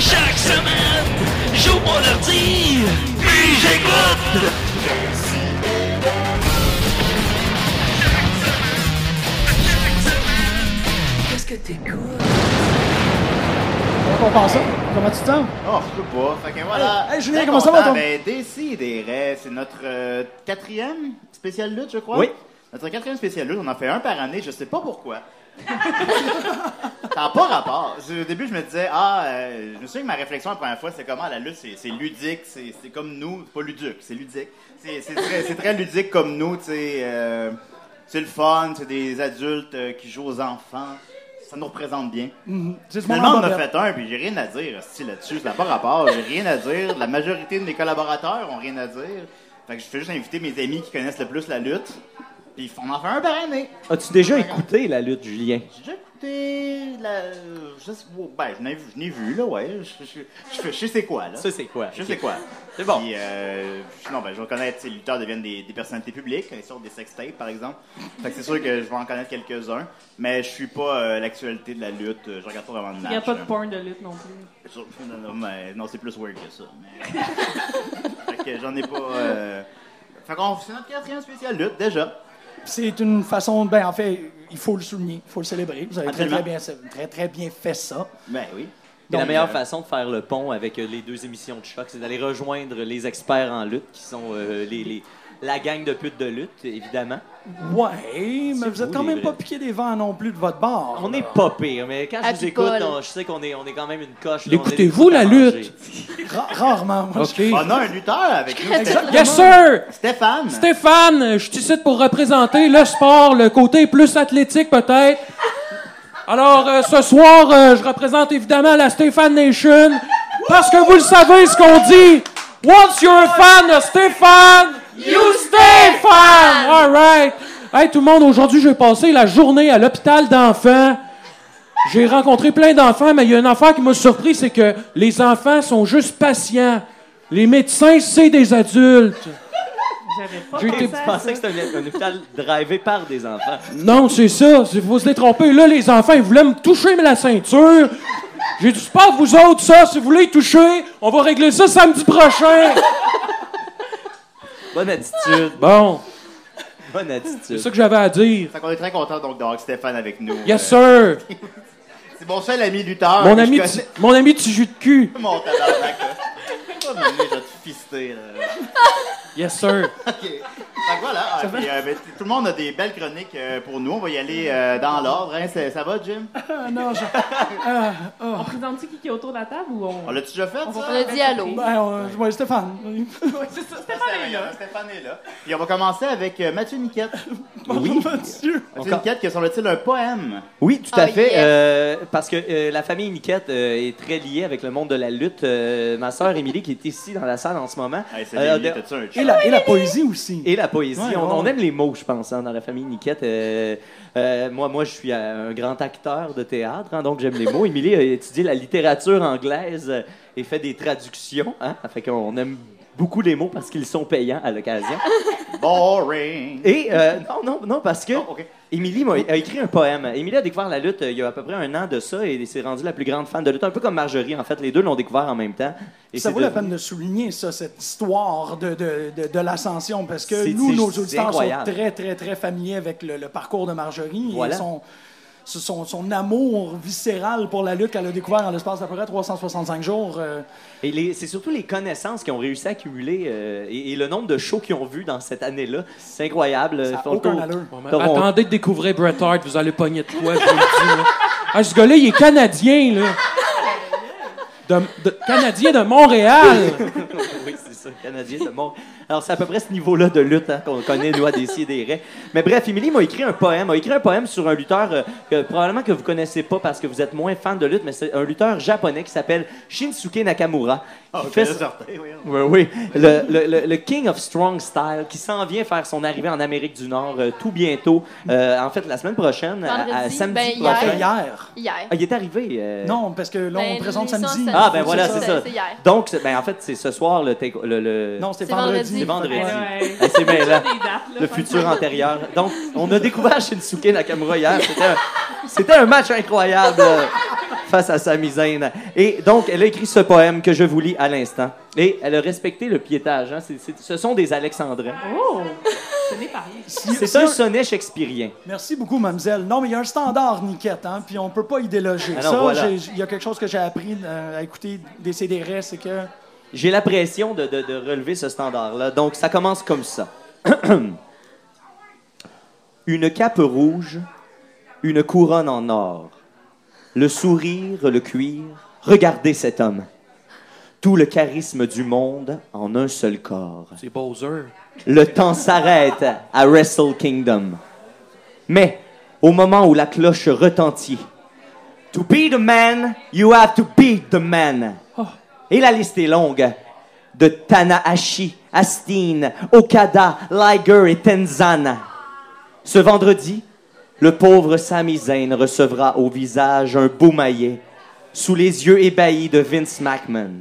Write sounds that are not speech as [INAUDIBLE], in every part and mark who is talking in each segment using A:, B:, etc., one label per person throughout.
A: Chaque semaine, j'ouvre mon ordi, puis j'écoute.
B: On part ça. Comment tu te sens?
C: Oh, je peux pas. Fait que voilà.
B: Hey, hey, Julien,
C: Très
B: comment ça va,
C: content.
B: ton-
C: Ben, Décidérez, c'est notre euh, quatrième spécial lutte, je crois.
B: Oui.
C: Notre quatrième spécial lutte, on en fait un par année, je sais pas pourquoi. [LAUGHS] Ça n'a pas rapport. Je- Au début, je me disais, ah, euh, je me souviens que ma réflexion la première fois, c'est comment la lutte, c'est c'est ludique, c'est c'est comme nous, c'est pas ludique, c'est ludique. C'est c'est très, c'est très ludique comme nous, tu sais. euh, c'est le fun, c'est des adultes euh, qui jouent aux enfants. Ça nous représente bien.
B: C'est ce
C: Finalement, on
B: moment-là,
C: a
B: Barbette.
C: fait un, puis j'ai rien à dire hostie, là-dessus. Ça n'a pas rapport, j'ai rien à dire. La majorité de mes collaborateurs ont rien à dire. Fait que je fais juste inviter mes amis qui connaissent le plus la lutte, puis on en fait un par année.
D: As-tu déjà écouté la lutte, Julien?
C: J'ai déjà écouté la. Je sais, oh, ben, je n'ai vu, je n'ai vu, là, ouais. Je, je, je- je- je sais quoi, là.
D: Ça, c'est quoi?
C: Je sais quoi.
D: C'est bon.
C: Puis, euh, je- non, ben, je vais connaître, les lutteurs deviennent des, des personnalités publiques, ils sortent des sextapes, par exemple. Fait que c'est sûr que je vais en connaître quelques-uns, mais je suis pas euh, l'actualité de la lutte, euh, je regarde pas vraiment de hein. match.
E: Il n'y a pas de
C: là.
E: porn de lutte non plus.
C: Sur- Non, non, mais- non, c'est plus weird que ça. Mais... [LAUGHS] fait que j'en ai pas. euh, Fait qu'on c'est notre quatrième spécial lutte déjà.
B: C'est une façon. Ben, en fait, il faut le souligner, il faut le célébrer. Vous avez très,
C: Absolument.
B: très, bien, très, très bien fait ça.
C: Ben oui.
D: Et la
B: Donc,
D: meilleure
C: euh,
D: façon de faire le pont avec euh, les deux émissions de choc, c'est d'aller rejoindre les experts en lutte, qui sont euh, les, les- la gang de putes de lutte, évidemment.
B: Ouais, mais
D: C'est
B: vous êtes
D: vous,
B: quand
D: les
B: même pas
D: vrais.
B: piqué des vents non plus de votre bord.
D: On est pas pire, mais quand je vous
E: Happy
D: écoute,
E: Paul.
D: on- je sais qu'on est, on est quand même une coche. là, on est des
F: Écoutez-vous
D: petits
F: la
D: arrangés.
F: lutte?
B: Ra- rarement, moi.
F: OK.
C: On a un lutteur avec nous. Stéphane.
F: Yes, sir!
C: Stéphane.
F: Stéphane, je suis ici pour représenter le sport, le côté plus athlétique peut-être. Alors, euh, ce soir, euh, je représente évidemment la Stéphane Nation, parce que vous le savez ce qu'on dit. Once you're a fan of Stéphane, you Stéphane! All right. Hey, tout le monde, aujourd'hui, j'ai passé la journée à l'hôpital d'enfants. J'ai rencontré plein d'enfants, mais il y a une affaire qui m'a surpris, c'est que les enfants sont juste patients. Les médecins, c'est des adultes.
E: J'avais pas
F: J'ai été-
E: pensé
D: Tu
E: à
D: pensais
E: ça.
D: que c'était un, un hôpital drivé par des
E: [LAUGHS]
D: enfants.
F: Non, c'est ça. c'est- Vous vous êtes trompé. Là, les enfants, ils voulaient me toucher mais la ceinture. J'ai dit, c'est pas vous autres, ça. Si vous voulez y toucher, on va régler ça samedi prochain.
D: Bonne attitude,
F: [LAUGHS] Bon,
D: bonne
F: c'est
D: attitude.
F: ça que j'avais à dire.
C: Fait qu'on est très content donc d'avoir Stéphane avec nous.
F: Yes,
C: Euh,
F: sir.
C: C'est mon seul ami lutteur.
F: Mon
C: que Ah, je
F: ami,
C: connais.
F: ti- mon ami petit jus de cul.
C: Mon tabarnak. là. Oh, mais je vais te fister, là.
F: Yes, sir.
C: [LAUGHS] OK. Fait que voilà. Ah, puis, euh, ben, t- tout le monde a des belles chroniques euh, pour nous. On va y aller euh, dans l'ordre. hein. C'est- Ça va,
F: [LAUGHS]
C: Jim?
B: Ah, non, je-
F: Ah.
E: On présente-tu qui qui est autour de la table ou on.
C: On l'a-tu déjà fait,
E: va
C: ça?
E: faire un
G: On a dit allô.
E: surprise?
B: ben, euh, ouais, Stéphane.
E: Ouais, c'est ça, Stéphane est
C: Stéphane est
E: là.
C: là. Stéphane est là. Puis on va commencer avec euh,
B: [LAUGHS]
C: Mathieu Niquette.
D: Oui.
B: Mathieu.
C: Mathieu Niquette qui a, semble-t-il, un poème.
D: Oui, tout à
G: Ah,
D: fait.
G: yes.
D: euh, parce que euh, la famille Niquette euh, est très liée avec le monde de la lutte. Euh, ma sœur Émilie, qui est ici dans la salle en ce moment,
C: Hey, c'est
D: euh,
C: Émilie,
D: de-
C: t'as-tu un
B: Et
C: chat?
B: la, et la poésie aussi.
D: et la poésie. poésie.
C: Ouais,
D: on,
C: ouais,
D: on
C: ouais.
D: aime les mots, je pense, hein, dans la famille Niquette. Euh, euh, moi, moi, je suis euh, un grand acteur de théâtre, hein, donc j'aime les mots. Émilie a étudié la littérature anglaise euh, et fait des traductions. Hein, fait qu'on aime beaucoup les mots parce qu'ils sont payants à l'occasion.
C: [LAUGHS] Boring.
D: Et euh, non, non, non, parce que euh,
C: ok.
D: Émilie m'a- a écrit un poème. Émilie a découvert la lutte euh, il y a à peu près un an de ça et s'est rendue la plus grande fan de lutte. Un peu comme Marjorie, en fait. Les deux l'ont découvert en même temps. Et
B: Ça
D: c'est
B: vaut la
D: devenu-
B: peine de souligner ça, cette histoire de, de, de, de l'ascension, parce que
D: C'est-
B: nous,
D: c'est-
B: nos
D: c'est
B: auditeurs sont
D: incroyable.
B: très, très, très familiers avec le, le parcours de Marjorie
D: Voilà.
B: et son, son, son amour viscéral pour la lutte qu'elle a découvert en l'espace d'à peu près 365 jours. euh,
D: Et les- c'est surtout les connaissances qu'ils ont réussi à accumuler euh, et, et le nombre de shows qu'ils ont vus dans cette année-là. C'est incroyable.
B: ça
D: Ils
B: n'a
D: font le
B: aucun
D: tour.
B: allure.
F: Ouais, mais
D: Toronto.
F: Attendez de découvrir Bret Hart, vous allez pogner de quoi, je vous le dis. là. Ah, ce gars-là, il est canadien, là. De, de- canadien de Montréal.
D: [LAUGHS] oui, c'est ça, Canadien de monde. Alors, c'est à peu près ce niveau-là de lutte hein, qu'on connaît, nous, à Décideret. Mais bref, Émilie m'a écrit un poème. m'a écrit un poème sur un lutteur euh, que probablement que vous connaissez pas parce que vous êtes moins fan de lutte, mais c'est un lutteur japonais qui s'appelle Shinsuke Nakamura.
C: Ah,
D: Qui
C: ok,
D: fait-
C: là, sortez, oui, on-
D: Oui, oui. Le, le- le- le King of Strong Style qui s'en vient faire son arrivée en Amérique du Nord euh, tout bientôt. Euh, en fait, la semaine prochaine, à- à,
H: Vendredi,
D: samedi
H: ben,
D: prochain.
B: Fait hier.
H: Hier.
D: Ah, il est arrivé. euh,
B: Non, parce que là,
H: Ben,
B: on présente
H: les sens,
B: samedi.
H: ça-
D: Ah,
H: C'est
D: ben voilà, c'est ça.
H: c'est hier.
D: Donc, c'est- ben, en fait, c'est ce soir le. take- le- le-
B: Non, c'est
H: C'est
B: vendredi.
H: vendredi.
D: C'est vendredi.
E: Ouais, ouais.
D: Ah, c'est
E: Des
D: bien là.
E: dates, là,
D: Le
E: ça-
D: futur antérieur. Donc, on a découvert Shinsuke Nakamura hier. C'était un, c'était un match incroyable euh, face à Sami Zayn. Et donc, elle a écrit ce poème que je vous lis à l'instant. Et elle a respecté le piétage. hein. C'est- c'est- ce sont des Alexandrins.
E: Oh! Ce n'est pas rien.
B: Si-
D: C'est
B: si
D: un
B: un-
D: sonnet shakespearien.
B: Merci beaucoup, mademoiselle. Non, mais il y a un standard, Niquette, hein, puis on peut pas y déloger.
D: Ah non,
B: ça,
D: voilà.
B: j'ai- il y a quelque chose que j'ai appris euh, à écouter des CDR, c'est que...
D: J'ai la pression de, de- de relever ce standard-là. Donc, ça commence comme ça. [CLEARS THROAT] une cape rouge, une couronne en or, le sourire, le cuir. Regardez cet homme. Tout le charisme du monde en un seul corps.
F: C'est Bowser.
D: Le temps s'arrête à Wrestle Kingdom. Mais au moment où la cloche retentit, To be the man, you have to be the man. Et la liste est longue. De Tanahashi, Astin, Okada, Liger et Tenzan. Ce vendredi, le pauvre Sami Zayn recevra au visage un beau maillet sous les yeux ébahis de Vince McMahon.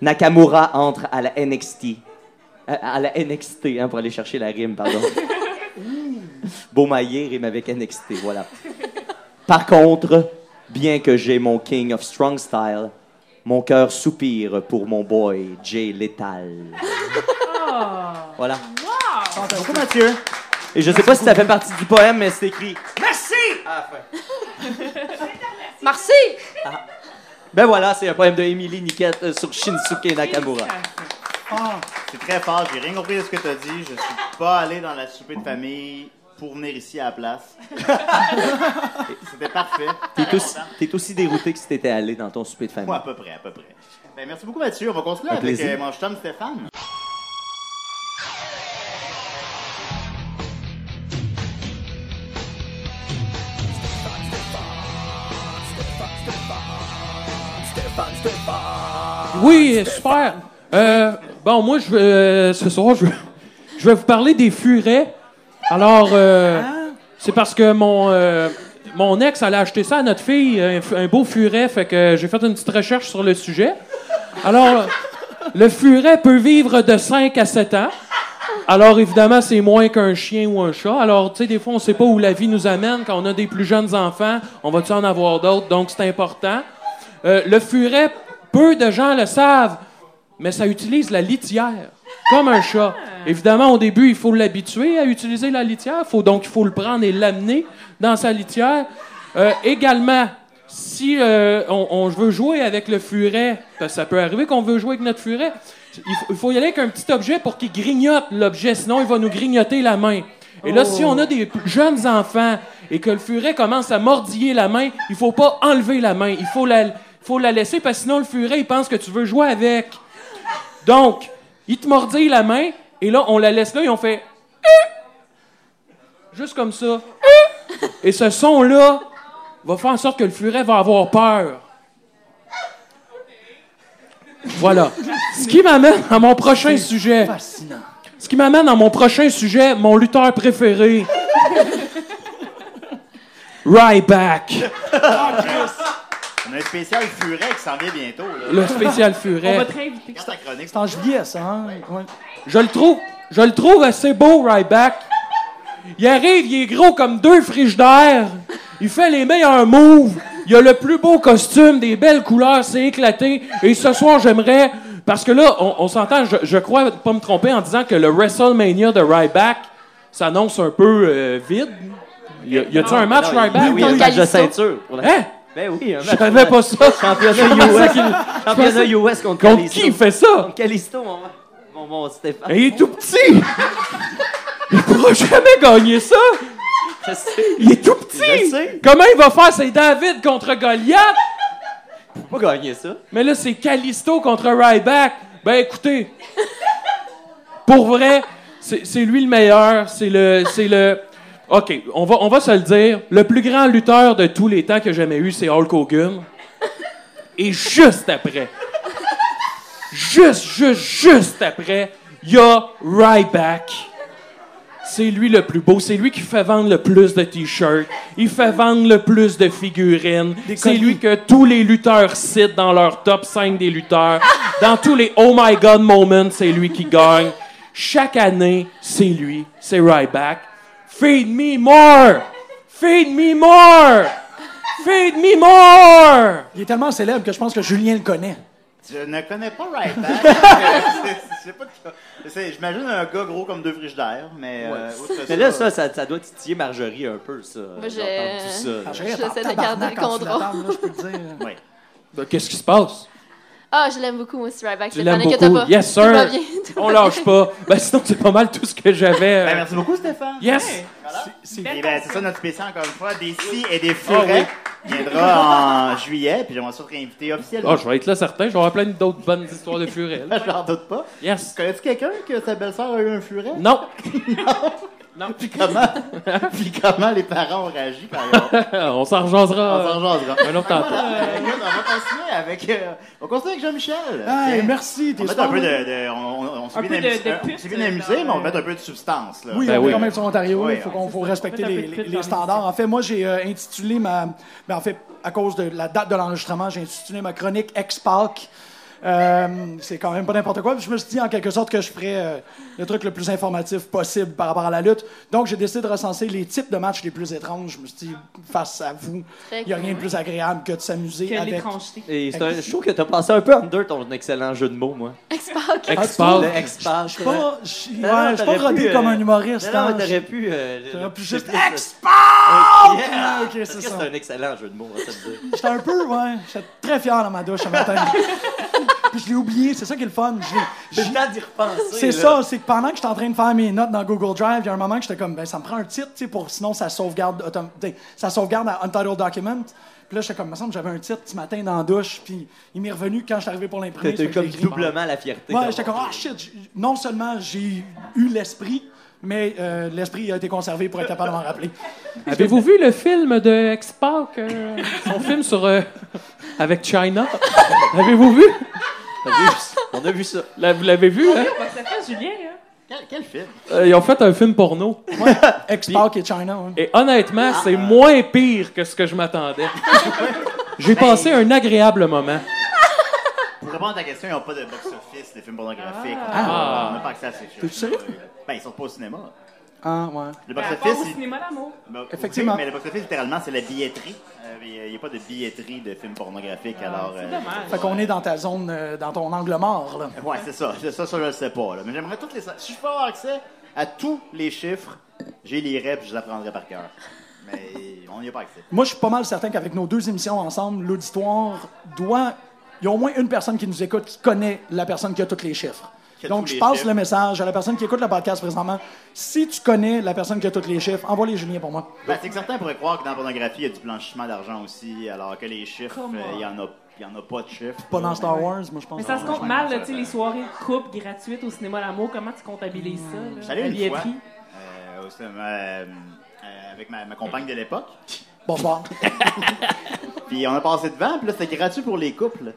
D: Nakamura entre à la NXT. euh, À la NXT, hein, pour aller chercher la rime, pardon. Beau maillet rime avec NXT, voilà. Par contre, bien que j'ai mon King of Strong Style, mon cœur soupire pour mon boy Jay Lethal.
E: Ah!
D: Voilà.
C: Bonjour, Mathieu.
D: Et je sais pas si ça fait partie du poème, mais c'est écrit.
H: [LAUGHS] Merci!
D: Ben voilà, c'est un poème de Émilie Niquette euh, sur Shinsuke Nakamura.
B: Ah,
C: C'est très fort, j'ai rien compris de ce que t'as dit. Je suis pas allé dans la souper de famille pour venir ici à la
D: [LAUGHS]
C: place. C'était parfait.
D: T'es aussi, t'es aussi dérouté que si t'étais allé dans ton souper de famille.
C: Moi, à peu près, à peu près. Ben, merci beaucoup, Mathieu. On va continuer
D: Un
C: avec
D: plaisir.
C: euh, mon chum Stéphane.
F: Oui, super. Euh, bon, moi, je, euh, ce soir, je, je vais vous parler des furets. Alors, euh, c'est parce que mon, euh, mon ex allait acheter ça à notre fille, un, f- un beau furet, fait que j'ai fait une petite recherche sur le sujet. Alors, le furet peut vivre de 5 à 7 ans. Alors, évidemment, c'est moins qu'un chien ou un chat. Alors, tu sais, des fois, on sait pas où la vie nous amène. Quand on a des plus jeunes enfants, on va-tu en avoir d'autres? Donc, c'est important. Euh, le furet, peu de gens le savent, mais ça utilise la litière, comme un chat. Évidemment, au début, il faut l'habituer à utiliser la litière. Faut, donc, il faut le prendre et l'amener dans sa litière. Euh, également, si euh, on, on veut jouer avec le furet, parce que ça peut arriver qu'on veut jouer avec notre furet, il faut, il faut y aller avec un petit objet pour qu'il grignote l'objet, sinon il va nous grignoter la main. Et là, si on a des plus jeunes enfants et que le furet commence à mordiller la main, il faut pas enlever la main. Il faut la, faut la laisser parce que sinon le furet, il pense que tu veux jouer avec. Donc, il te mordit la main et là, on la laisse là et on fait. euh, Juste comme ça. euh, Et ce son-là va faire en sorte que le furet va avoir peur. Voilà. Ce qui m'amène à mon prochain sujet.
B: fascinant.
F: Ce qui m'amène à mon prochain sujet, mon lutteur préféré. Ryback.
C: On a un spécial furet qui s'en vient bientôt. Là.
F: Le spécial furet. On va te
E: réinviter.
C: Regarde ta chronique.
B: C'est en juillet, ça, hein? Ouais.
F: Je le trouve, je le trouve assez beau, Ryback. Il arrive, il est gros comme deux frigidaires. Il fait les meilleurs moves. Il a le plus beau costume, des belles couleurs, c'est éclaté. Et ce soir, j'aimerais, parce que là, on, on s'entend, je, je crois pas me tromper en disant que le WrestleMania de Ryback s'annonce un peu euh, vide. Y a- y a-tu
I: Ah,
F: un match
I: Alors,
F: Ryback?
I: Oui, un match de ceinture. pour la-
F: Hein?
I: Ben oui, un
F: Je
I: match.
F: savais pas ça.
I: [LAUGHS] Championnat US. Championnat US contre
F: Contre
I: Kalisto.
F: qui il fait ça?
I: Contre Kalisto, mon, mon, mon Stéphane.
F: Et il est tout petit! Il pourra jamais gagner ça!
I: Je sais.
F: Il est tout
I: Je
F: petit!
I: sais.
F: Comment il va faire? C'est David contre Goliath!
I: Il faut pas gagner ça.
F: Mais là, c'est Callisto contre Ryback. Ben écoutez, pour vrai, c'est c'est lui le meilleur. C'est le, c'est le. Ok, on va, on va se le dire. Le plus grand lutteur de tous les temps que j'ai jamais eu, c'est Hulk Hogan. Et juste après, juste, juste, juste après, il y a Ryback. C'est lui le plus beau. C'est lui qui fait vendre le plus de t-shirts. Il fait vendre le plus de figurines. C'est lui que tous les lutteurs citent dans leur top 5 des lutteurs. Dans tous les Oh my God moments, c'est lui qui gagne. Chaque année, c'est lui. C'est Ryback. Feed me more! Feed me more! Feed me more!
B: Il est tellement célèbre que je pense que Julien le connaît.
C: Je ne connais pas Right Back. [LAUGHS] Je sais pas de quoi- C'est- J'imagine un gars gros comme deux frigidaires, mais. euh, autre que
I: Mais là, ça, ça, ça doit titiller Marjorie un peu, ça.
J: j'ai-
I: Moi, Tout ça.
B: Je
J: j'essaie de garder le contrôle.
B: Je peux te dire.
C: Ouais.
F: Ben, Qu'est-ce qui se passe?
J: Ah, je l'aime beaucoup, moi, aussi, Ryback.
F: Tu l'aimes beaucoup? Yes,
H: [LAUGHS]
F: sir! On lâche pas. Ben, sinon, c'est pas mal tout ce que j'avais. euh.
C: Ben, merci beaucoup, Stéphane.
F: Yes!
C: Voilà.
B: C'est-
C: Et ben, c'est ça notre spécial, encore une fois, des si et des
F: Ah
C: furets. viendra en juillet, puis j'aimerais ça te réinviter officiellement.
F: Ah, je vais être là certain, je vais avoir plein d'autres bonnes histoires de furets. là.
C: je n'en doute pas.
F: Yes.
C: Connais-tu quelqu'un que sa belle-sœur a eu un furet?
F: Non.
C: [LAUGHS] Non. Puis
F: [LAUGHS]
C: comment, puis comment les parents ont réagi par exemple?
F: On s'en
C: On
F: rejasera.
C: s'en jasera.
F: un autre temps.
C: Voilà,
B: euh,
C: ben, écoute, on va continuer avec, euh, on continue avec Jean-Michel.
B: Hey,
C: Tiens.
B: Ah, merci,
C: On
B: t'es
C: va mettre un
B: super
C: peu de,
B: bon.
C: de- on, on, on se
E: Un
C: vit
E: peu de-
C: d'amuser-
E: de
C: euh, on
E: pute,
C: se vit d'amuser,
E: euh,
C: mais on va mettre un peu de substance, là.
B: Oui,
F: Ben
B: on
F: oui.
B: est quand même sur Ontario,
C: Oui,
B: il faut, qu'on- faut respecter
E: Mettre un peu
B: les,
E: de pute
B: les
E: dans la
B: standards. En fait, moi, j'ai euh, intitulé ma... ben, en fait, à cause de la date de l'enregistrement, j'ai intitulé ma chronique Ex-Pac. Euh, c'est quand même pas n'importe quoi. Puis je me suis dit en quelque sorte que je ferais euh, le truc le plus informatif possible par rapport à la lutte. Donc j'ai décidé de recenser les types de matchs les plus étranges. Je me suis dit, face à vous,
J: Très
B: il n'y a
J: cool.
B: rien de plus agréable que de s'amuser
E: Que
B: avec.
D: [LAUGHS]
E: l'étrangeté.
I: Et c'est un, je trouve que t'as passé un peu under ton excellent jeu de mots, moi.
J: Ex-Pac.
F: Export.
I: Le expert.
B: Je suis pas, je suis-
I: Non,
B: ouais,
I: non,
B: je suis
I: t'aurais
B: pas rodé
I: pu,
B: comme
I: euh,
B: un humoriste.
I: Non,
B: hein.
I: non, t'aurais pu. euh,
B: T'aurais pu
I: le-
B: juste
I: le- le-
B: Expert!
I: Yeah!
B: Ok, c'est
I: Parce que
B: ça.
I: C'est un excellent jeu de mots, on va se le dire.
B: J'étais un peu, ouais. J'étais très fier dans ma douche ce matin. Puis je l'ai oublié, c'est ça qui est le fun. Je l'ai-
I: J'ai le temps d'y repenser. là.
B: C'est ça, c'est que pendant que j'étais en train de faire mes notes dans Google Drive, il y a un moment que j'étais comme, ben ça me prend un titre, tu sais, pour sinon ça sauvegarde, autom- tu sais, ça sauvegarde à Untitled Document. Puis là, j'étais comme, me semble que j'avais un titre ce matin dans la douche, puis il m'est revenu quand je suis arrivé pour l'imprimer.
I: T'as
B: fait
I: eu
B: que
I: comme
B: j'ai écrit.
I: doublement la fierté.
B: Ouais,
I: d'avoir-
B: j'étais comme, ah shit, j- non seulement j'ai eu l'esprit, mais euh, l'esprit a été conservé pour être capable de m'en rappeler.
F: Avez-vous vu le film de X-Pac? euh, son film sur. euh, avec China? [LAUGHS] Avez-vous vu?
I: On a vu ça. On a vu ça.
F: La- vous l'avez vu, hein?
E: Faut que ça fasse Julien, là.
C: Quel, quel film?
F: Euh, ils ont fait un film porno.
B: Ex-Pac et China, ouais.
F: Et honnêtement, c'est moins pire que ce que je m'attendais. J'ai passé un agréable moment.
C: Pour répondre à ta question, ils n'ont pas de box-office, les films pornographiques. On n'a pas accès à ces choses.
B: T'es Ah. sérieux?
C: Ben, ils sortent pas au cinéma.
B: Ah, ouais.
C: Le
E: Par rapport Ben, au
C: box-office, il-
E: cinéma d'amour.
C: ben,
B: Effectivement.
C: oui, mais le box-office, littéralement, c'est la billetterie. Euh, Il n'y a, pas de billetterie de films pornographiques, alors...
E: Ah, C'est
C: euh,
E: dommage.
B: Fait qu'on est dans ta zone, euh, dans ton angle mort, là.
C: Ouais, c'est ça. C'est ça, ça, je le sais pas. là. Mais j'aimerais toutes les. Si je peux avoir accès à tous les chiffres, j'ai les reps, je les apprendrai par cœur. Mais on n'y a pas accès.
B: Moi, je suis pas mal certain qu'avec nos deux émissions ensemble, l'auditoire doit. Il y a au moins une personne qui nous écoute qui connaît la personne qui a tous les chiffres.
C: Qui a
B: Donc,
C: tous
B: je
C: les
B: passe
C: chiffres.
B: le message à la personne qui écoute le podcast présentement. Si tu connais la personne qui a tous les chiffres, envoie-les Julien pour moi.
C: Ben, c'est que certains pourraient croire que dans la pornographie, il y a du blanchiment d'argent aussi, alors que les chiffres, euh, il n'y en, a- il y en a pas de chiffres.
B: Pas dans Star Wars, moi, je pense.
E: Mais ça se
C: Non,
E: compte
C: je
E: mal,
C: comprends
E: là, tu sais,
C: ça.
E: les soirées de couple gratuites au cinéma d'amour. Comment tu comptabilises ça, là?
C: J'allais
E: La
C: une fois
E: billetterie.
C: euh, au cinéma, euh, euh, avec ma, ma compagne
I: [LAUGHS]
C: de l'époque.
B: Bonsoir.
C: [LAUGHS] Puis on a passé devant, puis là, c'était gratuit pour les couples.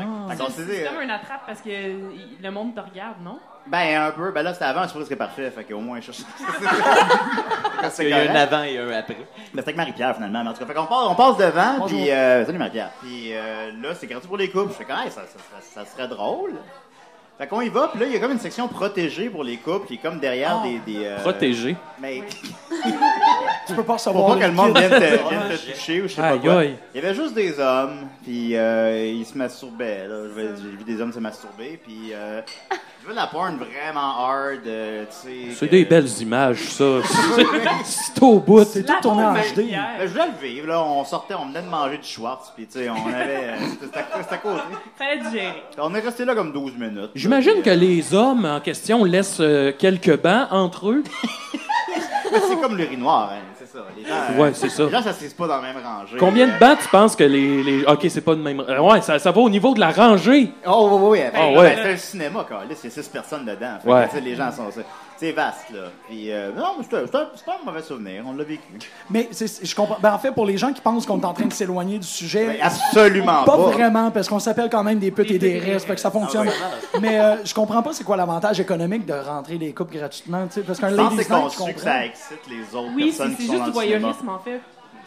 I: Ah.
C: Fait qu'on s'est dit,
E: C'est
C: euh,
E: comme un attrape parce que il- le monde te regarde, non?
C: ben, un peu. Ben là, c'était avant, je pense que c'est parfait. Fait qu'au moins,
I: [LAUGHS]
C: je cherche.
I: Il y a un avant et un après.
C: Mais c'était avec Marie-Pierre finalement. Mais en tout cas, fait qu'on passe, on passe devant,
B: Bonjour.
C: puis euh, salut Marie-Pierre. Puis euh, là, c'est gratuit pour les couples. Je fais quand même, ça, ça, ça- ça serait drôle. Fait qu'on y va, puis là, il y a comme une section protégée pour les couples qui est comme derrière
I: Ah.
C: des. des euh,
H: Protégé.
C: Mais
B: Tu peux pas
C: pour
B: recevoir.
C: pas que le monde
B: kid.
C: vienne te, vienne te toucher ou je sais pas
F: Aïe,
C: quoi.
F: aïe.
C: Il y avait juste des hommes, puis euh, ils se masturbaient. là. Je vais- J'ai vu des hommes se masturber, puis euh, je veux la porn vraiment hard, euh, tu sais.
H: C'est
C: que-
H: des belles images, ça.
F: [LAUGHS] C'est au bout.
B: C'est tout tourné en HD.
C: Ben, je voulais le vivre, là. On sortait, on venait de manger du Schwartz, puis tu sais, on avait. euh, [LAUGHS] C'était à- c'était à côté.
E: Fallait digérer.
C: On est resté là comme 12 minutes.
F: J'imagine que
C: Puis,
F: les hommes en question laissent euh, quelques bancs entre eux.
C: euh, C'est comme l'urinoir, hein, c'est ça. Les gens, euh,
F: Ouais, c'est ça.
C: Les gens s'assisent pas dans la même rangée.
F: Combien
C: Euh,
F: de bancs tu penses que les. les- Ok, c'est pas de même. euh, Ouais, ça, ça va au niveau de la rangée.
C: Oh, oui, oui, oui. Fait que,
F: Ah ouais.
C: ben, C'est un cinéma, quoi. Là, c'est 6 personnes dedans. Fait que,
F: Ouais.
C: tu sais, les gens sont. c'est- C'est vaste, là. Puis, euh, non, mais c'était- c'était c'était pas un mauvais souvenir. On l'a vécu.
B: Mais c'est- c'est- je comprends. Ben, en fait, pour les gens qui pensent qu'on est en train de s'éloigner du sujet,
C: Ben, absolument
B: Pas
C: pas.
B: vraiment, parce qu'on s'appelle quand même des putes et des restes, fait que ça fonctionne. Mais euh, je comprends pas c'est quoi l'avantage économique de rentrer les couples gratuitement, tu sais, parce qu'un
C: Je pense
B: ladies night,
C: que c'est
B: je
C: conçu que
B: comprends.
C: ça excite les autres
E: Oui, c'est
C: personnes
E: c'est
C: qui sont
E: juste
C: dans
E: du
C: le cinéma.
E: voyeurisme, en fait.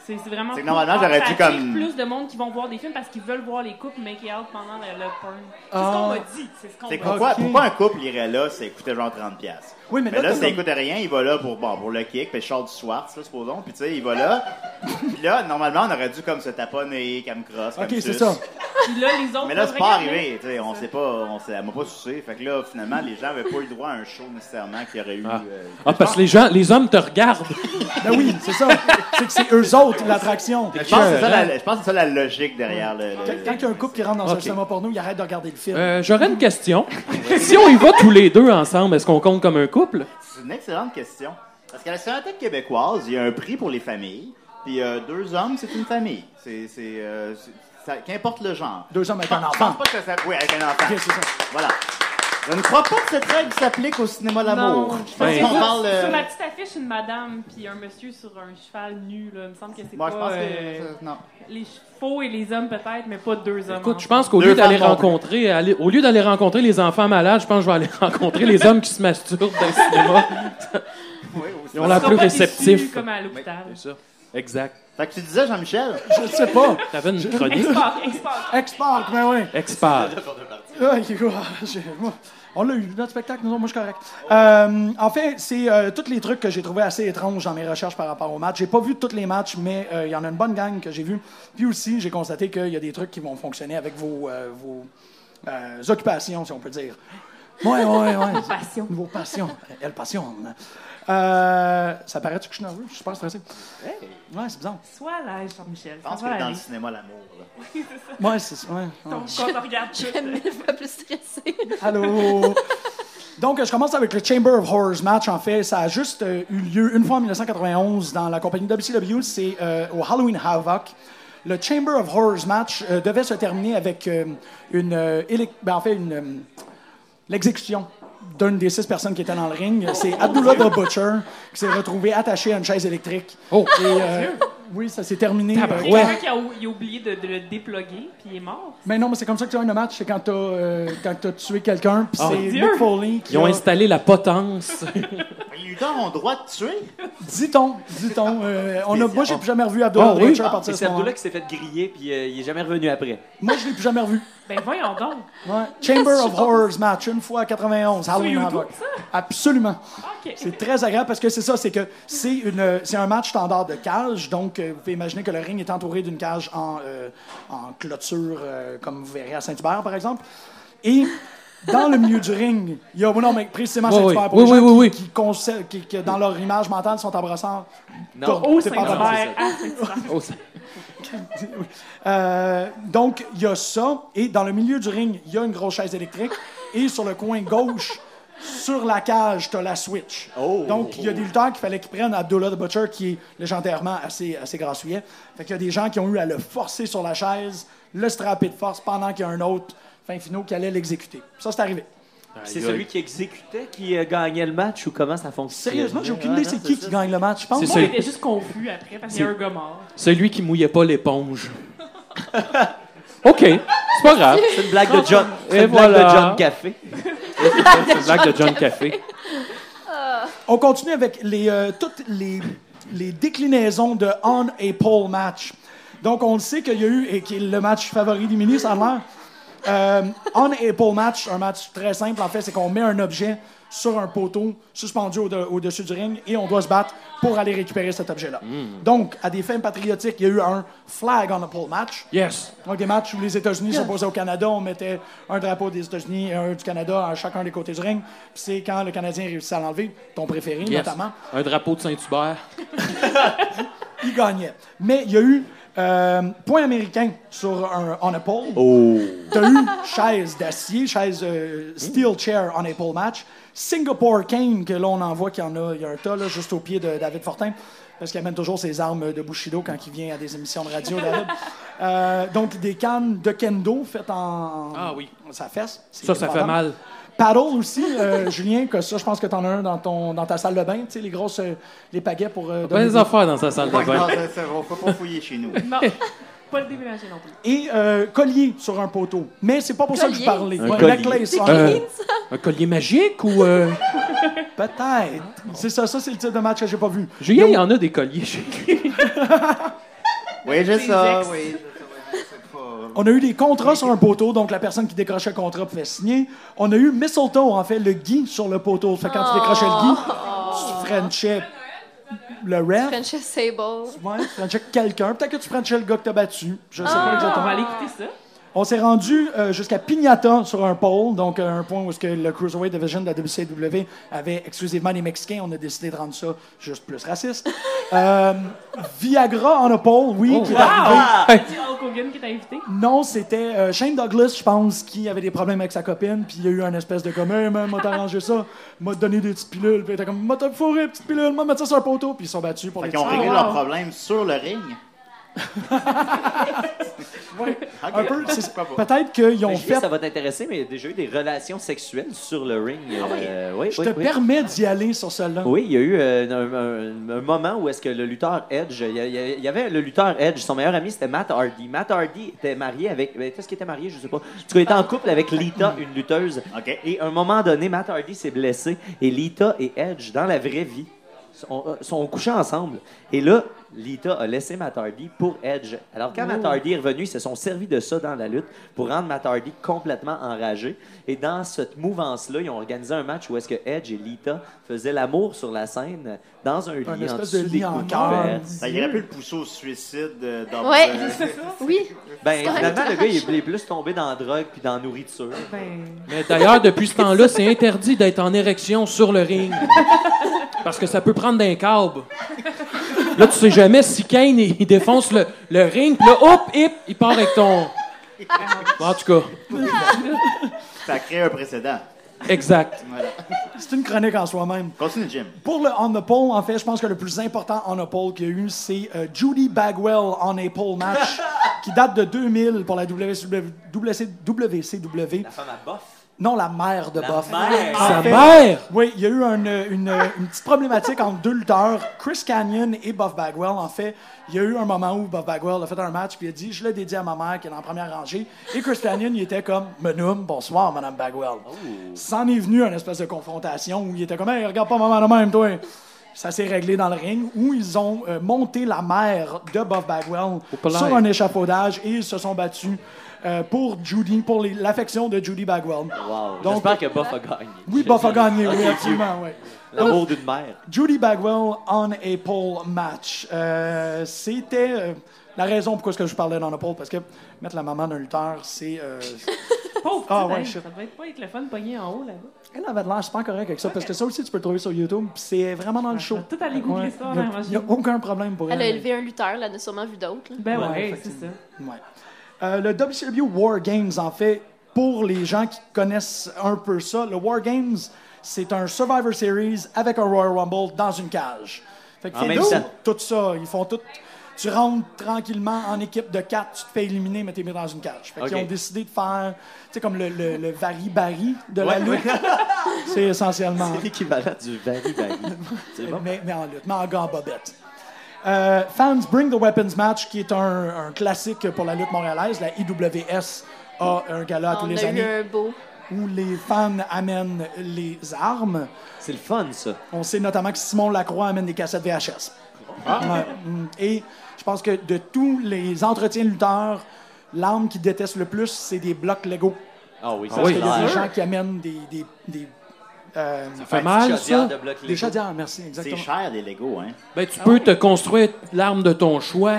E: C'est c'est vraiment.
C: C'est que normalement, j'aurais
E: Ça
C: dit
E: attire
C: comme-
E: plus de monde qui vont voir des films parce qu'ils veulent voir les couples make out pendant le, le porn. C'est
B: Ah.
E: ce qu'on m'a dit. C'est ce qu'on
C: C'est que
E: m'a dit.
C: pourquoi,
B: Ok.
C: pourquoi un couple irait là, c'est coûter genre 30$? piastres.
B: Oui, mais
C: mais,
B: là,
C: là,
B: t'as
C: ça
B: comme-
C: coûte rien, il va là pour, bon, pour le kick, puis Charles du Schwartz, là, supposons, puis tu sais, il va là.
E: [LAUGHS]
C: puis là, normalement, on aurait dû comme se taponner, comme cross,
B: Ok,
C: comme
B: c'est
C: suce.
B: ça.
E: Puis là, les autres.
C: Mais là,
E: peuvent
C: c'est pas
E: regarder.
C: arrivé, tu sais, on sait pas, on sait, elle m'a pas sucé. Fait que là, finalement, les gens avaient pas eu le droit à un show nécessairement qu'il y aurait eu. euh,
F: Ah, parce que les gens, les hommes te
C: [LAUGHS]
F: regardent.
B: Ben oui, c'est ça. c'est que c'est eux autres l'attraction.
C: je pense que c'est ça, la- je pense que c'est ça la logique derrière le. le-
B: Quand quand il y a un couple qui rentre dans un
F: Ok.
B: cinéma porno, il arrête de regarder le film.
F: Euh, J'aurais une question. si on y va tous les deux ensemble, est-ce qu'on compte comme un couple?
C: C'est une excellente question. Parce qu'à la Cinémathèque québécoise, il y a un prix pour les familles, puis euh, deux hommes, c'est une famille. C'est, c'est, euh, c'est- ça- qu'importe le genre.
B: Deux hommes avec un
C: Je pense- je
B: enfant.
C: pense pas que ça- oui, avec un enfant.
B: Ok, c'est ça.
C: Voilà. Je ne crois pas que cette règle s'applique au cinéma d'amour.
E: Non.
C: Je pense
E: Ben,
C: qu'on parle. euh,
E: Sur la petite affiche, une madame puis un monsieur sur un cheval nu. Là. Il me semble que c'est
C: Moi,
E: pas
C: je pense que.
E: euh,
C: euh, Non.
E: les chevaux et les hommes peut-être, mais pas deux hommes.
F: Écoute, je
E: ensemble.
F: pense qu'au
C: Deux
F: lieu d'aller
C: femmes non plus.
F: rencontrer, aller- au lieu d'aller rencontrer les enfants malades, je pense que je vais aller [LAUGHS] rencontrer les hommes qui se masturbent dans le cinéma.
C: Oui, au
F: Ils ont
C: cinéma.
F: l'air
E: Ils sont
F: plus
E: pas déçus
F: réceptifs.
E: Comme à l'hôpital.
F: C'est ça. Exact.
C: Fait que tu disais, Jean-Michel,
B: Je sais pas.
F: T'avais une chronique.
E: Export, export.
B: Export, ben oui.
F: Expert.
B: Ah, il est quoi? [LAUGHS] J'ai- moi, On l'a eu, notre spectacle, nous autres, moi je suis correct. Euh, en fait, c'est euh, tous les trucs que j'ai trouvé assez étranges dans mes recherches par rapport aux matchs. J'ai pas vu tous les matchs, mais euh, il y en a une bonne gang que j'ai vue. Puis aussi, j'ai constaté qu'il y a des trucs qui vont fonctionner avec vos, euh, vos euh, occupations, si on peut dire. Ouais, ouais, ouais.
E: Passion.
B: [LAUGHS] Vos passions. Elle passionne. Euh, ça paraît-tu que je suis nerveux? Je suis super stressé. Ouais, c'est bizarre.
E: Sois à l'aise, Jean-Michel.
C: je
E: Ça
C: pense que
E: va
C: dans le
E: aller.
C: cinéma l'amour. là.
B: Ouais, c'est ouais, ouais.
E: Ton
H: [LAUGHS]
E: corps regarde tout.
G: J'aime mille fois plus stressée.
B: Allô? Donc, je commence avec le Chamber of Horrors match. En fait, ça a juste euh, eu lieu une fois en 1991 dans la compagnie WCW. C'est euh, au Halloween Havoc. Le Chamber of Horrors match euh, devait se terminer avec euh, une, euh, éle- ben, en fait, une, euh, l'exécution d'une des six personnes qui étaient dans le ring. C'est Abdullah the Butcher qui s'est retrouvé attaché à une chaise électrique.
F: Oh.
B: Et, euh, oui, ça s'est terminé. euh,
E: Il y a quelqu'un qui a, ou- il a oublié de, de le déploguer, puis il est mort.
B: mais non, mais c'est comme ça que tu gagnes le match, c'est quand t'as euh, quand t'as tué quelqu'un, puis
F: Oh,
B: c'est
E: Dieu!
B: Mick Foley qui
F: Ils ont
B: a-
F: installé la potence.
C: Les lutteurs ont le droit de tuer.
B: Dit-on, dit-on. euh, on a, moi, j'ai plus jamais revu Abdullah
F: Ah oui?
B: Butcher à partir de ce
I: C'est
B: moment
I: Abdullah qui s'est fait griller, puis euh, il est jamais revenu après.
B: Moi, je l'ai plus jamais revu.
E: Ben voyons donc.
B: Ouais. Chamber of Horrors match, une fois à 91, Halloween
E: YouTube, Ah,
B: Havoc. Absolument.
E: OK.
B: C'est très agréable parce que c'est ça, c'est que c'est une euh, c'est un match standard de cage, donc euh, vous pouvez imaginer que le ring est entouré d'une cage en, euh, en clôture, euh, comme vous verrez à Saint-Hubert, par exemple. Et dans le milieu du ring, il y a, non, mais précisément
F: Oui,
B: Saint-Hubert,
F: oui.
B: pour les
F: Oui,
B: gens
F: oui,
B: qui,
F: oui,
B: qui conse- qui- qui, dans leur image mentale, sont en brassard.
I: Non.
B: Comme-
E: Au
B: c'est pas normal.
E: Saint-Hubert, à Saint-Hubert.
F: Oh, ça-
B: Ah, [LAUGHS] Euh, donc, il y a ça. Et dans le milieu du ring, il y a une grosse chaise électrique. Et sur le coin gauche, sur la cage, tu la Switch. donc, il y a des lutteurs qu'il fallait qu'ils prennent. Abdullah the Butcher, qui est légendairement assez, assez grassouillet. Fait qu'il y a des gens qui ont eu à le forcer sur la chaise, le strapper de force pendant qu'il y a un autre fin finaux qui allait l'exécuter. Ça, c'est arrivé.
I: C'est celui qui exécutait qui euh, gagnait le match ou comment ça fonctionne?
B: Sérieusement, j'ai aucune idée c'est qui qui gagne le match, je pense.
F: C'est
E: Moi,
F: celui,
E: j'étais juste confus après parce qu'il y a un gars mort.
F: celui qui mouillait pas l'éponge. OK. C'est pas grave.
D: C'est une blague de John, c'est
F: Et
D: une blague
F: voilà.
D: de John Café.
F: C'est une blague de John Café.
B: On continue avec les, euh, toutes les, les déclinaisons de on et pole match. Donc, on le sait qu'il y a eu, et qui est le match favori des ministres en l'air, euh, on et pole match, un match très simple, en fait, c'est qu'on met un objet sur un poteau suspendu au- de- au-dessus du ring et on doit se battre pour aller récupérer cet objet-là. Donc, à des fins patriotiques, il y a eu un flag on a pole match.
F: Yes.
B: Donc, des matchs où les États-Unis s'opposaient au Canada, on mettait un drapeau des États-Unis et un du Canada à chacun des côtés du ring. Puis c'est quand le Canadien réussissait à l'enlever, ton préféré
F: Yes.
B: notamment,
F: Un drapeau de Saint-Hubert.
B: il gagnait. Mais il y a eu euh, point américain sur un on a pole. T'as eu chaise d'acier, chaise euh, steel chair on a pole match. Singapore Kane, que là on en voit qu'il y en a, il y a un tas là, juste au pied de David Fortin. Parce qu'il amène toujours ses armes de Bushido quand il vient à des émissions de radio, David. Euh, donc, des cannes de kendo faites en.
F: Ah oui.
B: en Sa fesse. C'est
F: Ça, ça fait
B: épouvantable.
F: mal.
B: Paddle aussi, euh, [LAUGHS] Julien, que ça, je pense que t'en as un dans, ton, dans ta salle de bain, tu sais, les grosses, euh, les paquets pour. euh,
F: Pas
B: donner
F: des
B: des-
F: affaires dans sa salle de
C: Ouais, non,
F: bain.
C: ça, ça, on peut pas fouiller chez nous.
E: Non, [LAUGHS] pas le déménager non plus.
B: et euh, collier sur un poteau. Mais c'est pas pour ça que je
H: Collier.
B: parlais.
F: Un collier.
B: necklace, hein.
F: Euh, un collier magique ou. euh,
B: [LAUGHS] Peut-être. C'est ça, ça c'est le type de match que j'ai pas vu.
F: Julien, il y en a des colliers chez lui.
C: Oui, j'ai
E: Des
C: ça,
E: ex.
C: oui. j'ai ça, oui, c'est pas-
B: On a eu des contrats sur un poteau, donc la personne qui décrochait le contrat pouvait signer. On a eu mistletoe, en fait, le gui sur le poteau. Fait que quand tu décrochais le gui,
C: Oh!
H: Oh.
B: tu frenchais le ref.
H: French Sable.
B: Ouais, tu frenchais quelqu'un. Peut-être que tu frenchais le gars que t'as battu. Je sais
C: Ah!
B: pas
E: On
B: exactement.
E: va aller écouter ça.
B: On s'est rendu euh, jusqu'à Pignata sur un pôle, donc euh, un point où est-ce que le Cruiserweight Division de la WCW avait exclusivement les Mexicains. On a décidé de rendre ça juste
E: [LAUGHS]
B: plus raciste. Euh, Viagra en a pôle,
D: Oh,
B: oui. qui est arrivé.
E: C'est Ah! Hulk Hogan qui t'a invité.
B: Non, c'était euh, Shane Douglas, je pense, qui avait des problèmes avec sa copine, puis il y a eu un espèce de comme, hey man, m'a t'arrangé ça, m'a donné des petites pilules, puis il était comme, m'a t'as fourré, une petite pilule, m'a mettre ça sur un poteau, puis ils sont battus pour
C: Fait
B: les
C: qu'ils ont
B: titres.
C: réglé
E: Ah, wow.
C: leurs problèmes sur
E: [LAUGHS]
C: le ring. Ok.
B: Un peu,
I: [LAUGHS]
B: c'est-
C: Pourquoi pas?
B: peut-être qu'ils ont
D: Je sais que
B: fait.
D: ça va t'intéresser, mais il y a déjà eu des relations sexuelles sur le ring. euh, oui,
B: Ah Je
D: oui,
B: te
D: oui.
B: permets d'y aller sur celle-là.
D: Oui, il y a eu euh, un, un- un moment où est-ce que le lutteur Edge, il y, a- il y a- il y avait le lutteur Edge, son meilleur ami c'était Matt Hardy. Matt Hardy était marié avec, ben, est-ce qu'il était marié, je sais pas. En tout cas, il était en couple avec Lita, une lutteuse.
C: Ok.
D: Et à un moment donné, Matt Hardy s'est blessé et Lita et Edge, dans la vraie vie, sont, euh, sont couchés ensemble. Et là, Lita a laissé Matt Hardy pour Edge. Alors, quand
B: Oh.
D: Matt Hardy est revenu, ils se sont servis de ça dans la lutte pour rendre Matt Hardy complètement enragé. Et dans cette mouvance-là, ils ont organisé un match où est-ce que Edge et Lita faisaient l'amour sur la scène dans un lit
B: Un
D: en
B: espèce
D: dessous
B: de
D: des
B: lit en
D: couverts.
B: or.
C: Ça irait plus le pousser au suicide euh, dans
H: Ouais,
C: euh,
H: oui.
D: Ben,
H: correct,
D: finalement, le gars, il est plus tombé dans la drogue puis dans la nourriture.
F: Mais d'ailleurs, depuis ce temps-là, c'est interdit d'être en érection sur le ring. Parce que ça peut prendre d'un câble. Là, tu sais jamais si Kane, il il défonce le, le ring, puis là, hop, hip, il part avec ton. Bon, en tout cas,
C: Ça crée un précédent.
F: exact.
B: C'est une chronique en soi-même.
C: Continue, Jim.
B: Pour le on the pole, en fait, je pense que le plus important on the pole qu'il y a eu, c'est euh, Judy Bagwell on a pole
D: [LAUGHS]
B: match, qui date de 2000 pour la WCW. WCW.
D: Femme à bof.
B: Non, la mère de Buff.
D: mère.
B: En
F: Sa
B: fait,
F: mère!
B: Oui, il y a eu un, euh, une, euh, une petite problématique entre deux lutteurs, Chris Canyon et Buff Bagwell. En fait, il y a eu un moment où Buff Bagwell a fait un match puis il a dit Je l'ai dédié à ma mère qui est en première rangée. Et Chris Canyon, il était comme Menoum, bonsoir, Madame Bagwell. S'en est venu une espèce de confrontation où il était comme Hey, regarde pas maman de même, toi. Ça s'est réglé dans le ring où ils ont euh, monté la mère de Buff Bagwell
F: palais.
B: sur un échafaudage et ils se sont battus euh, pour Judy, pour les- l'affection de Judy Bagwell.
D: Wow.
B: Donc-
D: J'espère que Boff a gagné.
B: Oui, Buff a gagné, oui, absolument, oui.
D: L'amour d'une mère.
B: Judy Bagwell on a pole match. Euh, C'était euh, la raison pourquoi est-ce que je parlais d'un pole, parce que mettre la maman d'un lutteur, c'est... euh,
E: [LAUGHS] Pauvre
B: Ah,
E: petite,
B: ouais,
E: hey,
B: shit.
E: ça devait être pas être le fun de pogner en haut là-bas.
B: Elle avait de l'air super correcte avec ça, parce que ça aussi, tu peux le trouver sur YouTube, puis c'est vraiment dans le show.
E: tout aller googler ça,
B: Il y a-
E: vraiment,
B: Il n'y a
E: j'ai-
B: aucun problème pour elle.
H: Elle a élevé un lutteur, elle en a sûrement vu d'autres. là.
E: Ben
B: Ouais,
E: ouais, c'est ça.
B: effectivement. Ouais. Euh, le WCW War Games, en fait, pour les gens qui connaissent un peu ça, le War Games, c'est un Survivor Series avec un Royal Rumble dans une cage. Fait que
D: En
B: c'est
D: même
B: tout-
D: temps.
B: tout ça, ils font tout. Tu rentres tranquillement en équipe de quatre, tu te fais éliminer, mais t'es mis dans une cage. Fait qu'ils
D: Ok.
B: ont décidé de faire, tu sais, comme le, le, le vari-bari de la lutte. C'est essentiellement.
D: C'est l'équivalent du Valley Valley. C'est bon?
B: Mais, mais en lutte, mais en gants bobettes. Euh, Fans Bring the Weapons Match, qui est un, un classique pour la lutte montréalaise. La IWS a un gala tous
H: On
B: les
H: a eu
B: années
H: un beau.
B: où les fans amènent les armes.
D: C'est le fun, ça.
B: On sait notamment que Simon Lacroix amène des cassettes VHS.
D: Ah.
B: Ouais. Mm. Et je pense que de tous les entretiens de lutteurs, l'arme qu'ils détestent le plus, c'est des blocs Lego.
D: Ah oui, ça
B: Parce
D: c'est
B: qu'il y a des
D: clair.
B: gens qui amènent des. des, des euh,
D: fait mal, Des chaudières ça? de blocs
B: Des
D: Lego.
B: chaudières, merci, exactement.
C: C'est cher, des Legos, hein.
F: Ben, tu
B: Ah
F: peux te construire l'arme de ton choix.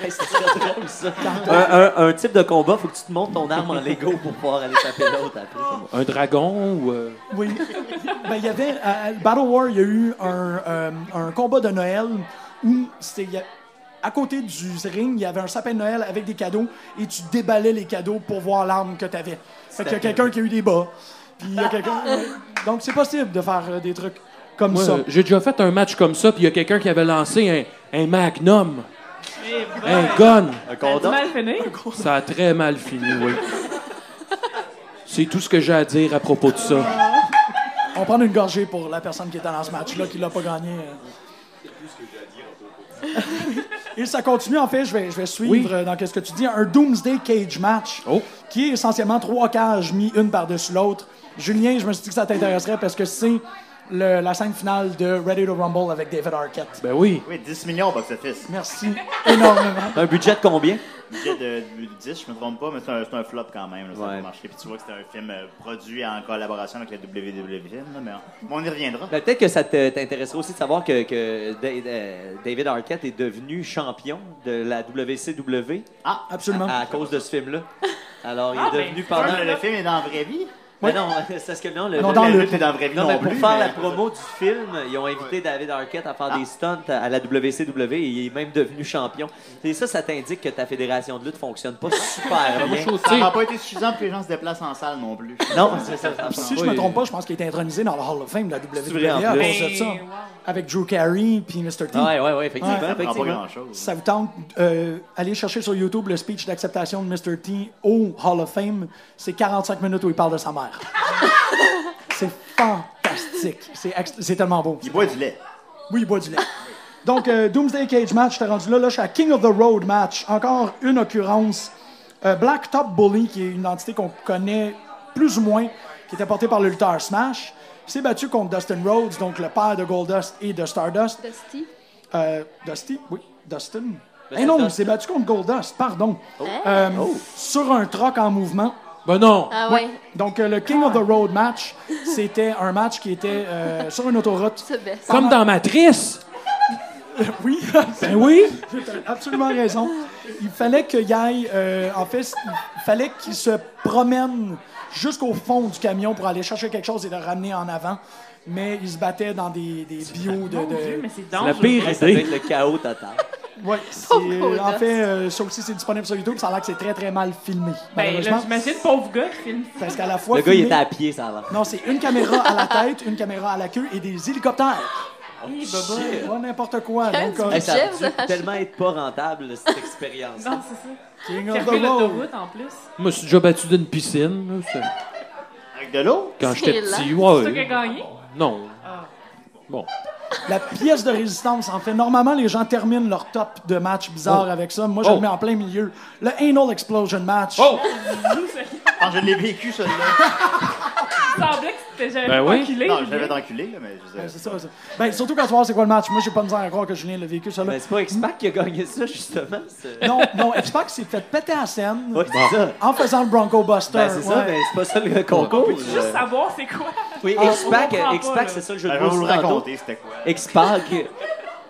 D: C'est très drôle, ça. Un, un- un type de combat, faut que tu te montes ton Ah arme en Lego pour pouvoir aller taper l'autre après.
F: Un dragon ou. euh,
B: [LAUGHS] Oui. Ben, il y avait. à- à Battle War, il y a eu un, euh, un combat de Noël où c'était. il y a- À côté du ring, il y avait un sapin de Noël avec des cadeaux et tu déballais les cadeaux pour voir l'arme que tu avais. Fait qu'il y a quelqu'un qui a eu des bas. Puis il y a [LAUGHS] quelqu'un. Donc c'est possible de faire euh, des trucs comme
F: Moi,
B: ça.
F: euh, j'ai déjà fait un match comme ça, puis il y a quelqu'un qui avait lancé un, un magnum,
E: Eh ben,
F: un gun.
D: Un
E: ça a du
D: condom?
E: mal fini.
F: Ça a très mal fini, oui. C'est tout ce que j'ai à dire à propos de ça.
E: Ah,
B: On va prendre une gorgée pour la personne qui était dans ce match-là, qui l'a pas gagné. euh. Et ça continue, en fait, je vais, je vais suivre
F: Oui.
B: euh, dans quest ce que tu dis, un Doomsday Cage Match,
F: Oh.
B: qui est essentiellement trois cages mis une par-dessus l'autre. Julien, je me suis dit que ça t'intéresserait parce que c'est le- la scène finale de Ready to Rumble avec David Arquette.
F: Ben oui.
C: Oui, 10 millions au box-office.
B: Merci énormément.
D: Un budget de combien?
C: budget de, de 10, je me trompe pas, mais c'est un, c'est un flop quand même. là, ça
D: Ouais.
C: a marché. Puis tu vois que c'était un film euh, produit en collaboration avec la WWE. là, mais on, mais on y reviendra.
D: Ben, Peut-être que ça te- t'intéresserait aussi de savoir que, que Da- euh, David Arquette est devenu champion de la WCW
C: Ah,
B: Absolument.
D: à cause de ce film-là. Alors, il
E: Ah,
D: est devenu
E: ben,
D: pendant...
C: le, le film est dans la vraie vie.
D: Mais non, c'est ce que non, le,
B: Non,
D: le-
B: dans
C: la
B: le-
C: lutte est dans la vraie vie
D: Non,
C: non,
D: mais pour
C: plus.
D: faire la
C: mais-
D: promo du film, ils ont invité David Arquette à faire
C: Ah.
D: des stunts à la WCW et il est même devenu champion. Et ça, ça t'indique que ta fédération de lutte fonctionne
F: [LAUGHS]
D: pas super bien.
C: Ça n'a pas été suffisant pour que les gens se déplacent en salle non plus.
D: Non, c'est ça.
B: Puis si je me trompe pas, je pense qu'il est intronisé dans le Hall of Fame de la
D: vrai, en
B: WWE à
D: plus.
B: cause de ça.
E: Ben, wow.
B: Avec Drew Carey puis Mr. T.
D: Ouais, ouais, ouais, effectivement. Ah,
B: Ouais.
C: Ça prend pas
D: effectivement.
C: grand-chose.
B: Ça vous tente, euh, allez chercher sur YouTube le speech d'acceptation de Mr. T au Hall of Fame. C'est 45 minutes où il parle de sa
C: [LAUGHS]
B: mère. c'est fantastique. C'est ext- c'est tellement beau.
C: Il boit du lait.
B: Oui, il boit du lait. Donc, euh, Doomsday Cage Match, t'es rendu là. Là, je suis à King of the Road Match. Encore une occurrence. Euh, Black Top Bully, qui est une entité qu'on connaît plus ou moins, qui était portée par le lutteur Smash, s'est battu contre Dustin Rhodes, donc le père de Goldust et de Stardust.
H: Dusty.
B: Euh, Dusty? Oui, Dustin.
D: Ben,
B: Eh
D: c'est
B: non, il
D: Dust.
B: s'est battu contre Goldust, pardon. Euh, Sur un troc en mouvement.
F: Ben non.
H: Ah ouais,
B: Donc, euh, le King of the Road match, c'était un match qui
H: [LAUGHS]
B: était euh, sur une autoroute.
H: c'est best.
F: Comme dans Matrice.
B: [LAUGHS] Oui,
F: Ben oui.
B: t'as absolument raison. Il fallait qu'il y aille, euh, en fait, il fallait qu'il se promène jusqu'au fond du camion pour aller chercher quelque chose et le ramener en avant. Mais il se battait dans des, des bio de-
E: Mon
B: de,
E: Dieu, mais c'est
F: La
E: dangereux.
F: pire
D: Ça doit
F: idée.
D: être le chaos total.
E: [LAUGHS]
B: Ouais, c'est-
H: Pauvre
B: en
H: Goldust.
B: fait, euh, ça aussi, c'est disponible sur YouTube. Ça a l'air que c'est très, très mal filmé,
E: Ben,
B: malheureusement.
E: là, j'imagine pauvre gars qui filme ça.
B: parce qu'à la fois...
D: Le gars, il
B: filmé-
D: était à pied, ça va.
B: Non, c'est une caméra à la tête, une caméra à la queue et des hélicoptères.
E: Eh, Baba.
B: C'est pas n'importe quoi.
H: Quel
B: Donc, euh,
H: du-
D: Hey, ça a
H: Chef, ça.
D: dû tellement être pas rentable, cette expérience.
E: Non, c'est ça.
B: King of the
E: Fermer
B: Road.
E: l'autoroute en plus. C'est
F: Je me suis déjà battu d'une piscine là, c'est-
C: Avec de l'eau?
F: quand j'étais
H: C'est
F: petit.
E: ça qui a
F: Ouais.
E: gagné.
F: Non. Bon.
B: La pièce de résistance, en fait, normalement, les gens terminent leur top de match bizarre
F: Oh.
B: avec ça. Moi, je
F: Oh.
B: le mets en plein milieu. Le Anal Explosion Match.
F: Oh!
E: [LAUGHS]
C: Quand Ah, je l'ai vécu, celui-là.
E: Il semblait que c'était jamais
F: Ben oui.
E: enculé.
C: Non, je l'avais d'enculé, là, mais je veux
B: Ouais,
C: dire,
B: C'est ça, ça. Ben, surtout quand tu vois c'est quoi le match. Moi, j'ai pas misère à croire que Julien l'a vécu, ça. là.
D: Mais c'est pas X-Pac qui a gagné ça, justement. c'est-
B: Non, non, X-Pac s'est fait péter à scène
D: Ouais, c'est ça.
B: en faisant le Bronco Buster.
D: Ben, c'est ça,
B: Ouais.
D: mais c'est pas ça le concours. euh,
E: Peux-tu juste savoir c'est quoi?
D: Oui,
E: Ah,
D: X-Pac,
E: on comprend pas,
D: X-Pac,
E: là.
D: c'est ça le jeu
C: Je
D: de
C: vais
D: mots
C: vous le
D: tantôt.
C: raconter, c'était quoi.
D: X-Pac.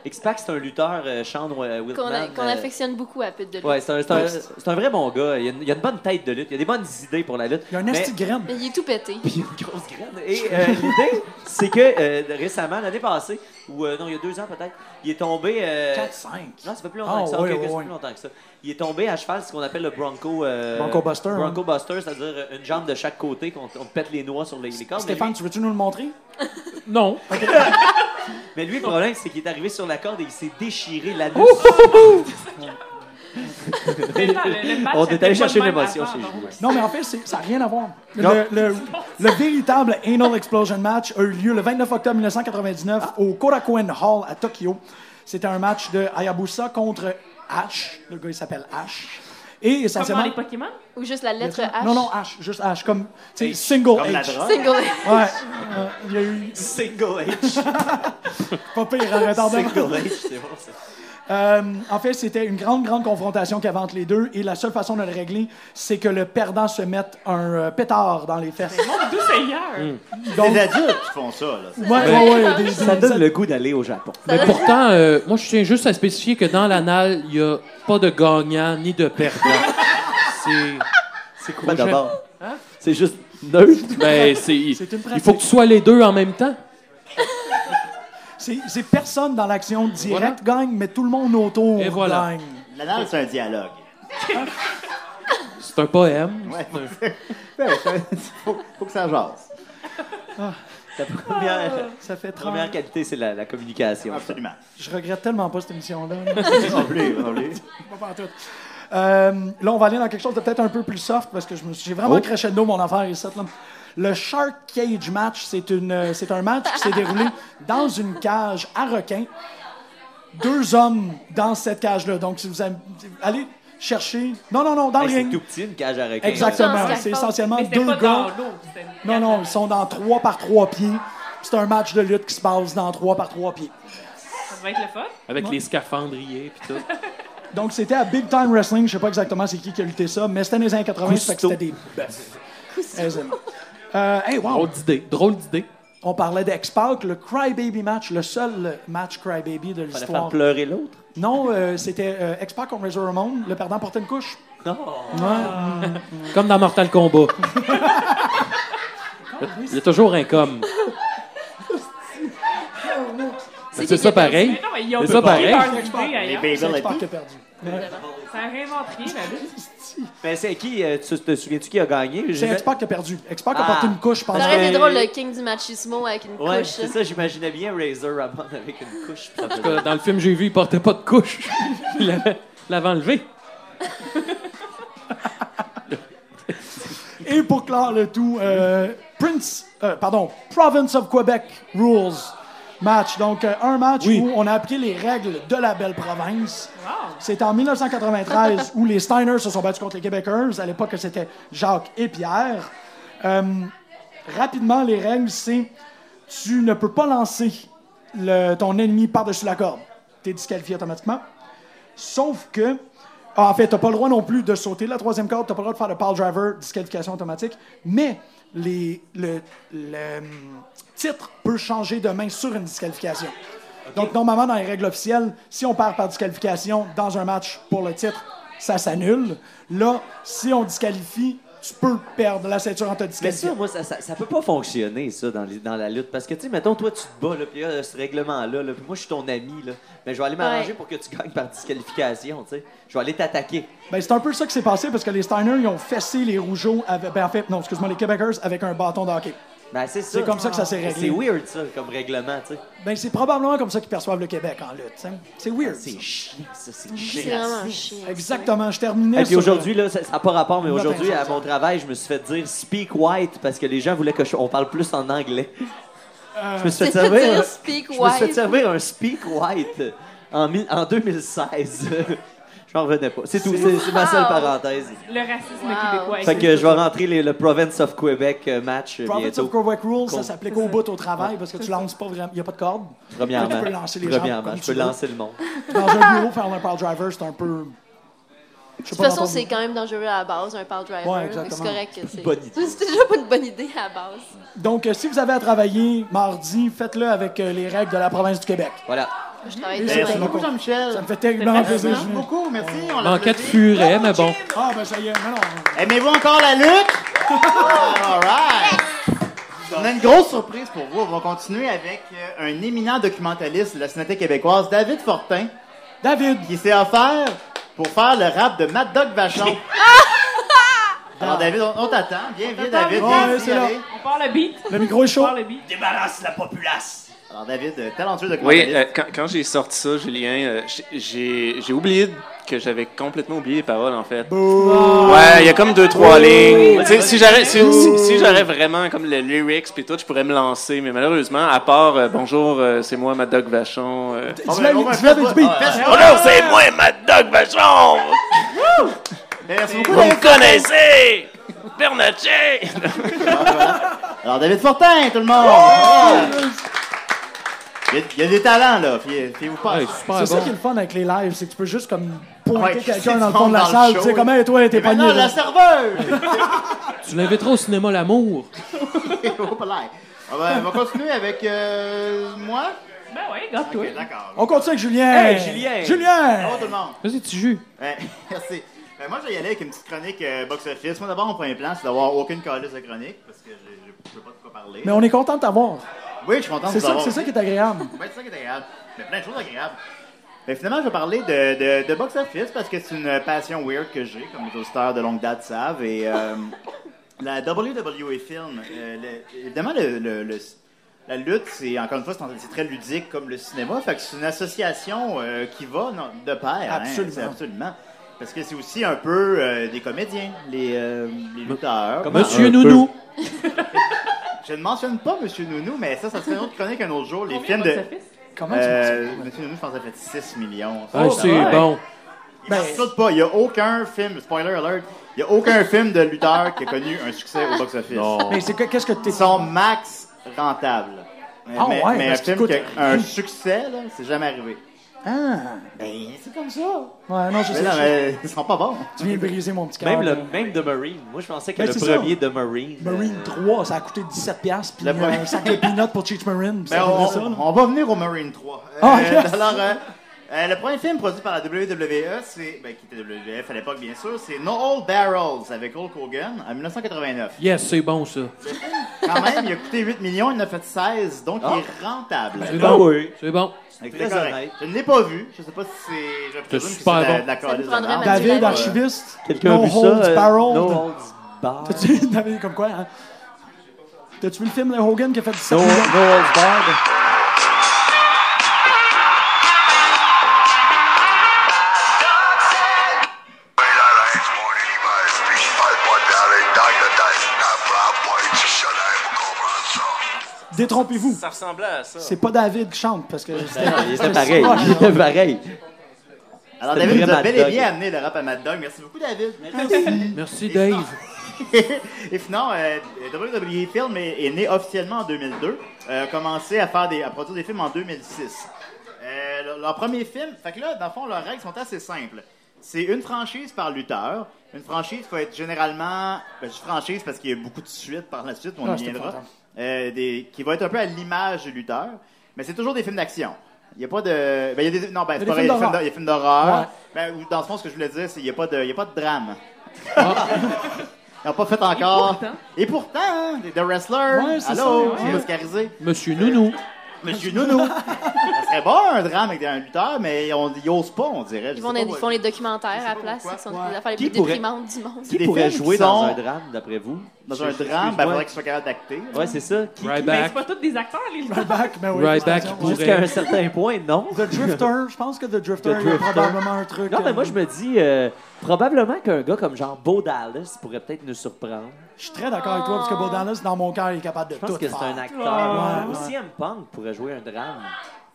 D: X-Pac, c'est un lutteur, euh, Sean Wi-
H: Qu'on a-
D: Whitman.
H: qu'on
D: euh,
H: affectionne beaucoup à Pute de Loup.
D: Ouais, c'est un, c'est un- c'est un vrai bon gars. Il a, une, il a une bonne tête de lutte. Il a des bonnes idées pour la lutte.
B: Il y a un
D: Mais-
B: esti de graine.
H: Mais il est tout pété.
D: Puis [LAUGHS] il a une grosse graine. Et euh, l'idée, c'est que euh, récemment, l'année passée, ou euh, non, il y a deux ans peut-être, il est tombé. euh,
B: 4-5.
D: Non, ça fait plus longtemps
B: Ah,
D: que ça.
B: oui,
D: Ok, ok,
B: oui,
D: ça fait
B: oui.
D: plus longtemps que ça. Il est tombé à cheval, ce qu'on appelle le Bronco. euh,
B: Bronco Buster, hein.
D: Bronco Buster, c'est-à-dire euh, une jambe de chaque côté qu'on on pète les noix sur les, les cordes. Mais lui-
B: Stéphane, tu veux-tu nous le montrer?
F: Non.
B: [LAUGHS]
D: Mais lui, le problème, c'est qu'il est arrivé sur la corde et il s'est déchiré la
E: le match
D: On est
E: était pas
D: allé chercher
E: le même
D: l'émotion
E: avant,
D: chez
E: donc.
D: vous.
B: Non, mais en fait, c'est- ça n'a rien à voir. Le,
D: Non.
B: le- le véritable Anal Explosion Match a eu lieu le 29 octobre 1999 au Korakuen Hall à Tokyo. C'était un match de Hayabusa contre Ash. Le gars, il s'appelle Ash. Et
E: Comme dans
B: essentiellement...
E: les Pokémon.
H: Ou juste la lettre H.
B: Non, non, H, juste H, comme, tu sais, single
C: Comme la
B: H.
C: drogue.
H: Single.
B: Ouais, euh, il y a eu
C: Single H.
B: pas pire
C: [LAUGHS]
B: en retardement.
C: Single H, c'est bon ça.
B: Euh, en fait, c'était une grande, grande confrontation qu'il y avait entre les deux, et la seule façon de le régler, c'est que le perdant se mette un euh, pétard dans les fesses.
E: D'où Seigneur!
B: Hmm. Donc,
C: Les adultes qui font ça, là.
B: ouais, ouais, ouais, des-
D: Ça donne le goût d'aller au Japon.
F: Mais pourtant, euh, moi, je tiens juste à spécifier que dans l'anal, il n'y a pas de gagnant ni de perdant. C'est.
D: C'est
F: quoi
D: d'abord? C'est juste neutre.
F: Ben, c'est.
B: C'est
F: Il
B: une pratique.
F: faut que tu sois les deux en même temps.
B: C'est c'est personne dans l'action directe gagne, mais tout le monde autour
F: Et voilà.
B: gagne.
C: L'anal, c'est un dialogue.
F: C'est un poème.
C: Ouais. [LAUGHS] Ouais, faut, faut que ça jase.
D: La première,
B: Ça fait 30.
D: Ah. première qualité, c'est la, la communication.
C: Absolument.
B: Je regrette tellement pas cette émission-là.
C: Non plus, non plus.
B: Pas pantoute. Euh, là, on va aller dans quelque chose de peut-être un peu plus soft parce que je me suis- j'ai vraiment crescendo mon affaire ici. là. Le Shark Cage Match, c'est une, euh, c'est un match qui s'est déroulé dans une cage à requins. Deux hommes dans cette cage-là. Donc, si vous aime- allez chercher. Non, non, non, dans
D: Hey,
B: le
D: c'est
B: ring.
D: tout petit, une cage à requins.
B: Exactement.
H: Sans
B: C'est
H: scaffold.
B: essentiellement
E: Mais c'était
B: deux
E: pas
B: gars.
E: dans l'eau. c'était une
B: Non, non, ils
E: cage
B: sont dans 3 par 3 pieds. C'est un match de lutte qui se passe dans 3 par 3 pieds.
E: à- Ça va être le fun.
F: Avec les scaphandriers puis tout.
B: Donc, c'était à Big Time Wrestling. Je sais pas exactement c'est qui qui a lutté ça, mais c'était dans les années 80, ça fait que
F: Cousteau.
B: c'était des bœufs. Aisément. Euh, hey, wow!
F: Drôle d'idée. Drôle d'idée.
B: On parlait d'X-Pac, le Crybaby match, le seul match Crybaby de
D: Fallait faire
B: l'histoire.
D: pleurer l'autre.
B: Non, euh, c'était euh, X-Pac contre Razor Ramon. Le perdant portait une couche.
D: [LAUGHS]
F: Comme dans Mortal Kombat. Il y a toujours un com.
H: C'est
F: C'est
H: qui
F: ça
H: qui a perdu?
F: pareil.
E: Mais non, mais ils ont
F: Mais ça,
E: pris
F: pareil.
E: leur idée
C: Les
E: ailleurs.
B: C'est
C: Babel
B: X-Pac qui
C: et
B: a perdu.
E: Ça a réinventé la vie.
D: Mais c'est qui euh, Tu te souviens-tu qui a gagné
B: C'est
D: J'ima-
B: X-Pac qui a perdu. X-Pac a
D: Ah.
B: porté une couche pendant...
H: Ça aurait été
D: que-
H: drôle, le king du machismo avec une
D: Ouais,
H: couche.
E: hein.
D: c'est ça, j'imaginais bien Razor Ramon avec une couche. puis ça faisait-
F: Que Dans le film, j'ai vu, il portait pas de couche. Il l'avait- l'avait enlevé.
B: Et pour clore le tout, euh, Prince, euh, pardon, Province of Quebec Rules match. Donc, euh, un match
F: Oui.
B: où on a appliqué les règles de la belle province.
E: Wow.
B: C'est en 1993 où les Steiners se sont battus contre les Québécois. À l'époque, c'était Jacques et Pierre. Euh, rapidement, les règles, c'est tu ne peux pas lancer le- ton ennemi par-dessus la corde. Tu es disqualifié automatiquement. Sauf que, ah, en fait, t'as pas le droit non plus de sauter la troisième corde, t'as pas le droit de faire le pile driver, disqualification automatique, mais les, le, le, hum, titre peut changer de main sur une disqualification. Donc, normalement, dans les règles officielles, si on perd par disqualification dans un match pour le titre, ça s'annule. Là, si on disqualifie, tu peux perdre la ceinture en te
D: Mais ça,
B: disqualifiant.
D: moi, ça, ça, ça peut pas fonctionner, ça, dans, les- dans la lutte. Parce que, tu sais, mettons, toi, tu te bats, là, puis il y a ce règlement-là, là, puis moi, je suis ton ami, là. Mais je vais aller m'arranger
H: Ouais.
D: pour que tu gagnes par disqualification, tu sais. Je vais aller t'attaquer.
B: Ben, c'est un peu ça qui s'est passé parce que les Steiners, ils ont fessé les Rougeaux avec, ben, en fait, non, excuse-moi, les Québécois avec un bâton de hockey.
D: Ben, c'est ça.
B: C'est comme ça que ça s'est
D: Mais
B: réglé.
D: C'est weird, ça, comme règlement, tu sais.
B: Ben, c'est probablement comme ça qu'ils perçoivent le Québec en lutte. hein. C'est weird. ça.
D: Ah, C'est chiant, ça, c'est
H: C'est
D: chiant.
H: vraiment chiant.
B: Exactement, je terminais.
D: Et puis
B: sur-
D: aujourd'hui, là, ça n'a pas rapport, mais
B: Nothing
D: aujourd'hui, à
B: sorti.
D: mon travail, je me suis fait dire speak white parce que les gens voulaient qu'on parle plus en anglais. [LAUGHS]
B: euh,
D: je me suis fait
H: C'est
D: servir.
H: dire
D: un-
H: speak
D: Je me suis fait
H: white.
D: servir un speak white en, mi- en 2016. [LAUGHS] je m'en revenais pas. C'est tout, c'est c'est ma seule
H: Wow.
D: parenthèse.
E: Le racisme
H: Wow.
E: québécois.
D: Fait que je vais rentrer les- le Province of Québec euh, match euh,
B: Province
D: bientôt.
B: of Quebec Rules, ça
D: Cool.
B: s'applique au bout au travail parce que tu lances pas vraiment. Il n'y a pas de corde.
D: Premièrement,
B: Tu peux lancer les gens
D: premièrement
B: comme
D: je
B: tu
D: peux
B: veux.
D: lancer le monde.
B: [LAUGHS]
H: [LAUGHS]
B: Dans un bureau, faire un power driver, c'est un peu. Je sais
H: De toute façon,
B: dans ton-
H: c'est quand même dangereux à la base, un power driver.
B: Ouais,
H: Fait que c'est
B: exactement.
H: correct que c'est.
D: Bonne idée.
H: [LAUGHS] C'est déjà pas une bonne idée à la base.
B: Donc, euh, si vous avez à travailler mardi, faites-le avec euh, les règles de la province du Québec.
D: Voilà.
H: Je travaille
B: Merci
H: demain.
C: Merci
B: Merci beaucoup,
C: beaucoup, Jean-Michel.
B: Ça me fait terriblement
E: C'est
B: plaisir.
C: Merci beaucoup, merci. on
F: L'enquête
C: l'applaudit.
F: furet, mais bon.
B: Ah, ben ça y est,
H: [LAUGHS]
B: mais non.
C: Aimez-vous encore la lutte? All right. On a une grosse surprise pour vous. On va continuer avec euh, un éminent documentaliste de la cinématique québécoise, David Fortin,
B: David,
C: qui s'est offert pour faire le rap de Mad Dog
B: [LAUGHS]
C: Vachon. Alors, David, on, on t'attend. Viens, viens, David.
B: Ouais,
C: Viens,
B: ouais,
C: viens,
B: c'est là.
C: allez.
E: On part le beat.
B: le micro est
E: On
B: chaud.
E: part le beat.
K: Débarrasse la populace.
C: Ah, Alors, David, euh, talentueux
L: Oui,
C: documentaliste.
L: euh, quand, quand j'ai sorti ça, Julien, euh, j'ai- j'ai j'ai oublié de que j'avais complètement oublié les paroles, en fait.
B: Bouh.
L: Ouais, il y a comme deux, trois
B: Bouh.
L: lignes. Tu sais, si j'aurais si,
B: Bouh.
L: si- si j'aurais vraiment comme les lyrics puis tout, je pourrais me lancer. Mais malheureusement, à part euh, Bonjour, euh, c'est moi, Mad Dog Vachon. euh,
B: Dis-le, dis-le avec du beat.
L: Bonjour, c'est moi, Mad Dog Vachon!
C: Merci beaucoup,
L: Vous
C: David
L: me
C: Fortin.
L: connaissez!
B: [LAUGHS]
L: Bernatchez!
C: Alors, David Fortin, tout le monde!
B: Oh!
C: Il y a- il y, a des talents, là. Fiez- Fiez-vous pas.
B: C'est ça qui est le fun avec les lives, c'est que tu peux juste comme pointer
C: Ouais,
B: quelqu'un
C: c'est
B: dans le fond de la
C: dans le
B: salle,
C: show.
B: tu sais comment et Ah, toi t'es
C: Et
B: pas
C: maintenant,
B: né, là. [LAUGHS]
C: la serveuse! [LAUGHS]
F: Tu l'inviteras au cinéma L'Amour.
C: Hop là. Ah ben, on va continuer avec euh, moi.
E: Ben oui, garde-toi.
C: d'accord.
B: On continue avec Julien.
C: Hey, Julien.
B: Julien.
C: Bravo, tout le monde.
F: Vas-y, tu joues.
C: Ouais, [LAUGHS] merci. Ben, moi, je vais y aller avec une petite chronique euh, box-office. Moi, d'abord, mon premier plan, c'est d'avoir aucune calice de chronique parce que je ne sais pas de quoi parler.
B: Mais on est content de t'avoir.
C: Oui, je suis content de
B: C'est
C: vous
B: ça,
C: avoir.
B: c'est ça qui est
C: [LAUGHS]
B: agréable.
C: Ben, c'est ça qui est agréable. Mais plein de choses agréables. Ben, finalement, je vais parler de, de, de box-office parce que c'est une passion weird que j'ai, comme les auditeurs de longue date savent. Et euh, [LAUGHS] la WWE Film, euh, le- évidemment, le- le- le- la lutte, c'est encore une fois, c'est- c'est très ludique comme le cinéma. Fait que c'est une association euh, qui va non, de pair. hein,
B: Absolument.
C: c'est absolument. Parce que c'est aussi un peu euh, des comédiens, les, euh, les lutteurs.
F: Monsieur
C: Un peu.
F: Nounou.
C: Je ne mentionne pas Monsieur Nounou, mais ça, ça serait une autre chronique un autre jour. Les
E: Combien
C: films de.
E: box-office?
B: Comment
C: Euh, Monsieur Nounou, je pense que ça fait 6 millions.
F: Ah, c'est bon.
C: Il n'en saute pas. Il n'y a aucun film, spoiler alert, il n'y
B: [LAUGHS]
C: a aucun film de lutteur qui a connu un succès au box-office.
B: Mais c'est que- qu'est-ce que t'es.
C: Ils sont max rentables. Mais,
B: Ah
C: mais-
B: ouais,
C: mais un
B: parce qu'ils
C: film qui
B: coûtent
C: a un
B: rien.
C: succès, là, c'est jamais arrivé.
B: Ah.
C: Ben, c'est comme ça.
B: Ouais, non, je
C: Mais
B: sais.
C: non,
B: je-
C: mais ils sont pas bons.
B: Tu viens de briser mon petit cœur.
D: Même, le,
B: là.
D: même The Marine. Moi, je pensais que
B: Ben,
D: le
B: c'est ça.
D: premier The Marine. euh,
B: Marine 3, ça a coûté 17$ piastres, puis
D: Le
B: euh,
D: premier-
B: un sac de peanuts pour Cheech
C: [LAUGHS]
B: Marine. puis
C: Ben,
B: ça
C: on,
B: faisait ça, là.
C: on va venir au Marine 3. Euh,
B: Ah, yes.
C: [LAUGHS] Alors, euh, euh, le premier film produit par la WWE, c'est, ben, qui était WWF à l'époque, bien sûr, c'est No Old Barrels avec Hulk Hogan en 1989.
F: Yes, c'est bon, ça.
C: Quand même, il a coûté 8 millions, il en a fait 16, donc il
D: Ah.
C: est rentable.
F: C'est
B: Ah
F: bon. C'est bon.
C: Fait que
D: Très
C: Ah c'est correct.
D: honnête.
C: Je ne l'ai pas vu, je sais pas si c'est. Je présume que c'est
F: super
C: de la-
F: bon.
C: de
F: Ça
C: la calice
H: nous prendrait
C: de merde.
B: David, archiviste.
D: Quelqu'un a
B: no
D: vu ça?
B: holds
D: euh,
B: barred.
D: No Holds Barred.
B: T'as-tu David, comme quoi, hein? T'as-tu vu le film de Hogan qui a fait 17
D: No, no
B: millions?
D: Holds Barred.
B: Détrompez-vous.
L: Ça ressemblait à ça.
C: [LAUGHS]
B: C'est pas David qui chante, parce que c'était...
D: Ben Il
B: c'était
D: était pareil.
B: proche.
D: Il était pareil.
C: Alors,
D: C'était
C: David nous
D: vraiment
C: a bel et
D: dog.
C: bien amené le rap à Mad Dog. Merci beaucoup, David.
F: Merci, Dave.
C: et sinon, euh, WWE Film est, est né officiellement en 2002, euh, a commencé à, faire des, à produire des films en 2006. Euh, leur, leur premier film, fait que là, dans le fond, leurs règles sont assez simples. C'est une franchise par lutteur. Une franchise va être généralement, ben, je dis franchise parce qu'il y a beaucoup de suites par la suite, on
B: Ah,
C: y
B: c'était
C: viendra,
B: fantôme.
C: euh, des- qui va être un peu à l'image du lutteur, mais c'est toujours des films d'action. Il n'y a pas de, ben, il y a des, non, ben, c'est
B: Il y a
C: pas
B: des
C: vrai, il y
B: films
C: a des films
B: d'horreur.
C: d'hor- il y a des films d'horreur.
B: Ouais.
C: Ben, ou dans le fond, ce que je voulais dire, c'est qu'il n'y a pas de, il y a pas de drame. Ils n'ont pas fait encore. Et pourtant, hein, des The Wrestler,
B: Ouais, c'est
C: allô,
B: ça,
C: c'est
B: ouais.
C: Oscarisé.
F: Monsieur Nounou.
C: Monsieur Nounou. ça serait bon un drame avec un lutteur, mais on, ils osent pas, on dirait. Je
H: Ils
C: sais
H: font,
C: pas,
H: ils
C: moi.
H: font les documentaires à la place.
C: pourquoi.
H: Ils sont les affaires les
D: Qui
H: plus
D: pourrait-
H: déprimantes du monde.
D: Qui
C: des
D: pourrait
C: films
D: jouer
C: qui
D: dans
C: sont-
D: un drame, d'après vous?
C: Dans un
D: Excuse-
C: drame, ben,
D: excuse-moi.
C: il faudrait qu'ils soient capables d'acter. là.
D: Ouais, c'est ça. Qui-
F: Right
E: Ben,
F: back.
E: c'est pas tous des acteurs, les gens.
B: Ryback,
D: ben
B: mais oui.
F: Right back,
B: attention,
F: il
B: ouais.
F: pourrait-
D: Jusqu'à un certain point, non.
B: The Drifter, je pense que The Drifter, il
D: The
B: y a
D: Drifter.
B: probablement un truc.
D: Non, mais
B: euh,
D: moi, je me dis, euh, probablement qu'un gars comme genre Beau Dallas pourrait peut-être nous surprendre.
B: Je suis très d'accord avec toi, parce que Bo Dallas, dans mon cœur, il est capable de
D: Je pense
B: tout
D: que c'est
B: faire.
D: un acteur.
B: Ouais,
D: Ou
B: ouais.
D: CM Punk pourrait jouer un drame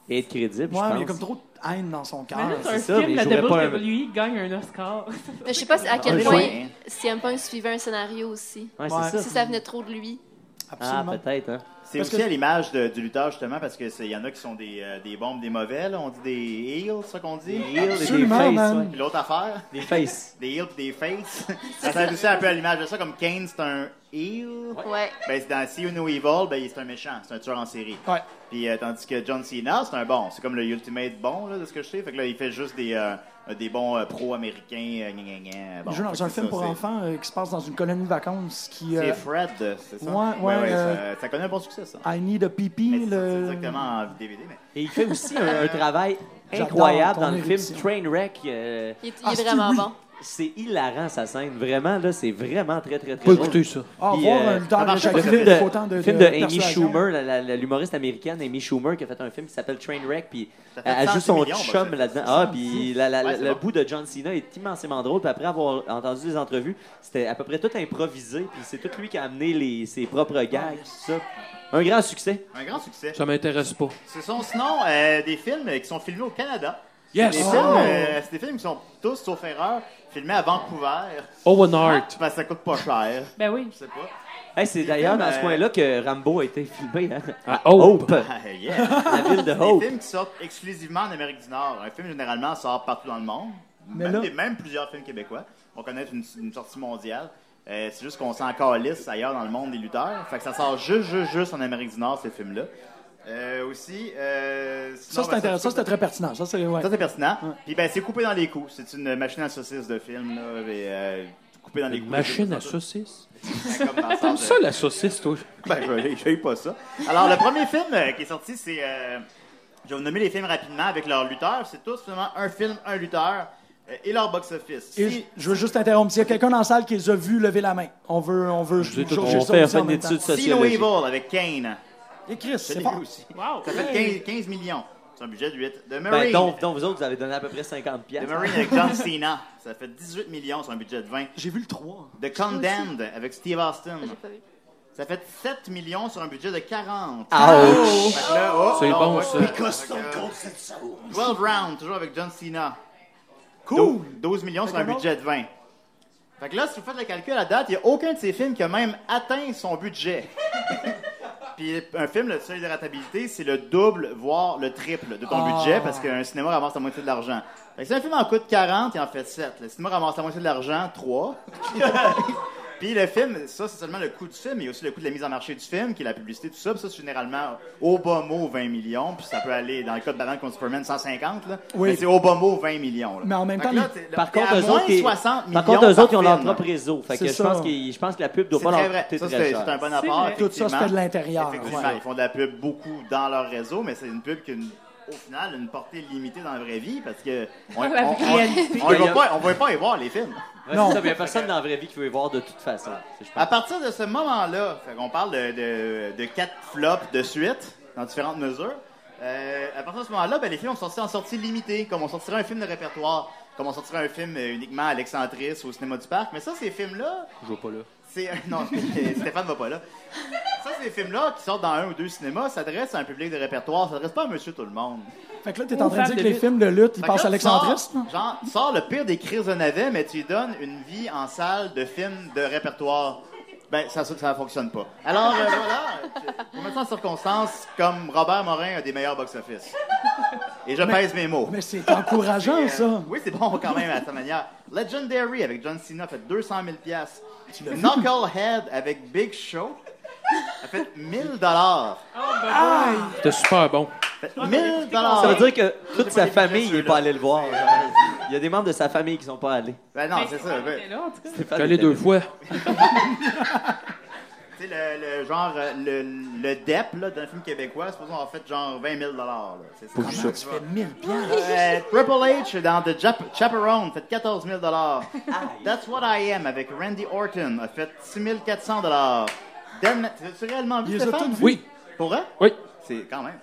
D: et être crédible,
B: Ouais, mais il y
D: je
B: a comme
D: pense.
B: trop de haine dans son cœur.
E: Mais là, c'est
D: c'est
E: un
D: ça, mais
E: film, la
D: j'aurais pas un-
E: WWE gagne un Oscar. [LAUGHS]
H: Mais je sais pas si- à
D: Un
H: quel point
D: joint.
H: CM Punk suivait un scénario aussi.
D: Ouais,
B: Ouais.
D: c'est
H: Si
D: ça.
H: ça venait trop de lui.
D: Ah,
B: Absolument.
D: peut-être, hein.
C: C'est
B: Parce
C: aussi
B: que-
C: à l'image de- du lutteur, justement, parce qu'il y en a qui sont des, euh, des bombes, des mauvais, là. On dit des heels, c'est ça qu'on dit.
D: Des
C: Heels.
B: Absolument,
D: faces,
B: man.
C: Puis L'autre affaire,
D: Des faces.
C: [LAUGHS] des heels pis
B: [LAUGHS]
C: des faces. ça sert aussi un peu à l'image de ça, comme Kane, c'est un heel.
H: Ouais.
C: Ben, c'est dans See You Know Evil, ben, c'est un méchant, c'est un tueur en série.
B: Ouais.
C: Puis, euh, tandis que John Cena, c'est un bon. C'est comme le Ultimate bon, là, de ce que je sais. Fait que là, il fait juste des, euh, des bons euh, pro-américains. euh, gna, gna, gna. Bon,
B: Il joue
C: fait
B: dans
C: que
B: un
C: ça,
B: film pour
C: c'est-
B: enfants euh, qui se passe dans une colonie de vacances qui...
C: C'est
B: euh,
C: Fred, c'est ça?
B: Ouais, ouais, euh,
C: ça, ça connaît un bon succès, ça.
B: I need a
C: Mais
B: pee-pee,
C: c'est
B: le...
C: c'est exactement en DVD, mais...
D: Et il fait aussi un, un travail
B: Euh, J'adore
D: incroyable
B: ton
D: dans le film
B: érudition.
D: Trainwreck. euh,
H: Il est, il
B: Ah,
H: est
B: c'est-
H: vraiment
B: oui.
H: bon.
D: C'est hilarant, sa scène. Vraiment, là, c'est vraiment très, très, très
F: Faut
D: drôle.
F: écouter ça.
B: Ah,
D: Puis,
B: voir un lutteur
D: ça marche pas,
B: éjaculé,
D: le film de,
B: faut autant de-
D: le film
B: de
D: de Amy
B: persuasion.
D: Schumer, la- la- la- l'humoriste américaine Amy Schumer, qui a fait un film qui s'appelle Trainwreck, puis
C: Ça fait
D: elle joue
C: 100
D: son
C: millions,
D: chum
C: bah, c'est-
D: là-dedans.
C: c'est
D: Ah,
C: 100.
D: puis la- la- la-
C: Ouais, c'est
D: le
C: bon.
D: bout de John Cena est immensément drôle. Puis après avoir entendu les entrevues, c'était à peu près tout improvisé, puis c'est tout lui qui a amené les- ses propres
B: Ah,
D: gags, tout ça. Un grand succès.
C: Un grand succès.
F: Ça m'intéresse pas.
C: Ce sont sinon euh, des films euh, qui sont filmés au Canada.
F: Yes!
C: C'est des,
F: Oh!
C: films, euh, c'est des films qui sont tous, sauf erreur, filmés à Vancouver.
F: Owen Hart.
C: Parce que ça coûte pas cher.
E: Ben oui.
C: Je sais pas.
D: Hey, c'est d'ailleurs dans ce
C: euh,
D: coin-là que Rambo a été filmé. Hein?
F: À
D: Hope.
C: Ah,
D: [LAUGHS]
C: yeah.
D: La ville de
C: C'est
D: Hope.
C: Des films qui sortent exclusivement en Amérique du Nord. Un film, généralement, sort partout dans le monde.
B: Mais
C: même,
B: là-
C: des- même plusieurs films québécois. On connaît une, une sortie mondiale. Euh, c'est juste qu'on s'en calisse ailleurs dans le monde des lutteurs. Fait que ça sort juste, juste, juste en Amérique du Nord, ces films-là. Euh, aussi, euh,
B: Ça,
C: sinon,
B: c'est
C: ben,
B: intéressant. Ça, c'était très pertinent. Ça, c'est. ouais.
C: Ça, c'est pertinent. Puis, ben, c'est coupé dans les coups. C'est une machine à saucisses de film, là. Et, euh, coupé dans les coups.
F: Machine à saucisse.
C: Ben, comme dans le
F: Comme
C: sens,
F: ça, la saucisse, toi.
C: ben, je- j'ai eu pas ça. Alors, le premier film euh, qui est sorti, c'est. euh, je vais vous nommer les films rapidement avec leurs lutteurs. C'est tous finalement un film, un lutteur euh, et leur box-office.
B: Et je- je veux juste interrompre. S'il y a quelqu'un dans la salle qui les a vus lever la main, on veut. On veut.
D: dis tout,
B: jauger
D: on
B: ça
D: fait-
B: aussi
D: on fait
B: en
D: une
B: même temps.
D: étude sociale.
C: See No Evil avec Kane.
B: Et Chris,
C: Je
B: c'est
C: l'ai
B: fort.
C: vu aussi.
E: Wow.
C: Ça fait 15, 15 millions. C'est un budget de 8. The Marine.
D: Ben, donc, donc, vous autres, vous avez donné à peu près 50
C: The
D: piastres. hein.
C: Marine avec
D: [LAUGHS]
C: John Cena. Ça fait 18 millions sur un budget de 20.
B: J'ai vu le 3.
C: The Condemned avec Steve Austin.
H: J'ai pas vu.
C: Ça fait 7 millions sur un budget de
D: Ouch.
C: 40. Fait que là, oh,
F: C'est
C: là, on
F: bon,
C: voit-
F: ça.
C: Fait que, euh, 12 rounds, toujours avec John Cena.
B: Cool.
C: 12 millions sur
B: Fait
C: un
B: que
C: budget de 20. Fait que là, si vous faites le calcul à date, il n'y a aucun de ces films qui a même atteint son budget. Puis un film, le seuil de rentabilité, c'est le double, voire le triple de ton budget, parce qu'un cinéma ramasse la moitié de l'argent. Fait que si un film en coûte 40, il en fait 7. Le cinéma ramasse la moitié de l'argent, 3. Puis le film, ça, c'est seulement le coût du film, mais aussi le coût de la mise en marché du film, qui est la publicité, tout ça. Puis ça, c'est généralement au bas mot 20 millions. Puis ça peut aller, dans le cas de Batman contre Superman, 150. Là.
B: Oui.
C: Mais c'est au bas mot 20 millions. Là.
B: Mais en même
C: Fait
B: temps,
C: que là, t'es-
D: Par
C: t'es
D: contre,
C: à
D: eux
C: moins
D: autres, qui-
C: 60
D: par
C: millions
D: contre, eux autres, ils ont leur
C: film.
D: propre réseau. Fait que
B: C'est
D: je pense,
B: ça.
D: qu'ils- je pense que la pub doit
C: C'est
D: pas
C: très
D: leur
C: vrai.
D: coûter
C: Ça,
D: très
C: c'est
D: cher.
C: c'est un bon apport.
E: vrai.
B: Tout ça,
C: effectivement.
B: c'était de l'intérieur.
C: Effectivement,
B: ouais.
C: ils font de la pub beaucoup dans leur réseau, mais c'est une pub qui a une- au final une portée limitée dans la vraie vie parce
B: [LAUGHS]
C: que on on- on- on y va pas- on va pas y voir les films.
D: Ouais,
B: Non.
D: c'est ça, mais y a personne dans la vraie vie qui veut y voir de toute façon. C'est- je pense.
C: À partir de ce moment-là, on parle de, de- de quatre flops de suite, dans différentes mesures. Euh, à partir de ce moment-là, ben, les films ont sorti en sortie limitée, comme on sortirait un film de répertoire, comme on sortirait un film euh, uniquement à l'excentrice au cinéma du parc. Mais ça, ces films-là,
D: Je vois pas là.
C: c'est. [LAUGHS] Non, Stéphane va pas là. Ça, ces films-là qui sortent dans un ou deux cinémas s'adressent à un public de répertoire, s'adressent pas à monsieur tout le monde.
B: Fait que là, t'es en train de
E: Ou
B: dire que
E: femme
B: les
E: de lutte.
B: films de lutte, ils
C: Fait
B: passent
C: que
B: à
C: là,
B: l'excentrisme?
C: sors- Genre, tu Hein? sors le pire des crises de navet, mais tu lui donnes une vie en salle de films de répertoire. Ben, ça, ça, ça fonctionne pas. Alors, euh, voilà, pour mettre ça en circonstance, comme Robert Morin a des meilleurs box-office. Et je pèse mes mots. euh,
B: Mais c'est encourageant, ça.
C: Oui, c'est bon quand même à sa manière. Legendary avec John Cena fait 200 000 piastres. Knucklehead avec Big Show a fait 1000 dollars.
F: C'était Ah, super bon.
C: 1000
D: Ça
C: dollars.
D: veut dire que toute sa
C: Ah, pas des
D: famille n'est
C: ceux-là.
D: pas allée le voir. Il y a des membres de sa famille qui sont pas allés.
C: Ben non, c'est ça. ben-
E: C'était là, en tout cas.
D: C'est pas
F: J'allais
D: des-
F: deux fois.
C: Tu sais, le, le genre, euh, le, le DEP, là, d'un film québécois, supposons avoir fait genre 20 000 là. C'est ça.
B: Comment tu fais 1000 piastres?
C: Euh, Triple H dans The Jap- Chaperone fait 14 000
E: [LAUGHS]
C: That's What I Am avec Randy Orton a fait 6 400 Dan... T'as-tu réellement vu,
B: Ils les ont
C: Stéphane?
B: tous vus.
F: Oui,
C: Pour eux?
F: oui.
C: C'est quand même.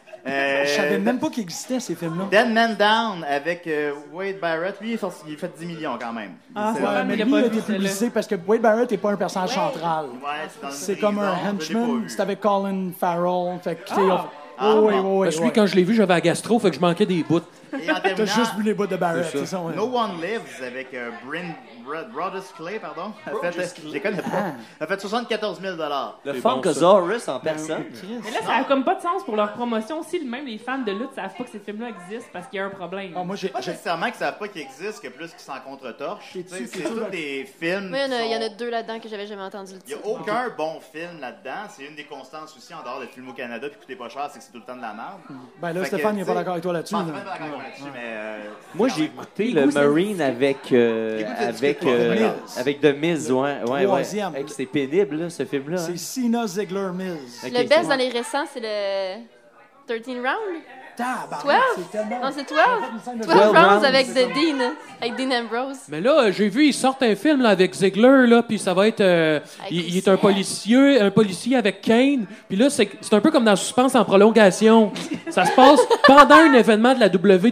B: [LAUGHS]
C: Euh,
B: Je savais même pas qu'ils existaient, ces films-là.
C: Dead Man Down avec euh, Wade Barrett, lui, il est sorti- il a fait 10 millions quand même.
B: Ah,
C: C'est-
B: ouais, mais
E: il a
B: lui, il
E: pas
B: a
E: vu
B: été
E: celle-là.
B: publicisé parce que Wade Barrett n'est pas un personnage central.
C: Ouais, c'est dans une
B: C'est comme un
C: prison, je l'ai pas
B: henchman.
C: vu.
B: C'est avec Colin Farrell. Fait que, tu sais, on- Oh,
C: Ah,
B: oui, oui,
C: bon.
B: oui,
F: Parce que
B: oui.
F: lui, quand je l'ai vu, j'avais la gastro, fait que je manquais des bouts.
C: Et en
B: T'as
C: terminant,
B: juste vu les bouts de Barrett,
F: C'est ça.
B: c'est ça, ouais.
C: No One Lives avec euh, Bryn Bro- Broadus Clay, pardon. A fait, je les connais pas. A fait 74 000
D: Le
F: C'est bon,
D: Funkosaurus en personne.
C: Ben,
E: Mais là, ça a comme pas de sens pour leur promotion aussi. Même les fans de lutte savent pas que ces films-là existent parce qu'il y a un problème.
B: Ah, moi, j'ai...
C: Pas
B: j'ai-
C: nécessairement qu'ils savent pas qu'ils existent, que plus qu'ils s'en contre-torchent.
B: Et
C: Tu sais,
B: tu-
C: C'est
B: c'est tout
C: tous
B: dans-
C: des films.
H: Moi, il y en a-
C: qui
H: il y en a
C: sont-
H: deux là-dedans que j'avais jamais entendu le
C: Il n'y
H: titre.
C: a aucun bon film là-dedans. C'est une des constantes aussi en dehors de films au Canada puis coûter pas cher, c'est que c'est tout le temps de la merde.
B: Ben là,
C: Fait que,
B: Stéphane, il est
C: tu sais,
B: pas d'accord avec toi là-dessus.
C: Bon,
B: là.
C: Stéphane est pas d'accord avec moi là-dessus, mais. euh,
D: Moi,
C: c'est
D: j'ai
C: quand même-
D: écouté le Marine avec, euh,
C: Les goûts, c'est
D: avec,
C: discuté,
D: euh,
B: Mills.
D: avec The Miz. Ouais, ouais, ouais.
B: Troisième.
D: Hey, C'est pénible, là, ce film-là. hein.
B: C'est Sina Ziegler Mills.
D: Ok,
H: le
D: c'est
H: best dans les récents, c'est le 13 Round.
B: Tabarnak,
H: 12?
B: c'est tellement...
H: Non, c'est
B: scène
H: 12?
B: de
H: 12
F: 12 rounds,
H: rounds avec
F: c'est
H: The Dean. Avec Dean Ambrose.
F: Mais là, euh, j'ai vu, ils sortent un film là, avec Ziegler, là, puis ça va être. euh, il, il est un policier, un policier avec Kane. Puis là, c'est c'est un peu comme dans Suspense en prolongation. Ça se passe pendant un événement de la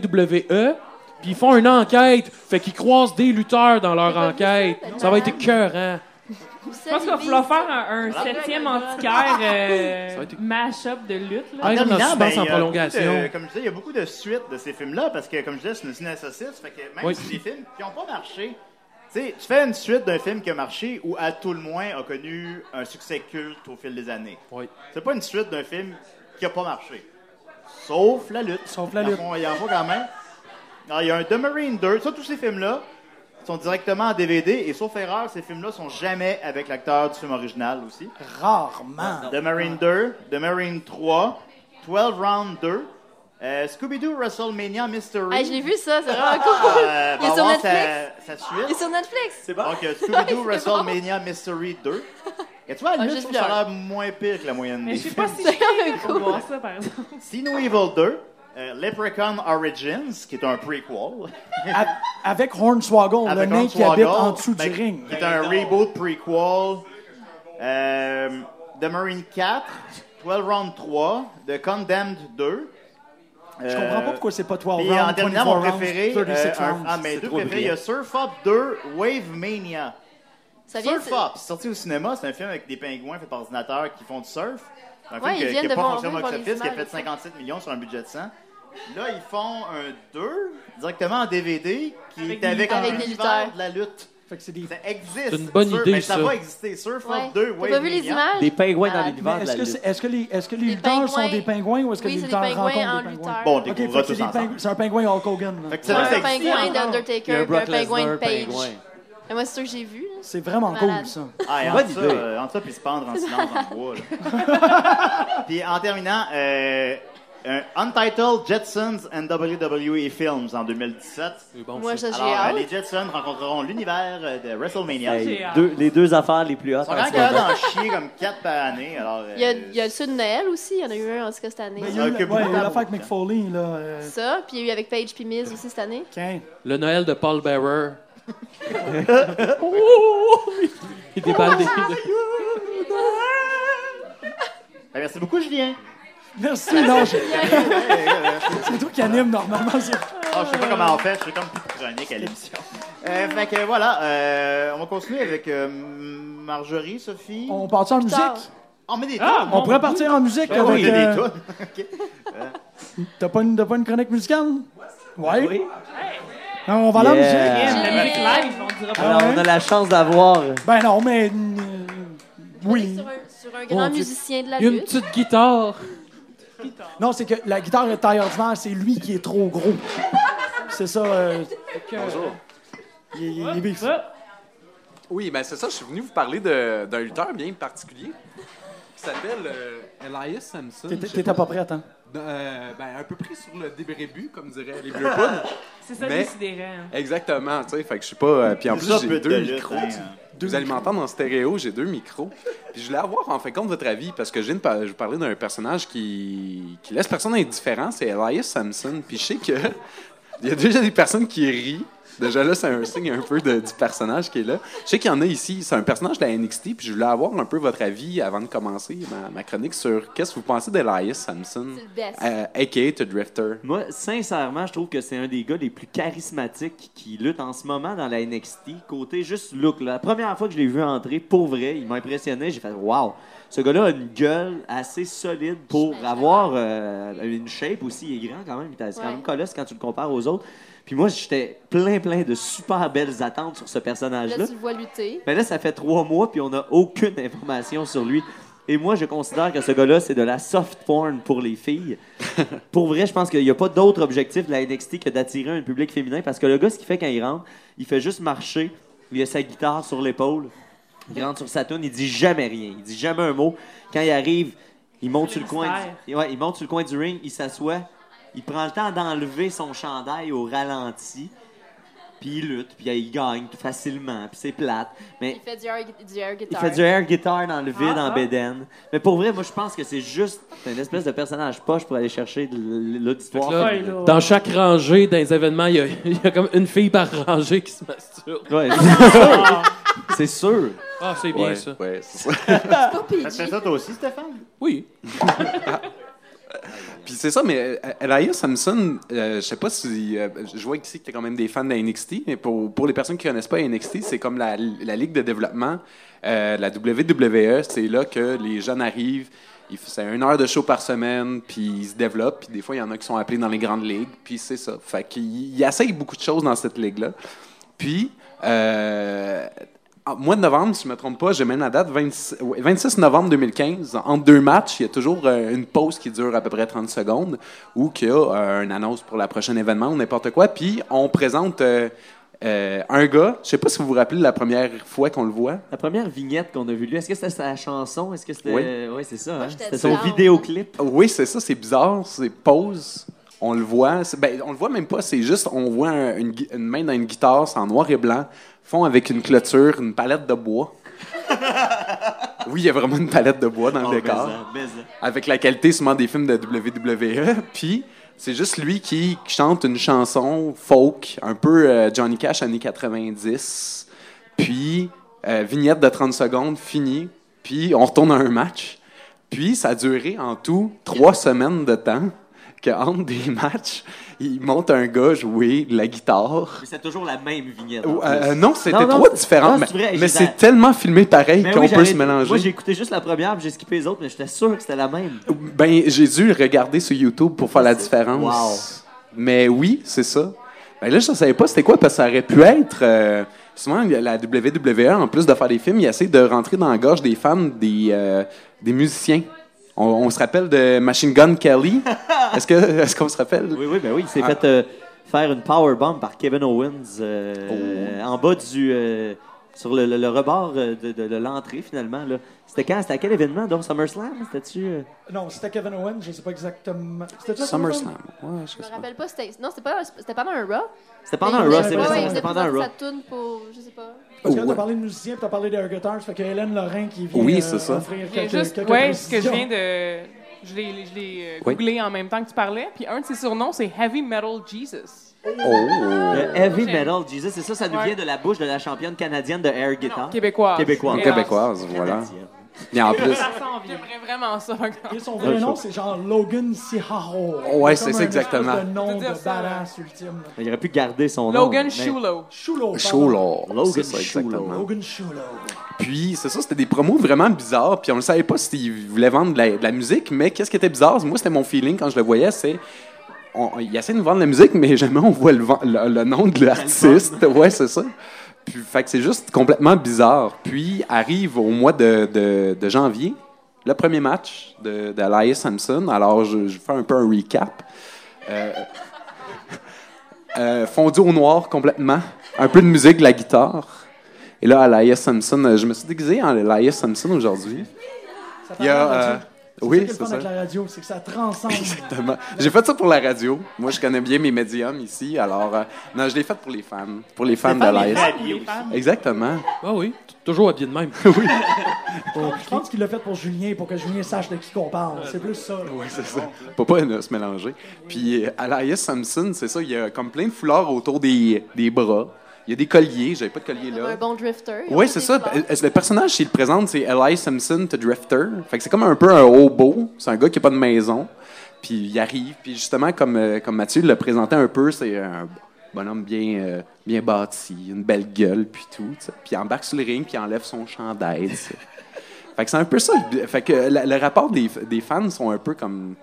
F: WWE, puis ils font une enquête. Fait qu'ils croisent des lutteurs dans leur enquête. Ça va être écœurant.
E: Je pense qu'il va falloir faire un, un septième
C: [LAUGHS]
E: antiquaire
F: Ça
E: euh,
F: va être-
E: mash-up de lutte. Là.
F: Ah, comme dans
C: terminant,
F: Suspense en
C: hein. Ben, il y a beaucoup
F: prolongation.
C: de- comme je disais, il y a beaucoup de suites de ces films-là parce que, comme je disais, c'est une usine à saucisses. Fait que même
F: Oui.
C: si des films qui n'ont pas marché, tu sais, tu fais une suite d'un film qui a marché ou à tout le moins a connu un succès culte au fil des années. C'est pas une suite d'un film qui a pas marché. Sauf la lutte. Sauf
B: la lutte.
C: Il y en a quand même. Alors, il y a un The Marine 2. Ça, tous ces films-là sont directement en DVD et sauf erreur, ces films-là sont jamais avec l'acteur du film original aussi.
B: Rarement.
C: The Marine 2, The Marine 3, 12 Round 2, euh, Scooby-Doo WrestleMania Mystery.
H: Ah, je l'ai vu ça, c'est vraiment cool.
C: Euh,
H: Il est
C: va
H: sur
C: voir
H: Netflix.
C: Sa, sa suite.
H: Il est sur Netflix. C'est
C: bon.
H: [LAUGHS]
C: Donc, euh,
H: Ouais, c'est
C: Scooby-Doo WrestleMania Mystery 2. Et tu vois,
H: Ah,
C: lui,
H: j'ai
C: je trouve
H: vu
C: que ça
H: un.
C: a l'air moins pire que la moyenne
E: Mais
C: des
E: je
C: [LAUGHS]
E: sais
H: [LAUGHS]
E: pas
C: films.
E: si je suis pour voir ça, par exemple.
C: See No Evil 2, euh, Leprechaun Origins, qui est un préquel.
B: A- Avec Hornswoggle,
C: Avec
B: le nain qui
C: Hornswoggle,
B: habite en dessous
C: ben,
B: du ring.
C: Qui est un reboot prequel. Euh, The Marine 4, 12 Round 3, The Condemned Euh, 2.
B: Je comprends pas pourquoi c'est pas 12 rounds,
C: Et en terminant, mon
B: 24 rounds,
C: préféré, euh,
B: 36
C: un-
B: rounds.
C: ah, mes
B: C'est
C: deux
B: trop
C: préférés, il y a Surf Up 2, Wave Mania.
H: Ça vient
C: Surf
H: de-
C: Up, c'est sorti au cinéma, c'est un film avec des pingouins faits par ordinateur qui font du surf. C'est un
H: Ouais, ils
C: film que- qui
H: viennent
C: n'a
H: de
C: pas
H: voir-
C: fonctionné au
H: oui, voir les
C: box-office, qui a
H: images,
C: fait
H: ça.
C: 57 millions sur un budget de 100. Là, ils font un 2 directement en DVD qui
H: Avec
C: est avec
H: des-
C: un
H: avec des
C: univers
H: lutteurs.
C: de la lutte. Ça existe.
F: C'est une bonne
C: sûr,
F: idée,
C: mais
F: ça.
C: ça va exister. Surf
H: Ouais.
C: Up 2,
H: T'as
C: Wave
H: pas vu les
C: Mania.
H: images?
D: Des pingouins dans
B: Mais
D: l'univers de
B: est-ce
D: la
B: que,
D: lutte.
B: c'est- est-ce que les, est-ce que les lutteurs sont des pingouins ou est-ce que
H: Oui,
B: les
H: c'est des
B: lutteurs
H: pingouins en
B: rencontrent des pingouins?
H: lutteur.
C: Bon, on
B: Ok,
C: découvrira
B: fait que
C: tous
B: c'est des
C: ensemble.
B: pingou- C'est un pingouin Hulk Hogan. là.
C: Fait que
H: Ouais,
C: ça, ça
H: un
C: existe
H: pingouin
C: encore.
D: Il y a un
H: d'Undertaker, puis un
D: Brock
H: pingouin de
D: Lesnar,
H: Page.
D: pingouin.
H: Et moi, c'est sûr que j'ai vu. là.
B: C'est vraiment
H: Malade.
B: cool, ça.
C: Ah, et
D: Bonne
C: entre, ça,
D: idée.
C: euh, entre ça, puis se pendre en silence dans le bois. là. puis en terminant, euh, un Untitled Jetsons and WWE Films en 2017.
H: Moi, ça, j'ai
C: Alors, euh,
H: hâte.
C: les Jetsons rencontreront l'univers euh, de WrestleMania.
D: Hey,
C: Ils
D: deux- les deux affaires les plus hautes.
C: sont
D: en
C: quand même
D: ce moment.
C: capables d'en chier comme quatre par année. Alors, euh,
H: Il y, a, il y a ceux de Noël aussi, il y en a eu un en tout cas cette année.
B: Mais Ben, il y
C: Ça
B: a eu la-
C: occupe
B: ouais, il y a eu
C: beaucoup
B: l'affaire avec Mick Foley, là. euh,
H: Ça, puis il y a eu avec Page puis Miz aussi cette année.
B: tiens.
F: Le Noël de Paul Bearer.
D: [LAUGHS]
F: Il déballe des.
C: Ben, Merci beaucoup, Julien.
B: Merci, non, j'ai- c'est toi qui anime normalement. c'est-
C: Ah, je sais pas comment on fait, je suis comme plus chronique
H: [LAUGHS]
C: à l'émission. Euh, fait que voilà, euh, on va continuer avec euh, Marjorie, Sophie.
B: On part en musique?
H: tard.
C: On met des tunes.
E: Ah,
B: On
E: bon,
B: pourrait partir en musique
C: Ben oui,
B: avec...
C: il y a
B: euh,
C: des tunes. [LAUGHS] Ok. Euh,
B: T'as pas, une- t'as pas une chronique musicale? [LAUGHS] Ouais. Ah, On va aller en
D: Yeah.
B: musique?
E: la musique live, on dira pas.
D: Alors, on a la chance d'avoir.
B: Ben non, mais... euh, oui. Oh,
H: Sur un, sur un
F: Mon
H: grand
F: Dieu.
H: musicien de la
F: Une
H: lutte.
F: petite guitare.
B: Non, c'est que la guitare est taille ordinaire, c'est lui qui est trop gros. C'est ça. euh,
L: Bonjour.
B: il, il- il est bif.
E: Ça,
M: Oui, ben c'est ça, je suis venu vous parler de- d'un lutteur bien particulier qui s'appelle euh, Elias Samson.
B: T'étais-
M: Je sais
B: T'étais pas prête, hein?
M: Euh, ben, un peu pris sur le débrébut, comme diraient les vieux poules.
E: [LAUGHS] C'est ça,
M: Mais-
E: décidérant.
M: Exactement, tu sais, fait que je suis pas... euh, puis en
C: C'est
M: plus,
C: ça,
M: j'ai
C: pute de
M: deux
C: lutte,
M: micros.
C: hein.
M: tu- vous allez m'entendre en stéréo, j'ai deux micros. Puis je voulais avoir, en fin de compte, votre avis, parce que je viens de par- je vous parler d'un personnage qui... qui laisse personne indifférent, c'est Elias Samson. Puis je sais que il y a déjà des personnes qui rient. Déjà là, c'est un signe un peu de- du personnage qui est là. Je sais qu'il y en a ici, c'est un personnage de la NXT, puis je voulais avoir un peu votre avis avant de commencer ma, ma chronique sur qu'est-ce que vous pensez d'Elias Samson,
H: C'est le best.
M: euh, a.k.a. The Drifter.
D: Moi, sincèrement, je trouve que c'est un des gars les plus charismatiques qui lutte en ce moment dans la NXT. Côté juste look, là. la première fois que je l'ai vu entrer, pour vrai, il m'a impressionné. J'ai fait Waouh, ce gars-là a une gueule assez solide pour avoir euh, une shape aussi. Il est grand quand même. Il est quand
H: Ouais.
D: même colosse quand tu le compares aux autres. Puis moi, j'étais plein, plein de super belles attentes sur ce personnage-là.
H: Là, tu le vois lutter.
D: Mais là, ça fait trois mois, puis on n'a aucune information sur lui. Et moi, je considère que ce gars-là, c'est de la soft porn pour les filles. pour vrai, je pense qu'il n'y a pas d'autre objectif de la NXT que d'attirer un public féminin, parce que le gars, ce qu'il fait quand il rentre, il fait juste marcher, il a sa guitare sur l'épaule, il rentre sur sa toune, il dit jamais rien, il dit jamais un mot. Quand il arrive, il monte sur le coin, du- ouais, il monte sur le coin du ring, il s'assoit, il prend le temps d'enlever son chandail au ralenti. puis il lutte, puis il gagne tout facilement, puis c'est plate. Mais
H: Il fait du air, du air
D: il
H: guitar.
D: fait du air guitar dans le vide
H: Ah,
D: en
H: ah.
D: bédaine. Mais pour vrai, moi, je pense que c'est juste une espèce de personnage poche pour aller chercher de l'auditoire.
F: Là, dans chaque rangée, dans les événements, il y, a, [LAUGHS] il y a comme une fille par rangée qui se masturbe.
D: Ouais, c'est sûr. c'est sûr.
F: Ah, c'est bien
D: Ouais,
F: ça.
M: Ouais,
C: Ça te fait ça toi aussi, Stéphane?
F: Oui.
M: Puis c'est ça, mais euh, Elias Samson, euh, je sais pas si. euh, je vois ici que tu es quand même des fans de la NXT, mais pour, pour les personnes qui connaissent pas NXT, c'est comme la, la ligue de développement, euh, la WWE. C'est là que les jeunes arrivent. ils f- C'est une heure de show par semaine, puis ils se développent, puis des fois, il y en a qui sont appelés dans les grandes ligues, puis c'est ça. Fait qu'ils ils essayent beaucoup de choses dans cette ligue-là. Puis, euh, en mois de novembre, si je ne me trompe pas, j'ai même la date, 26, ouais, 26 novembre 2015. En deux matchs, il y a toujours euh, une pause qui dure à peu près 30 secondes ou qu'il y a euh, une annonce pour le prochain événement ou n'importe quoi. Puis, on présente euh, euh, un gars. Je sais pas si vous vous rappelez la première fois qu'on le voit.
D: La première vignette qu'on a vue, lui, est-ce que c'était sa chanson? Est-ce que c'était.
M: Oui.
D: Ouais, c'est ça. hein?
M: j'étais
D: C'était son
M: down.
D: vidéoclip.
M: Oui, c'est ça, c'est bizarre, c'est pause. On le voit, c'est- ben, on le voit même pas, c'est juste, on voit un- une, gui- une main dans une guitare, c'est en noir et blanc, fond avec une clôture, une palette de bois. [LAUGHS] oui, il y a vraiment une palette de bois dans
D: Oh,
M: le décor.
D: baiser, baiser.
M: Avec la qualité seulement des films de WWE. [LAUGHS] Puis, c'est juste lui qui chante une chanson folk, un peu euh, Johnny Cash années 90. Puis, euh, vignette de 30 secondes, fini. Puis, on retourne à un match. Puis, ça a duré en tout trois semaines de temps [LAUGHS] qu'entre des matchs, il monte un gars jouer de la guitare.
D: Mais c'est toujours la même vignette.
M: Ou,
D: en
M: euh,
D: plus.
M: euh, non, c'était
D: Non, non,
M: trois
D: c'est-
M: différentes.
D: non,
M: mais
D: c'est vrai,
M: mais
D: j'ai la-
M: c'est tellement filmé pareil
D: Mais
M: qu'on
D: oui,
M: peut se
D: j'avais- Moi, j'ai
M: mélanger.
D: écouté juste la première, puis j'ai skippé les autres, mais j'étais sûr que c'était la même.
M: Ben, j'ai dû le regarder sur YouTube pour faire la différence. Mais oui, c'est ça. Ben là, je ne savais pas c'était quoi, parce que ça aurait pu être. euh, souvent, la WWE, en plus de faire des films, il essaie de rentrer dans la gorge des fans des, euh, des musiciens. On, on se rappelle de Machine Gun Kelly. Est-ce que est-ce qu'on se rappelle? Ah.
D: Oui, oui, ben oui, il s'est fait euh, faire une powerbomb par Kevin Owens euh,
M: Oh.
D: euh, en bas du. euh, sur le, le- le rebord euh, de, de- de l'entrée, finalement. là. C'était quand C'était à quel événement Donc, SummerSlam C'était-tu. euh,
B: Non, c'était Kevin Owens, je sais pas exactement. C'était toi,
D: SummerSlam.
M: Ouais,
H: Je me rappelle pas, c'était. Non, c'était pas, c'était pendant un Raw.
D: C'était pendant un
H: Mais il
D: Raw,
H: faisait-
D: c'est vrai,
H: ouais,
D: c'est-
H: il
D: c'était
H: faisait
D: pendant un
H: présenter
D: Raw. Ah
H: sa toune pour. Je sais pas.
B: Parce que là,
M: Oh,
B: t'as
M: ouais.
B: parlé de musicien, puis t'as parlé d'air guitar, ça fait que Hélène Lorrain qui vient
M: Oui,
B: euh,
M: c'est ça.
B: offrir
E: Il y a
B: quelques,
E: juste,
B: quelques
E: ouais, ce que je
B: précisions.
E: viens de. Je l'ai, je l'ai, euh,
M: Oui.
E: googlé en même temps que tu parlais. Puis un de ses surnoms, c'est Heavy Metal Jesus.
M: Oh.
D: Oh. Le Heavy
E: J'ai-
D: Metal Jesus, c'est ça, ça nous
E: Ouais.
D: vient de la bouche de la championne canadienne de air guitar.
E: québécoise.
D: Québécoise.
M: Une Québécoise, voilà. Mais en plus.
E: J'aimerais vraiment ça.
B: Et son
D: Ah,
B: vrai nom, c'est genre Logan Siharo.
M: Ouais, c'est
B: Comme
M: ça,
B: un
M: exactement.
B: espèce de nom
E: Tu
B: de
E: veux dire ça,
B: badass ultime.
D: Il aurait pu garder son nom.
E: Logan
D: mais-
E: Shulo.
B: Shulo.
M: Shulo.
D: Logan
M: C'est ça,
D: Shulo.
M: exactement.
B: Logan Shulo.
M: Puis, c'est ça, c'était des promos vraiment bizarres. Puis, on ne savait pas s'ils voulaient vendre de la, de la musique, mais qu'est-ce qui était bizarre? Moi, c'était mon feeling quand je le voyais, c'est. On, il essaie de nous vendre de la musique, mais jamais on voit le, vent- le- le nom de l'artiste. Ouais, c'est ça. Puis, fait que c'est juste complètement bizarre. Puis, arrive au mois de, de- de janvier, le premier match de, de Elias Samson. Alors, je, je fais un peu un recap. Euh, [LAUGHS] euh, fondu au noir complètement. Un peu de musique, de la guitare. Et là, Elias Samson, euh, je me suis déguisé en Elias Samson aujourd'hui.
B: Ça
M: Il y a,
B: parle à la
M: euh,
B: radio. C'est
M: oui,
B: ça qui est le
M: c'est
B: fun
M: ça.
B: avec la radio, c'est que ça transcende.
M: [LAUGHS] Exactement. J'ai fait ça pour la radio. Moi, je connais bien mes médiums ici. Alors, euh, non, je l'ai fait pour les fans. Pour les fans
B: Les fans, les
M: d'Elias.
B: fans, les fans.
M: Exactement.
F: [LAUGHS] Ah oui, t- toujours habillé de même.
M: oui.
B: Je pense qu'il l'a fait pour Julien, pour que Julien sache de qui qu'on parle. C'est plus ça.
M: Oui, c'est ça. [LAUGHS] Faut pas euh, se mélanger. Puis euh, Elias Samson, c'est ça, il y a comme plein de foulards autour des, des bras. Il y a des colliers. J'avais pas de collier là.
H: Un Ah, bon drifter.
M: Oui, c'est ça. Euh, Le personnage qu'il présente, c'est Eli Simpson, The Drifter. Fait que c'est comme un peu un hobo. C'est un gars qui n'a pas de maison. Puis il arrive. Puis justement, comme, euh, comme Mathieu le présentait un peu, c'est un bonhomme bien, euh, bien bâti, une belle gueule, puis tout. tu sais. Puis il embarque sur le ring, puis il enlève son chandail. tu sais. fait que c'est un peu ça. le- Fait que la- le rapport des, des fans sont un peu comme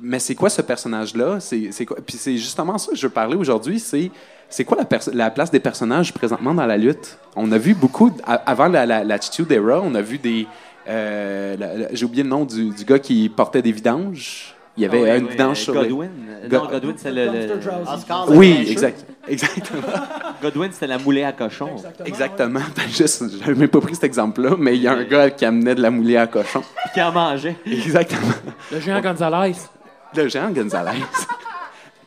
M: mais c'est quoi ce personnage-là? C'est c'est quoi- Puis c'est justement ça que je veux parler aujourd'hui, c'est c'est quoi la, pers- la place des personnages présentement dans la lutte? On a vu beaucoup, d- a- avant la, la, l'Attitude Era, on a vu des... euh, la- la- J'ai oublié le nom du, du gars qui portait des vidanges. Il y avait
D: Ah oui,
M: une
D: oui,
M: vidange
D: euh,
M: sur...
D: Godwin.
M: les-
D: Non,
M: Go-
D: Godwin, c'est le- le-
M: Dumpster Drowsy.
D: Oscar,
M: Oui,
D: le
M: exact. Exactement.
D: [LAUGHS] Godwin, c'était la moulée à cochon.
M: Exactement. Ben, juste, J'avais même pas pris cet exemple-là, mais il y a un gars qui amenait de la moulée à cochon.
D: Puis qui a mangé.
M: Exactement.
F: Le géant Gonzalez. [LAUGHS]
M: Le géant Gonzalez.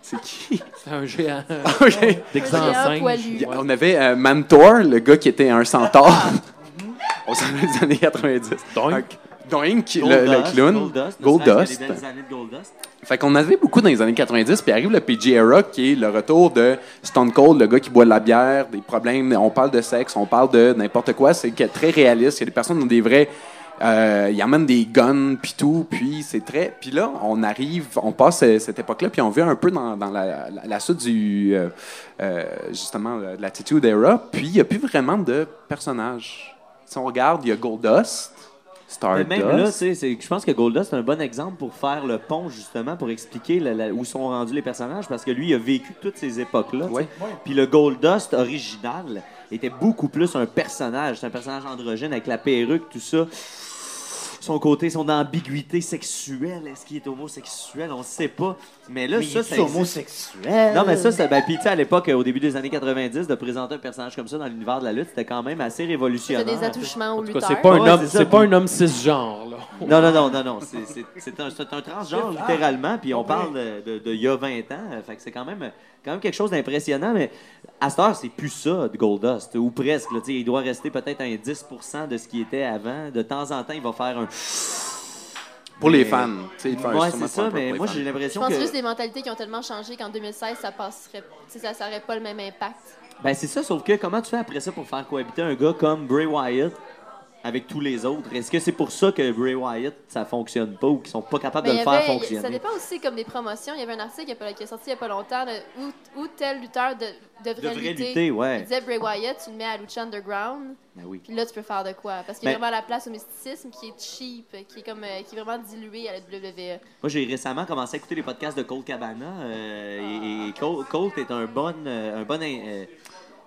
M: C'est qui?
F: C'est un
D: [LAUGHS]
F: géant.
M: OK.
F: D'exemple. Géant poilu.
M: Il y a- On avait euh, Mantor, le gars qui était un centaure. [LAUGHS] On s'en va des années 90. Doink. Doink, le, le
D: Goldust,
M: clown.
D: Goldust.
M: Goldust.
D: ne serait-ce que les belles années de Goldust.
M: Fait qu'on en avait beaucoup dans les années 90, puis arrive le PG era qui est le retour de Stone Cold, le gars qui boit de la bière, des problèmes, on parle de sexe, on parle de n'importe quoi, c'est que très réaliste, il y a des personnes qui ont des vrais euh, ils amènent des guns puis tout, puis c'est très puis là on arrive, on passe euh, cette époque-là puis on vient un peu dans, dans la, la, la suite du euh, euh, justement euh, de l'attitude era, puis il y a plus vraiment de personnages. Si on regarde, il y a Goldust,
D: Mais
M: Stardust.
D: même là, tu sais, c'est- je pense que Goldust est un bon exemple pour faire le pont, justement, pour expliquer la- la- où sont rendus les personnages, parce que lui, il a vécu toutes ces époques-là. tu sais. Puis le Goldust original était beaucoup plus un personnage. C'est un personnage androgyne avec la perruque, tout ça. Son côté, son ambiguïté sexuelle. Est-ce qu'il est homosexuel? On ne sait pas. Mais là,
C: Mais
D: ça,
C: il
D: ça
C: est-tu
D: existe.
C: homosexuel?
D: Non, mais ça, ça ben, puis tu sais, à l'époque, euh, au début des années 90, de présenter un personnage comme ça dans l'univers de la lutte, c'était quand même assez révolutionnaire.
H: des attouchements aux
D: En tout cas,
H: lutteurs.
F: C'est pas, un
D: Ouais,
F: homme,
D: c'est ça,
F: c'est pas
D: puis-
F: un homme cisgenre, là.
D: non, non, non, non, non. C'est- c'est- C'est un, c'est un transgenre, littéralement. Puis on parle de- de de il y a 20 ans. euh, Fait que c'est quand même, quand même quelque chose d'impressionnant. Mais à cette heure, c'est plus ça de Goldust, ou presque. là. Tu sais, il doit rester peut-être un 10 de ce qu'il était avant. De temps en temps, il va faire un.
M: Pour les
D: Mais-
M: fans, tu sais, il fait un
D: Ouais,
M: instrument
D: c'est
M: pour
D: ça.
M: un peu
D: Mais
M: pour les
D: moi,
M: fans.
D: j'ai
H: Je
D: l'impression
H: pense
D: que.
H: juste des mentalités qui ont tellement changé qu'en 2016, ça passerait. tu sais, Ça ça aurait pas le même impact.
D: Ben, c'est ça, sauf que comment tu fais après ça pour faire cohabiter un gars comme Bray Wyatt avec tous les autres? Est-ce que c'est pour ça que Bray Wyatt, ça fonctionne pas ou qu'ils sont pas capables
H: Mais
D: de
H: Ben, il y
D: le faire
H: avait-
D: fonctionner?
H: Ça dépend aussi comme des promotions. Il y avait un article il y a pas- qui est sorti il n'y a pas longtemps de où, où tel lutteur de- devrait,
D: Devrait lutter, ouais.
H: Il disait Bray Wyatt, tu le mets à Lucha Underground.
D: Ben oui.
H: Puis là, tu peux faire de quoi? Parce qu'il y a
D: Ben-
H: vraiment la place au mysticisme qui est cheap, qui est, comme, euh, qui est vraiment dilué à la E. WWE.
D: Moi, j'ai récemment commencé à écouter les podcasts de Cole Cabana. euh, et, et Cole, Cole est un bon. euh, un bon in- euh,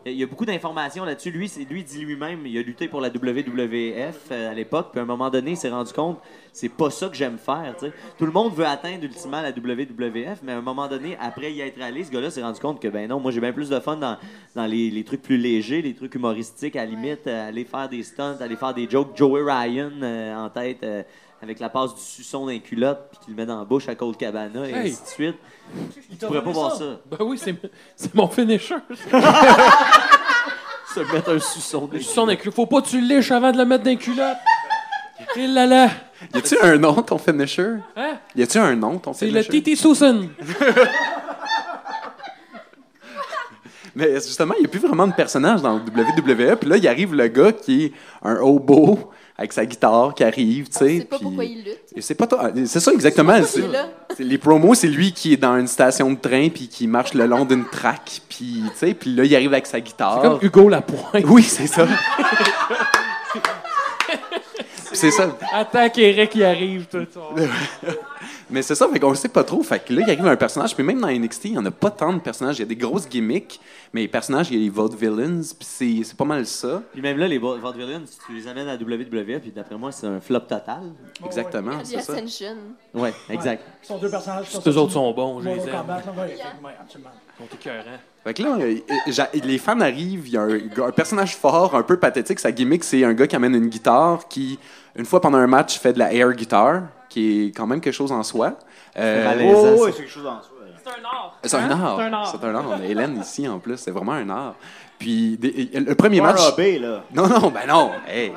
D: il y a beaucoup d'informations là-dessus. Lui, c'est- lui dit lui-même, il a lutté pour la WWF euh, à l'époque, puis à un moment donné, il s'est rendu compte, c'est pas ça que j'aime faire. tu sais. Tout le monde veut atteindre ultimement la WWF, mais à un moment donné, après y être allé, ce gars-là s'est rendu compte que, ben non, moi j'ai bien plus de fun dans, dans les, les trucs plus légers, les trucs humoristiques, à la limite, euh, aller faire des stunts, aller faire des jokes. Joey Ryan euh, en tête. euh, avec la passe du suçon d'un culotte puis qu'il le met dans la bouche à Cold Cabana et
F: Hey.
D: ainsi de suite.
F: t'a
D: Tu pourrais pas
F: donné
D: voir
F: ça?
D: ça.
F: Ben oui, c'est c'est mon finisher.
D: [LAUGHS] Se mettre un suçon d'un
F: Le suçon d'un culotte. Faut pas que tu le liches avant de le mettre dans les culottes. Et là là.
M: Y a-tu un nom ton finisher?
F: Hein?
M: Y a-tu un nom ton
F: C'est
M: finisher?
F: le Titi Susan.
M: Mais justement, il n'y a plus vraiment de personnage dans le WWE. Puis là, il arrive le gars qui est un hobo avec sa guitare qui arrive, tu sais.
H: C'est pas
M: puis-
H: pourquoi il lutte.
M: Et C'est pas toi. ah, C'est ça exactement.
H: Pourquoi il
M: C'est-
H: est là?
M: c'est- les promos, c'est lui qui est dans une station de train puis qui marche le long d'une traque. Puis, tu sais, puis là, il arrive avec sa guitare.
F: C'est comme
D: Ah.
F: Hugo Lapointe.
M: Oui, c'est
F: [LAUGHS]
M: ça. c'est ça.
F: Attends qu'Eric y arrive, tout
D: [LAUGHS]
F: ça.
M: Mais c'est ça, fait qu'on le sait pas trop. Fait que là, il arrive un personnage, puis même dans NXT, il y en a pas tant de personnages. Il y a des grosses gimmicks, mais les personnages, il y a les vaudevillains, puis c'est- c'est pas mal ça.
D: Puis même là, les Vo- Vaudevillains, si tu les amènes à WWE, puis d'après moi, c'est un flop total.
B: Oh,
M: Exactement,
H: The Ascension.
D: Ouais, exact.
B: Ils sont deux personnages. qui
F: Ces deux autres sont bons, je
B: Mortal
F: les aime.
B: Kombat, là, ouais, effectivement, ouais, absolument.
F: Ils sont écœurants.
M: Fait que là, euh, j'a- les fans arrivent, il y a un, gars- un personnage fort, un peu pathétique. Sa gimmick, c'est un gars qui amène une guitare, qui, une fois pendant un match, fait de la air guitar, qui est quand même quelque chose en soi. Euh,
C: Oh, ouais, c'est quelque chose en soi.
E: C'est un art.
M: C'est
E: Hein?
M: un art.
E: C'est un art.
M: C'est un art. On a Hélène ici en plus. C'est vraiment un art. Puis des- et- le premier
C: Pas
M: match.
C: robé, là.
M: Non, non, ben non. Hey.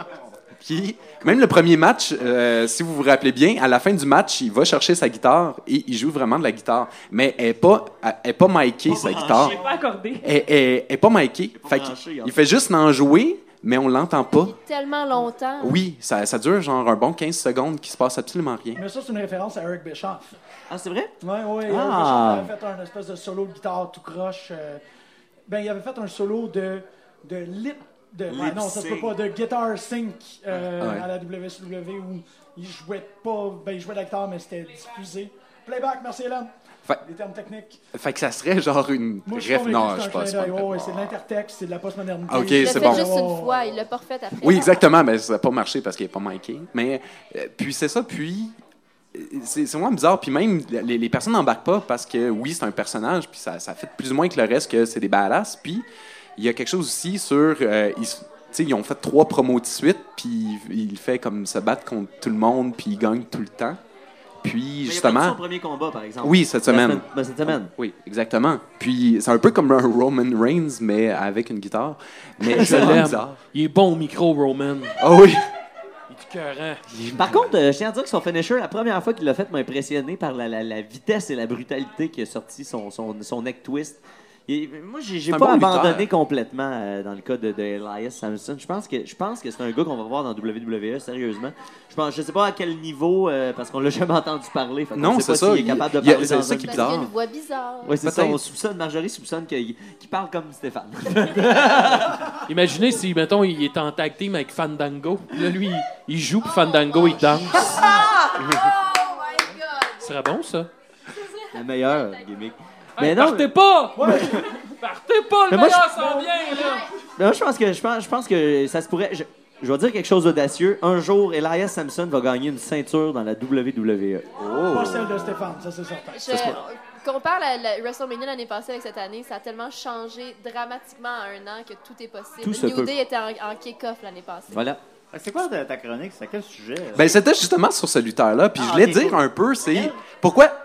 M: Puis même le premier match, euh, si vous vous rappelez bien, à la fin du match, il va chercher sa guitare et il joue vraiment de la guitare. Mais elle n'est pas, elle est pas micée, sa guitare.
E: J'ai pas accordé.
M: Elle elle- elle est pas micée. Fait qu'il-
E: branché, hein.
M: il fait juste en jouer, mais on l'entend pas.
H: Tellement longtemps.
M: Oui, ça, ça dure genre un bon 15 secondes qui se passe absolument rien.
B: Mais ça, c'est une référence à Eric Bischoff.
D: Ah, c'est vrai?
B: Oui, oui. Eric
M: Ah.
B: Bischoff avait fait un espèce de solo de guitare tout croche. euh, ben, il avait fait un solo de, de lip. De, ouais,
D: Lip
B: non, ça se peut
D: sync.
B: pas. De guitar sync euh,
M: Ah, Ouais.
B: à la WCW où il jouait pas. Ben, il jouait de la guitare, mais c'était diffusé. Playback, merci Hélène.
M: Fait-
B: Les termes techniques.
M: Fait que ça serait genre une.
B: Moi, je suis
M: Bref,
B: convaincu
M: non,
B: que
M: je
B: c'est un
M: pense
B: clin
M: pas.
B: d'œil. Ouais, ouais, c'est de l'intertexte, c'est de la postmodernité.
M: Ah, ok,
H: Il l'a
M: c'est
H: fait
M: bon.
H: juste une fois, il l'a pas refait après.
M: Oui, exactement, mais ça n'a pas marché parce qu'il n'est pas miké. Mais euh, puis c'est ça, puis euh, c'est c'est vraiment bizarre. Puis même, les, les personnes n'embarquent pas parce que oui, c'est un personnage, puis ça, ça fait plus ou moins que le reste que c'est des badass. Puis il y a quelque chose aussi sur. euh, ils, s- tu sais, ils ont fait trois promos de suite, puis il fait comme se battre contre tout le monde, puis il gagne tout le temps. Puis,
D: Mais il a perdu
M: justement.
D: son premier combat, par exemple.
M: Oui, cette
D: La
M: semaine.
D: ben, cette semaine.
M: Oui, exactement. Puis c'est un peu comme un Roman Reigns, mais avec une guitare.
D: [LAUGHS]
M: Mais
F: Je
M: c'est vraiment
F: l'aime.
M: bizarre.
F: Il est bon au micro, Roman.
M: Ah oui!
F: hein.
D: Par contre, euh, je tiens à dire que son finisher, la première fois qu'il l'a fait, m'a impressionné par la, la- la vitesse et la brutalité qui a sorti son, son, son neck twist. Et moi, j'ai j'ai
M: C'est un
D: pas
M: bon lutteur.
D: abandonné complètement euh, dans le cas de, de Elias Samson. Je pense que je pense que c'est un gars qu'on va voir dans WWE sérieusement. Je pense, je sais pas à quel niveau euh, parce qu'on l'a [LAUGHS] jamais entendu parler. Fait qu'on
M: Non,
D: sait
M: c'est
D: pas
M: ça,
D: s'il est
M: il-
D: capable de
M: il y a-
D: parler.
M: c'est
D: dans
M: ça
D: un-
M: qui est
H: Parce qu'il y a une voix bizarre.
D: Ouais, c'est ça.
F: Peut-être.
D: On soupçonne Marjorie soupçonne qu'il qu'il parle comme Stéphane.
F: [LAUGHS] Imaginez si, mettons, il est en tag team avec Fandango. Là, lui, il- il joue, puis Fandango, il danse.
N: [LAUGHS]
F: Ce serait bon, ça.
D: La meilleure gimmick.
F: Mais
D: Mais non,
F: partez pas! partez pas, le
D: Mais moi,
F: meilleur
D: je-
F: s'en vient, là!
D: Mais moi, je pense que je pense, je pense que ça se pourrait. Je, je vais dire quelque chose d'audacieux. Un jour, Elias Samson va gagner une ceinture dans la E. WWE.
M: Oh!
B: Pas celle de Stéphane, ça c'est certain.
H: Je compare la, la WrestleMania l'année passée avec cette année, ça a tellement changé dramatiquement en un an que tout est possible.
M: Tout se
H: New
M: peut.
H: Day était en, en kick-off l'année passée.
D: Voilà.
C: C'est quoi ta ta chronique? C'est à quel sujet? [LAUGHS]
M: Ben, c'était justement sur ce lutteur-là. Puis
C: Ah,
M: je voulais
C: ok,
M: dire un peu, c'est. Pourquoi. [LAUGHS]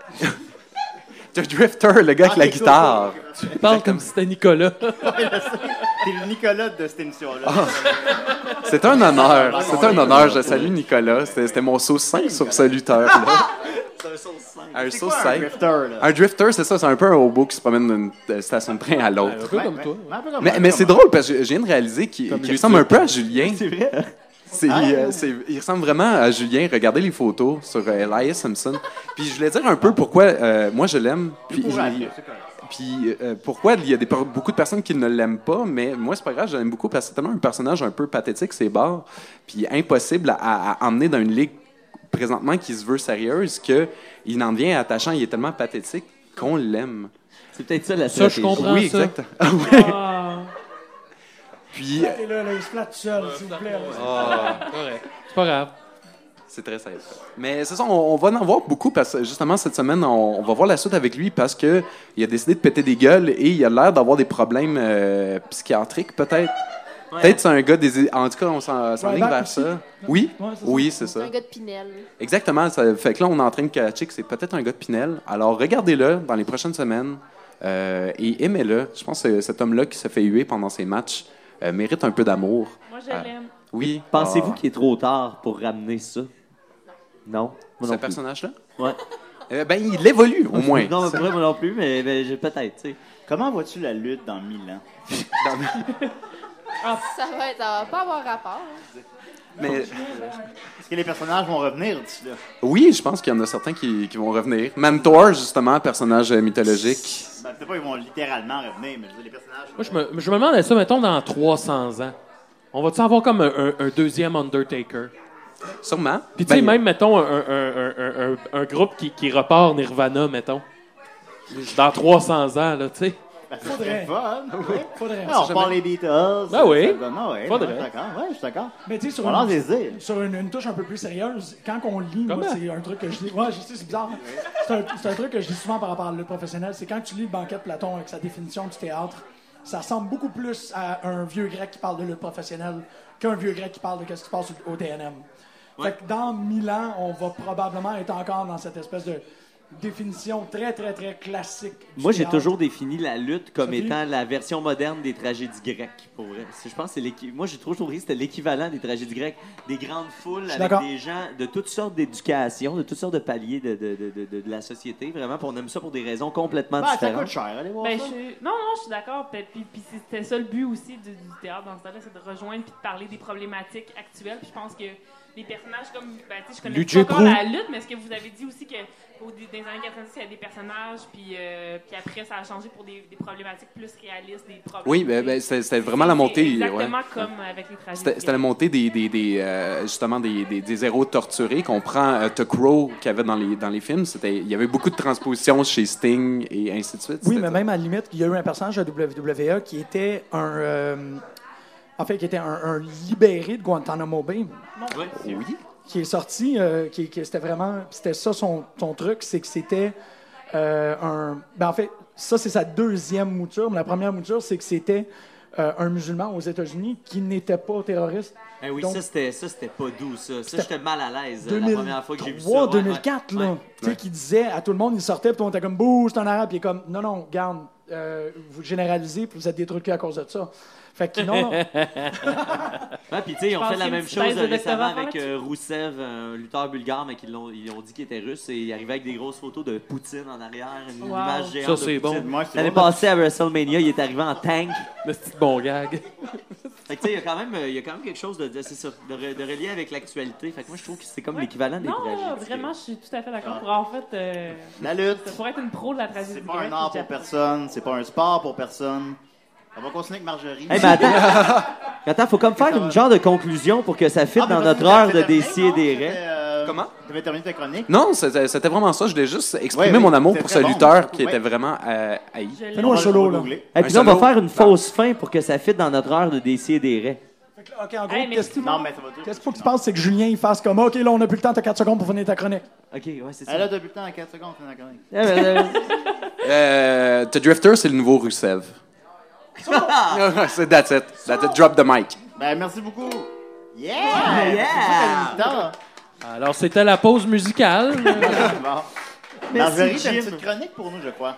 M: The Drifter, le gars avec
C: Ah,
M: la
C: ok, cool,
M: guitare.
C: cool.
F: Tu parles comme si c'était Nicolas.
C: T'es le Nicolas de cette émission-là.
M: Ah,
C: [LAUGHS]
M: C'est un honneur. C'est un honneur. Je salue Nicolas. C'était c'était mon sauce 5 sur ce lutteur-là.
D: C'est un sauce 5.
M: Un
C: C'est
M: sauce
C: quoi, Un
M: cinq.
C: drifter, là.
M: Un drifter, c'est ça. C'est un peu un hobo qui se promène d'une euh, station de train à l'autre.
F: peu comme toi.
C: Un peu comme
M: Mais,
C: moi,
M: mais
C: comme
M: c'est
C: moi.
M: drôle parce que je viens de réaliser qu'il
C: Comme
M: qu'il
C: Jeff
M: ressemble un peu à
C: Tull.
M: Julien.
D: C'est vrai.
M: C'est-
C: Ah.
M: euh, c'est- il ressemble vraiment à Julien. Regardez les photos sur euh, Elias Simpson. Puis je voulais dire un peu pourquoi euh, moi je l'aime. Puis,
C: Pour
M: il-
C: Raphaël, c'est correct.
M: puis euh, pourquoi il y a des, per- beaucoup de personnes qui ne l'aiment pas, mais moi c'est pas grave, je l'aime beaucoup parce que c'est tellement un personnage un peu pathétique, c'est barre. Puis impossible à, à- à emmener dans une ligue présentement qui se veut sérieuse que il en devient attachant, il est tellement pathétique qu'on l'aime.
D: C'est peut-être ça la
F: Ça, je comprends
M: Oui,
F: ça.
M: exact. Ah oui.
F: Ah.
M: Puis
B: Et là, là, il se flatte tout seul, s'il vous plaît.
M: Ah.
F: C'est pas grave.
M: C'est très simple. Mais c'est ça, on, on va en voir beaucoup parce que justement cette semaine, on, on va voir la suite avec lui parce que il a décidé de péter des gueules et il a l'air d'avoir des problèmes euh, psychiatriques peut-être. Peut-être c'est un gars des. En tout cas, on s'en s'enligne
H: Ryback
M: vers
H: ben, aussi.
M: ça. Oui,
H: Ouais, c'est ça.
M: oui, c'est ça.
H: Un gars de Pinel.
M: Exactement. Ça fait que là, on est en train de catcher que c'est peut-être un gars de Pinel. Alors regardez-le dans les prochaines semaines euh, et aimez-le. Je pense que cet homme-là qui se fait huer pendant ses matchs euh, mérite un peu d'amour.
E: Moi, je
M: Ah.
E: l'aime.
M: Oui.
D: Pensez-vous
M: Ah.
D: qu'il est trop tard pour ramener ça? Non. Moi
M: ce
D: non plus.
M: personnage-là?
D: Ouais.
M: Euh, ben, il évolue, au moins.
D: [LAUGHS] Non, mais moi non plus, mais, mais je- peut-être, tu sais.
C: Comment vois-tu la lutte dans 1000 ans?
H: [LAUGHS] Ça va être, ça va pas avoir rapport. Euh, hein.
M: Mais,
C: Est-ce que les personnages vont revenir d'ici là?
M: oui, je pense qu'il y en a certains qui, qui vont revenir. Mantor, justement, personnage euh, mythologique.
C: Ben, peut-être pas ils vont littéralement revenir, mais je veux dire, les personnages.
F: Moi, je me, je me demande à ça, mettons, dans 300 ans. On va-tu avoir comme un, un- un deuxième Undertaker?
M: Sûrement.
F: Puis, tu sais,
M: Ben,
F: même, mettons, un, un- un- un- un- un groupe qui, qui repart Nirvana, mettons. Dans 300 ans, là, tu sais.
C: Ben, ça serait fun. ouais.
B: Faudrait.
C: Ouais, on
B: Jamais.
C: parle les Beatles. ah
F: Ben oui.
C: ouais,
F: Faudrait.
C: ouais, D'accord, ouais, je suis d'accord.
B: Mais tu sais, sur,
C: On lance des
B: une,
C: idées.
B: sur une, une touche un peu plus sérieuse, quand on lit, moi,
F: Comment?
B: c'est un truc que je dis. Ouais, je sais, c'est bizarre. hein. C'est un, c'est un truc que je dis souvent par rapport à le professionnel. C'est quand tu lis le banquet de Platon avec sa définition du théâtre, ça ressemble beaucoup plus à un vieux grec qui parle de le professionnel qu'un vieux grec qui parle de ce qui se passe au, au TNM. Fait que dans mille ans, on va probablement être encore dans cette espèce de définition très, très, très classique. du
D: Moi, j'ai
B: théâtre.
D: toujours défini la lutte comme
B: Ça fait-
D: étant la version moderne des tragédies grecques, pour vrai. C'est- Je pense que c'est l'équi- Moi, j'ai toujours trouvé que c'était l'équivalent des tragédies grecques. Des grandes foules
B: suis
D: avec
B: d'accord.
D: des gens de toutes sortes d'éducations, de toutes sortes de paliers de, de, de, de, de- de la société, vraiment. Puis on aime ça pour des raisons complètement
C: Ben, ça
D: différentes.
C: coûte cher, allez voir
E: Ben,
C: ça.
E: je- Non, non, je suis d'accord. Puis, puis- puis c'était ça le but aussi du, du théâtre dans ce temps-là, c'est de rejoindre puis de parler des problématiques actuelles. Puis je pense que les personnages comme. Ben, tu sais, je connais
F: Ludger
E: pas encore
F: Prou.
E: la lutte, mais est-ce que vous avez dit aussi que au, dé- dans les années 90, il y a des personnages, puis, euh, puis après, ça a changé pour des, des problématiques plus réalistes, des problèmes.
M: Oui, ben, ben, c'était c'était vraiment la
E: C'est
M: montée.
E: Exactement
M: ouais.
E: comme avec les tragédies.
M: C'était c'était la montée des, des, des, euh, justement des, des, des héros torturés qu'on prend euh, Tuck Row qu'il y avait dans les, dans les films. C'était- Il y avait beaucoup de transpositions chez Sting et ainsi de suite.
B: Oui,
M: C'était-
B: mais même à la limite, il y a eu un personnage à WWE E qui était un. euh, en fait, qui était un, un libéré de Guantanamo Bay,
D: Eh
M: Oui.
B: qui est sorti, euh, qui, qui- c'était vraiment. C'était ça son, son truc, c'est que c'était euh, un. Ben, en fait, ça, c'est sa deuxième mouture, mais la première mouture, c'est que c'était euh, un musulman aux États-Unis qui n'était pas terroriste.
D: Ben oui,
B: Donc,
D: ça, c'était, ça, c'était pas doux, ça. Ça,
B: C'était
D: j'étais mal à l'aise euh, la
B: 2003,
D: première fois que j'ai vu ça. Ouais, ouais.
B: 2004, là, tu sais, qui disait à tout le monde, il sortait, puis tout le monde était comme, bouh, c'est un arabe, puis il est comme, non, non, garde, euh, vous généralisez, puis vous êtes détruits à cause de ça. Fait que [LAUGHS] non,
D: [LAUGHS]
B: non.
D: Ouais, puis tu sais,
B: Je
D: ils ont
B: pense
D: fait la
B: qu'il y a une
D: même
B: petite
D: chose
B: thèse de
D: récemment
B: doctorat
D: avec
B: là-dessus.
D: euh, Roussev, un lutteur bulgare, mais qu'ils l'ont, ils ont dit qu'il était russe, et il arrivait avec des grosses photos de Poutine en arrière, une
A: Wow.
D: image
A: Ça,
D: géante. de
A: c'est bon.
D: Poutine.
A: Ouais, c'est
D: L'année
A: bon.
D: passée à WrestleMania, il est arrivé en tank.
F: Le petit bon gag.
D: Fait que tu sais, il y a quand même, euh, il y a quand même quelque chose de, de- c'est ça, de, re- de relié avec l'actualité. Fait que moi, je trouve que c'est comme l'équivalent des
E: Non,
D: tragédies.
E: vraiment, je suis tout à fait d'accord. Pour en fait, euh,
C: Ah. La lutte.
E: ça pourrait être une pro de la tragédie.
C: C'est pas un art pour personne, c'est pas un sport pour personne. On va continuer avec Marjorie.
D: Hey, mais Eh ben,
B: [LAUGHS]
C: [LAUGHS]
D: attends, attends, faut comme faire une genre de conclusion pour que ça fitte
C: Ah, mais
D: dans
C: vas-y,
D: notre
C: t'as-
D: heure
C: t'as
D: de
C: terminé,
D: décider
C: Comment? Tu avais terminé ta chronique?
M: Non, c'était c'était vraiment ça. Je voulais juste exprimer
C: Ouais, oui,
M: mon amour
C: c'était
M: pour ce
C: très bon,
M: lutteur
C: beaucoup,
M: qui
C: ouais.
M: était vraiment euh, haï.
B: Fais-nous un solo, là.
D: Et puis là, on va faire une fausse fin pour que ça fitte dans notre heure de décider
B: OK, en gros, qu'est-ce que-
C: Non, mais ça va tout.
B: qu'est-ce qu'il faut que tu penses, c'est que Julien, il fasse comme, OK, là, on n'a plus le temps, t'as 4 secondes pour finir ta chronique.
D: OK, ouais,
B: [LAUGHS]
D: c'est
C: Elle a depuis le temps à 4 secondes, c'est la chronique.
E: [LAUGHS]
M: Euh, The Drifter, c'est le nouveau Rusev. [LAUGHS]
C: Ah.
M: c'est that's it. That's it. Drop the mic.
C: [LAUGHS] Ben, merci beaucoup. Yeah!
A: Ouais,
C: yeah!
A: yeah!
F: Alors, c'était la pause musicale.
C: [LAUGHS] bon. Marjorie, t'as une petite chronique pour nous, je crois.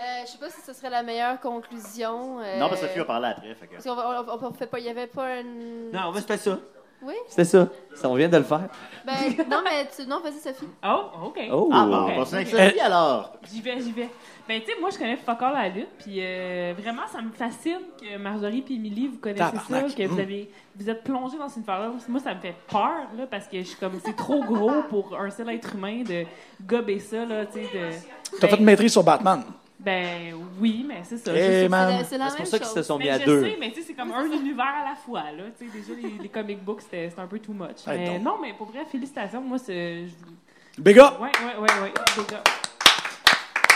H: Euh, je sais pas si ce serait la meilleure conclusion. euh,
C: Non, parce que Sophie va parler après. Fait que...
H: Parce qu'on va- on- on- on fait pas, il y avait pas une.
D: Non, mais c'était ça.
H: Oui?
D: C'était ça. Ça, on vient de le faire.
H: Ben, non, mais tu... non, vas-y, Sophie.
E: Oh, OK.
D: Oh. Ah, bon, on continue avec Sophie, alors.
E: J'y vais, j'y vais. Ben, tu sais, moi, je connais encore la lutte, puis euh, vraiment, ça me fascine que Marjorie puis Émilie, vous connaissez
A: Tabarnak.
E: ça, que vous
A: Mm.
E: avez, vous êtes plongés dans une faveur. Moi, ça me fait peur, là, parce que je suis comme, c'est trop gros pour un seul être humain de gober ça, là, tu sais, de...
B: T'as fait une
E: Ben,
B: maîtrise sur Batman.
E: Ben oui, mais c'est ça.
B: Eh,
E: Je sais-
B: man. C'est la- c'est la
D: C'est pour même ça qu'ils se chose. sont mis
E: Mais
D: à
E: je
D: deux.
E: sais, mais tu sais, c'est comme un univers à la fois. Là. Tu sais, Déjà, les, les comic books, c'était c'était un peu too much.
D: Ben,
B: Eh,
E: Mais
B: donc.
E: non, mais pour vrai, félicitations. Moi, c'est. je vous-
B: Big
D: Ah!
B: up!
E: Ouais, ouais, ouais, ouais. big up.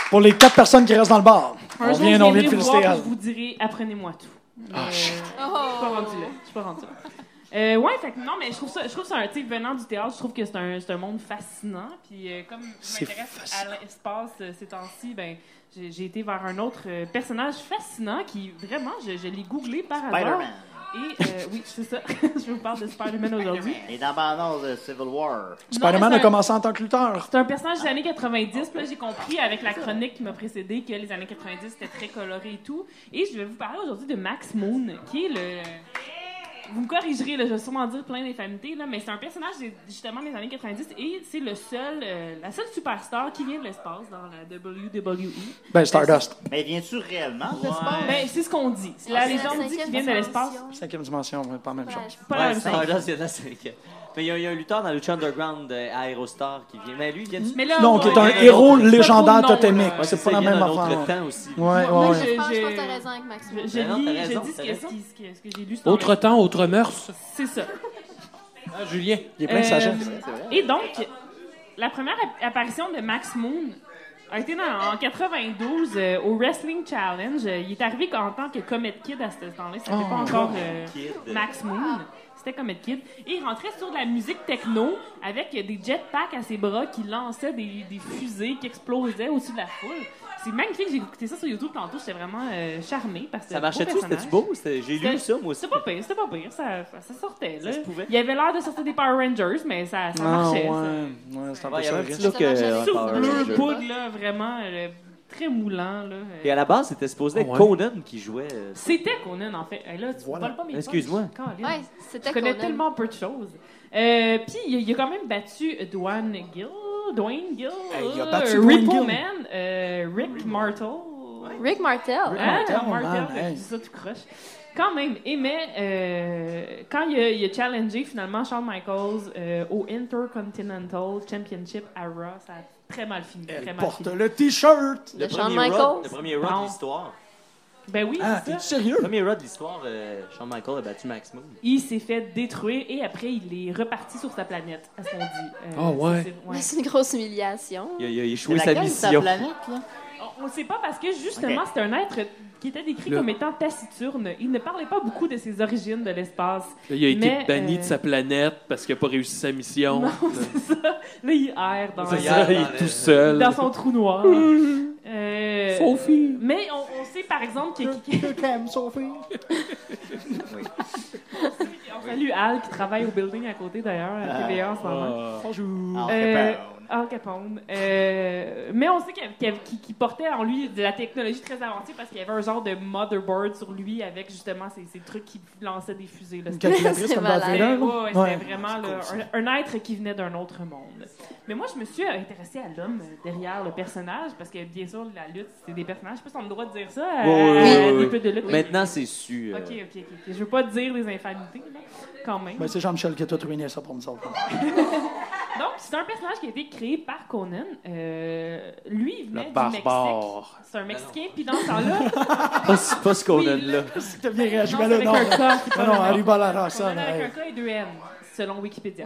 B: Pour les 4 personnes qui restent dans le bar.
E: Un
B: on
E: jour,
B: vient, on vient
E: viendrez
B: de
E: vous
B: féliciter
E: voir,
B: Al.
E: Je vous dirai, apprenez-moi tout. Mais,
B: Ah,
E: euh,
B: shit.
E: Je suis pas rendue là. Je suis pas rendue là. Euh, ouais, fait que non, mais je trouve ça, je trouve ça un type venant du théâtre, je trouve que c'est un, c'est un monde fascinant. Puis euh, comme je
A: C'est
E: m'intéresse à l'espace euh, ces temps-ci, ben, j'ai j'ai été vers un autre euh, personnage fascinant qui vraiment, je, je l'ai googlé par hasard.
C: Spider-Man.
E: Et euh, oui, c'est ça. [LAUGHS] je vous parle de Spider-Man aujourd'hui.
C: Il est dans la bande-annonce de Civil War.
B: Spider-Man
E: mais
B: a
E: c'est un-
B: commencé en tant que lutteur.
E: C'est un personnage des années 90. Puis là, j'ai compris avec la chronique qui m'a précédé que les années 90 c'était très coloré et tout. Et je vais vous parler aujourd'hui de Max Moon, qui est le. Vous me corrigerez, là, je vais sûrement dire plein d'infamités, là, mais c'est un personnage des- justement des années 90 et c'est le seul, euh, la seule superstar qui vient de l'espace dans la WWE.
B: Ben, Stardust.
C: Mais viens-tu réellement de
E: Ben,
C: l'espace?
E: c'est ce qu'on dit.
C: Ah,
E: La
C: c'est la
E: légende dit qu'il
C: cinquième
E: vient de l'espace.
B: Cinquième dimension, ouais, pas la même chose.
E: Pas la
D: Ouais,
E: même chose.
D: Stardust, il y en a cinq. Mais il y, a- il y a un lutteur dans le Lucha Underground, euh, Aerostar, qui vient. Mais lui, il vient du...
E: Mais là,
B: Non,
E: ouais,
B: qui est un
E: ouais,
B: héros
E: ouais, c'est pas le
B: légendaire
E: nom,
B: totémique.
E: là.
B: C'est pas
D: Ouais, ça,
B: la
D: il vient
B: même
D: d'un autre
B: affaire.
D: temps aussi.
B: Ouais, ouais,
H: Moi,
B: ouais.
H: je pense je pense que t'as raison avec Max.
E: Je, je
D: Ben non,
E: lis,
D: t'as
E: je
D: raison,
E: dis ce
D: t'as
E: que,
D: raison.
E: ce qui- ce que- ce que j'ai lu sur
F: Autre
E: Internet.
F: temps, autre mœurs.
E: C'est ça.
F: Ah, Julien. Il est
E: Euh, Et donc, la première app- apparition de Max Moon a été dans- en 92 euh, au Wrestling Challenge. Euh, Il est arrivé en tant que Comet Kid à ce temps-là. Ça n'était
A: Oh.
E: pas encore
A: Comet
E: euh,
A: Kid.
E: Max Moon. C'était Comet Kid. Et il rentrait sur de la musique techno avec euh, des jetpacks à ses bras qui lançaient des, des fusées qui explosaient au-dessus de la foule. C'est magnifique. J'ai écouté ça sur YouTube tantôt. J'étais vraiment euh, charmée parce que
D: Ça marchait-tu?
E: beau personnage.
D: C'était-tu beau? C'était- J'ai lu ça, moi aussi.
E: C'était pas pire, c'était pas pire. Ça, ça- ça sortait, là.
D: Ça se pouvait.
E: Il y avait l'air de sortir des Power Rangers, mais ça, ça
B: Ah,
E: marchait.
B: ouais. Ouais, c'est un
D: Ouais,
B: peu
D: il y
B: ça.
D: avait
B: le
D: un petit
B: risque.
D: look, euh,
E: ça.
D: Power
E: Bleu,
D: Ranger.
E: poudre, là, vraiment euh, très moulant, là. Euh,
D: Et à la base, c'était supposé être
F: ouais.
D: Conan qui jouait. euh,
E: C'était Conan, en fait. Hey, là, tu
D: Voilà.
E: parles pas mes punchs.
D: Excuse-moi.
E: Colin.
H: Ouais, c'était
E: Je connais
H: Conan.
E: tellement peu de choses. Euh, Puis, il, a- il a quand même battu Dwayne Gill, Dwayne Gill,
H: Hey, il a
E: euh,
H: battu Dwayne
E: Repo
H: Gill.
E: Man, euh, Rick Martel.
H: Rick Martel.
E: Ah,
H: Martel,
E: Martel,
H: man, hey.
E: je dis ça tout croche. Quand même, et mais euh, quand il a, il a challengé finalement Shawn Michaels euh, au Intercontinental Championship à Raw, ça a très mal fini. Très mal
B: Porte
E: fini.
B: le T-shirt.
D: Le premier Rod, le premier Rod de l'histoire.
E: Ben oui,
B: Ah,
E: c'est ça.
D: Le premier Rod de l'histoire, euh, Shawn Michaels a battu Max Moon.
E: Il s'est fait détruire et après il est reparti sur sa planète, à ce qu'on dit. Euh,
D: Ah ouais.
E: c'est- c'est-
H: Mais c'est une grosse humiliation.
D: Il a, il a échoué
H: C'est
D: sa
H: laquelle,
D: mission.
H: sa planète, là?
E: On ne sait pas parce que justement,
D: Ok.
E: c'est un être qui était décrit
F: Le-
E: comme étant taciturne. Il ne parlait pas beaucoup de ses origines de l'espace.
F: Là, il a été
E: Mais,
F: banni de
E: euh,
F: sa planète parce qu'il n'a pas réussi sa mission.
E: [LAUGHS]
O: [LAUGHS]
E: Non, c'est ça. Là, il erre dans,
F: C'est ça, il est tout seul.
C: [LAUGHS]
E: dans son trou noir. Euh,
F: Sophie.
E: Mais on, on sait par exemple, que.
B: Je t'aime, Sophie.
E: On salue Al qui travaille au building à côté d'ailleurs, à
A: Ah.
E: TVA en ce
A: Ah.
E: moment.
A: Bonjour.
E: Euh,
A: Al
E: Al Capone. Euh, mais on sait qu'il qu'il- qu'il- qu'il portait en lui de la technologie très avancée parce qu'il y avait un genre de motherboard sur lui avec justement ces, ces trucs qui lançaient des fusées. là.
A: Une calculatrice C'est comme dans Zelda,
E: Ouais,
A: là.
E: ouais, C'était
A: Ouais.
E: vraiment là,
A: C'est cool,
E: un, un être qui venait d'un autre monde. Mais moi, je me suis intéressée à l'homme derrière le personnage parce que bien sûr, la lutte, c'est des personnages. Je sais pas si on a le droit de dire ça. à- à des peu de lutte.
D: Maintenant, c'est su. euh,
E: Ok, ok, ok. ok. Je veux pas dire des infamités, là, quand même.
B: Ben, c'est Jean-Michel qui a tout ruiné ça pour nous autres.
E: Donc, c'est un personnage qui a été créé par Conan. Euh, lui, il venait
B: Le
E: du
B: barbare.
E: Mexique. C'est un Mexicain, puis dans ce
A: [LAUGHS]
E: temps-là, [LAUGHS]
D: Pas, ce- pas ce qu'on a de là.
B: T'as bien réagi,
E: Non,
B: ben
E: c'est
B: là,
E: avec
B: non.
E: un cas, c'est pas
B: Non, non,
E: le nom.
B: Hannibal
E: Conan
B: Harrison.
E: avec un
B: hey.
E: K et deux N, selon Wikipédia.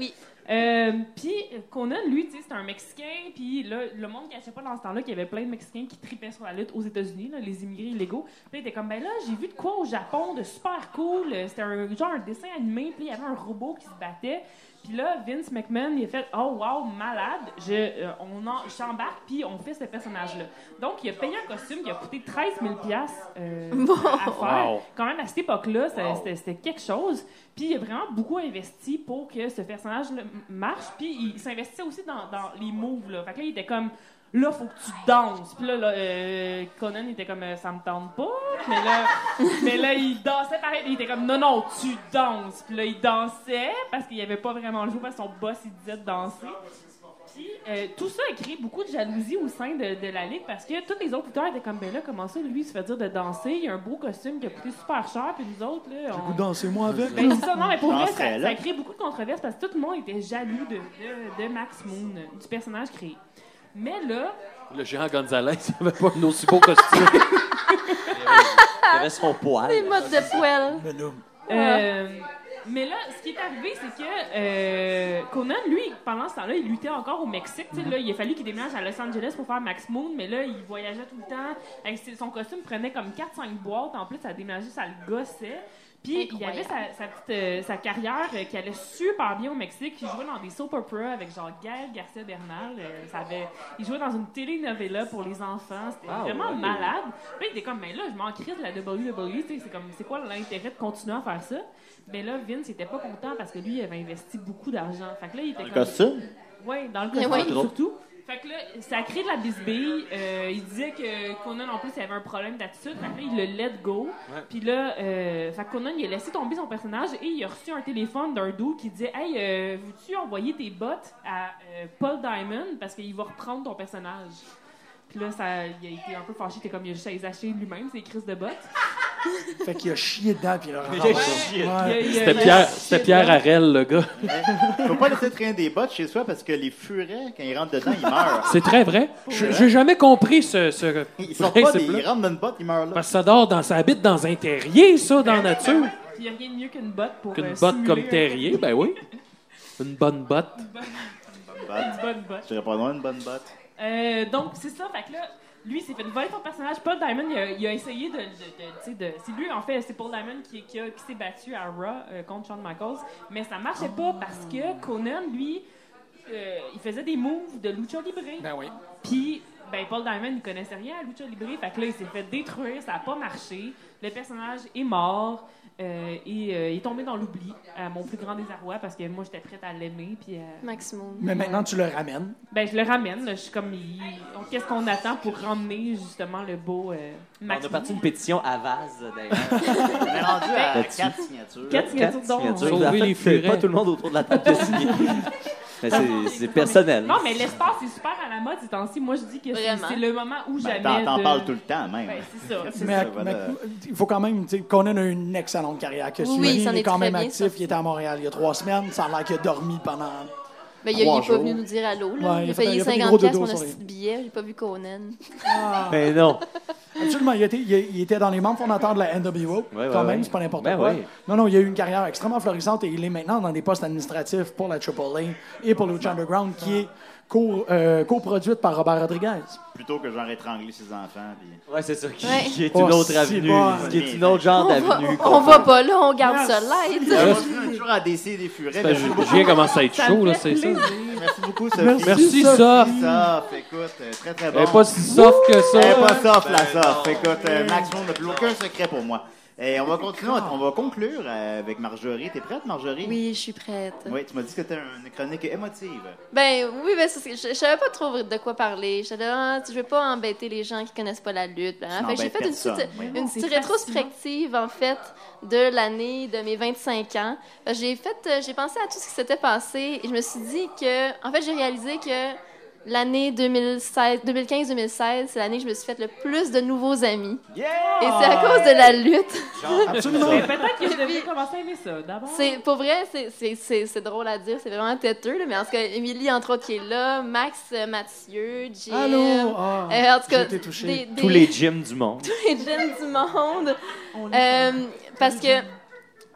E: Euh, puis Conan, lui, tu sais, c'est un Mexicain, puis là, le monde ne cachait pas dans ce temps-là qu'il y avait plein de Mexicains qui tripaient sur la lutte aux États-Unis, là, les immigrés illégaux. Puis là, il était comme, ben là, j'ai vu de quoi au Japon, de super cool, Euh, c'était un, genre un dessin animé, puis il y avait un robot qui se battait. Puis là, Vince McMahon, il a fait « Oh wow, malade, je euh, on en- j'embarque, puis on fait ce personnage-là. » Donc, il a payé un costume qui a coûté 13 000 [LAUGHS] euh, à faire.
A: Wow.
E: Quand même, à cette époque-là, ça-
A: Wow.
E: c'était- c'était quelque chose. Puis il a vraiment beaucoup investi pour que ce personnage marche. Puis il s'investissait aussi dans, dans les moves. Là. Fait que là, il était comme là, faut que tu danses. Puis là, là, euh, Conan il était comme euh, ça me tente pas. Mais là,
A: [LAUGHS]
E: mais là, il dansait pareil. Il était comme non, non, tu danses. Puis là, il dansait parce qu'il n'y avait pas vraiment le jour parce que son boss il disait de danser. Puis, euh, tout ça a créé beaucoup de jalousie au sein de, de la ligue parce que tous les autres lutteurs étaient comme ben là comment ça lui il se fait dire de danser il a un beau costume qui a coûté super cher puis nous autres là on...
B: Vous dansez-moi avec.
E: Ben, c'est ça, non, mais pour vrai,
B: Danserait,
E: ça,
B: là.
E: ça a créé beaucoup de controverses parce que tout le monde était jaloux de, de- de Max Moon, du personnage créé. Mais là,
O: Le géant Gonzalez, il avait pas un aussi beau costume.
D: Il avait son poil.
H: C'est le mode de poêle.
E: euh, mais là, ce qui est arrivé, c'est que euh, Conan, lui, pendant ce temps-là, il luttait encore au Mexique. Tu sais,
A: Mhm.
E: Là, il a fallu qu'il déménage à Los Angeles pour faire Max Moon, mais là, il voyageait tout le temps. Avec ses- son costume prenait comme 4-5 boîtes. En plus, ça déménageait, ça le gossait. Puis, il y avait sa, sa petite, euh, sa carrière euh, qui allait super bien au Mexique. Il jouait dans des soap operas avec genre Gaël Garcia Bernal. Euh, ça avait- il jouait dans une telenovela pour les enfants. C'était
A: Ah,
E: vraiment
A: ouais.
E: malade. Puis là, il était comme, mais là, je m'en crie de la WWE. tu sais, C'est comme, c'est quoi l'intérêt de continuer à faire ça? Mais là, Vince, il était pas content parce que lui, il avait investi beaucoup d'argent. Fait que là, il était
C: le
E: comme-
C: costume?
E: Ouais, dans le
C: Mais
E: costume,
C: ouais.
E: surtout. Fait que là, ça a créé de la bisbille. Euh, il disait que Conan, en plus, il avait un problème d'attitude. Fait que là, il le let go.
A: Ouais.
E: Puis là, euh, fait que Conan, il a laissé tomber son personnage et il a reçu un téléphone d'un doux qui disait Hey, euh, veux-tu envoyer tes bottes à euh, Paul Diamond parce qu'il va reprendre ton personnage Puis là, ça, il a été un peu fâché. Il était comme Il a juste à les acheter lui-même, ses crises de bottes.
B: Fait qu'il a chié dedans, puis il a
O: Il a
E: chié.
B: Ouais.
E: Il a-
O: C'était Pierre, c'était Pierre Harel, le gars.
C: Faut pas laisser traîner des bottes chez soi parce que les furets, quand ils rentrent dedans, ils meurent.
O: C'est très vrai. Je- J'ai jamais compris ce, ce
C: Ils sortent pas, des-
O: principe-là.
C: ils rentrent dans une botte, ils meurent là.
O: Parce que ça dort dans, ça habite dans un terrier, ça, dans la nature.
E: Puis il n'y a rien de mieux qu'une botte pour.
O: Qu'une
E: euh,
O: botte
E: simuler
O: comme
E: un-
O: terrier, ben oui. Une bonne botte.
C: Une
E: bonne botte.
C: Je réponds une bonne botte.
E: Euh, donc, c'est ça. Fait que là, lui, il s'est fait voler son personnage. Paul Diamond, il a, il a essayé de. de- de- tu sais, de- c'est lui, en fait, c'est Paul Diamond qui, qui, a- qui s'est battu à Raw euh, contre Shawn Michaels. Mais ça marchait pas parce que Conan, lui, euh, il faisait des moves de Lucha Libre. Ben
B: oui.
E: Puis, ben, Paul Diamond, il connaissait rien à Lucha Libre. Fait que là, il s'est fait détruire. Ça a pas marché. Le personnage est mort. euh, et euh, il est tombé dans l'oubli, à mon plus grand désarroi, parce que moi, j'étais prête à l'aimer. Puis, à-
H: Maximum.
B: Mais maintenant, tu le ramènes.
E: ben, je le ramène. là. Je suis comme, il- on- qu'est-ce qu'on attend pour ramener justement le beau euh, Max
D: On a parti une pétition à
E: [LAUGHS]
D: Vase,
C: On est rendu à
D: d'ailleurs.
C: quatre signatures.
E: Quatre signatures, donc.
D: Sauvez
E: Sauvez
D: les
E: les
D: furets.
E: furets.
D: Pas tout le monde autour de la
O: [LAUGHS]
D: table qui a signé. Mais c'est- c'est personnel.
E: Non, mais l'espace c'est super à la mode ces temps-ci. Moi, je dis que c'est
H: Vraiment.
E: c'est le moment où
C: Ben,
E: jamais.
C: t'en- t'en
E: de-
C: parles tout le temps, même.
E: Ben, c'est ça.
C: [LAUGHS] C'est
B: Mais,
C: ça,
B: mais-
C: voilà.
B: il faut quand même, tu sais, Conan a une excellente carrière. Que
H: Oui,
B: suivi,
H: oui,
B: il
H: c'en
B: est
H: est
B: quand
H: très
B: même
H: bien
B: actif. Il était à Montréal il y a trois semaines. Ça a l'air qu'il a dormi pendant.
H: Ben, il, il est
B: Trois
H: pas
B: jours.
H: venu nous dire allô, là.
B: Ouais,
H: il
B: il
H: a payé
B: a fait- il a fait des
H: 50
B: gros
H: piastres
B: dodos
H: pour
B: sur
H: notre petit billet. J'ai pas vu Conan.
D: Mais non.
B: Absolument, il était, il- il était dans les membres fondateurs de la NWO,
D: Ouais,
B: quand
D: ouais,
B: même,
D: ouais.
B: c'est pas n'importe
D: Ben
B: quoi.
D: ouais.
B: Non, non, il a eu une carrière extrêmement florissante et il est maintenant dans des postes administratifs pour la AAA et pour le Lucha Underground, qui est co- euh, coproduite par Robert Rodriguez.
C: Plutôt que genre étrangler ses enfants. puis-
D: Ouais, c'est ça. Qui,
H: Ouais.
D: qui est
B: Oh,
D: une autre
B: c'est
D: avenue.
B: bon.
D: Qui est une autre genre
H: on, va,
D: d'avenue.
H: on va pas là, on garde ça
C: Ah, moi,
H: light.
C: je suis toujours à DC des furets.
O: Ben,
C: Merci
O: je-
C: beaucoup.
O: je viens commencer à être Ça me chaud, là, fait c'est ça.
E: plaisir.
C: Merci beaucoup,
O: Merci,
C: Sophie.
O: Merci, Sophie. Sophie.
C: Sophie, Écoute, euh, très très bon.
O: Elle est pas si soft que ça.
C: Elle est pas soft, la soft. Ah, fait, écoute, euh, Max Moon n'a plus aucun secret pour moi. Et on va continuer, on va conclure euh, avec Marjorie. T'es prête, Marjorie?
H: Oui, je suis prête.
C: Oui, tu m'as dit que t'as une chronique émotive.
H: Ben oui, ben, c'est ce que- je, je savais pas trop de quoi parler. J'étais là, ah, tu- je veux pas embêter les gens qui connaissent pas la lutte. blablabla.
C: Tu
H: Fait que j'ai fait
C: n'embêtes
H: une petite,
C: personne, voyons.
H: une
C: Non,
H: petite
C: c'est
H: rétrospective, en fait, de l'année de mes 25 ans. Fait que J'ai fait, euh, j'ai pensé à tout ce qui s'était passé et je me suis dit que, en fait, j'ai réalisé que l'année 2016 2015-2016, c'est l'année que je me suis fait le plus de nouveaux amis. Et c'est à cause de la lutte.
E: Mais Peut-être que je devrais commencer à aimer ça d'abord.
H: C'est pour vrai, c'est- c'est- c'est c'est drôle à dire, c'est vraiment têteux, là, mais en tout cas, Émilie, entre autres, qui est là, Max, euh, Mathieu, Jim.
B: Allô? Ah,
H: euh, en tout cas,
B: j'ai été touché.
H: des- des-
D: Tous les gyms du monde.
H: tous les gyms du monde. Euh, parce que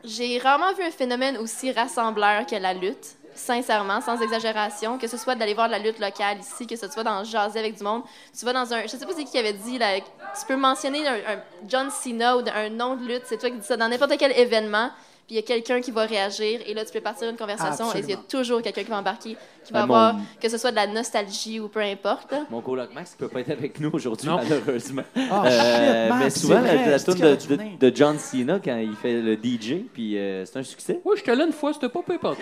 H: j'ai rarement vu un phénomène aussi rassembleur que la lutte, sincèrement, sans exagération, que ce soit d'aller voir de la lutte locale ici, que ce soit d'en jaser avec du monde. Tu vas dans un. Je sais pas c'est qui qui avait dit, là, tu peux mentionner un, un John Cena ou un nom de lutte, c'est toi qui dis ça, dans n'importe quel événement. Puis il y a quelqu'un qui va réagir et là tu peux partir une conversation et il y a
D: Absolument.
H: toujours quelqu'un qui va embarquer, qui va
D: Ben, mon-
H: avoir que ce soit de la nostalgie ou peu importe. là.
D: Mon coloc Max ne peut pas être avec nous aujourd'hui, malheureusement. Euh,
H: Ah,
B: shit, Max,
D: mais souvent,
B: c'est vrai,
D: la, la
B: c'est-tu
D: tune
B: qu'elle
D: de,
B: a tourné?
D: de- de John Cena quand il fait le DJ, puis euh, c'est un succès.
O: Oui, j'étais là une fois, c'était pas peu importe.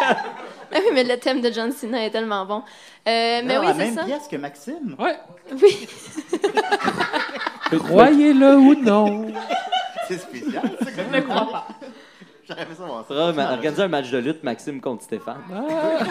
H: Ah oui, mais le thème de John Cena est tellement bon. Euh, mais
C: Non,
H: oui,
C: Ah, la
H: c'est
C: même
H: ça.
C: pièce que Maxime.
O: Ouais.
H: Oui.
O: Croyez-le ou non.
C: C'est spécial, ça, comme
E: Je ne crois pas.
C: J'aurais aimé ça voir ça.
D: Faudra ma- organiser un match de lutte Maxime contre Stéphane.
O: Ah.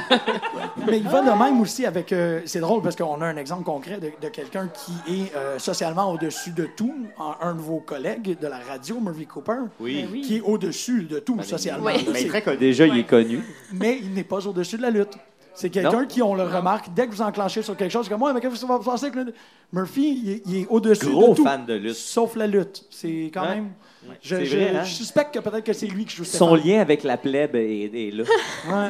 B: Mais il va de même aussi avec. euh, c'est drôle parce qu'on a un exemple concret de, de quelqu'un qui est euh, socialement au-dessus de tout, un, un de vos collègues de la radio, Murray Cooper,
D: Oui.
B: qui est au-dessus de tout socialement.
D: Oui.
B: Là,
D: Mais
B: c'est-
D: très connu. Déjà, il est connu.
B: mais il n'est pas au-dessus de la lutte. C'est quelqu'un
D: Non.
B: qui, on le remarque, dès que vous enclenchez sur quelque chose, c'est comme moi, mais qu'est-ce que vous pensez que le- Murphy, il est, il est au-dessus
D: Gros
B: de tout.
D: fan de lutte.
B: Sauf la lutte. C'est quand
D: Ouais.
B: même.
D: Ouais.
B: Je,
D: C'est
B: je-
D: vrai, hein?
B: je suspecte que peut-être que c'est lui qui joue
D: Son
B: Stéphane.
D: lien avec la plèbe est, est là.
B: Ouais.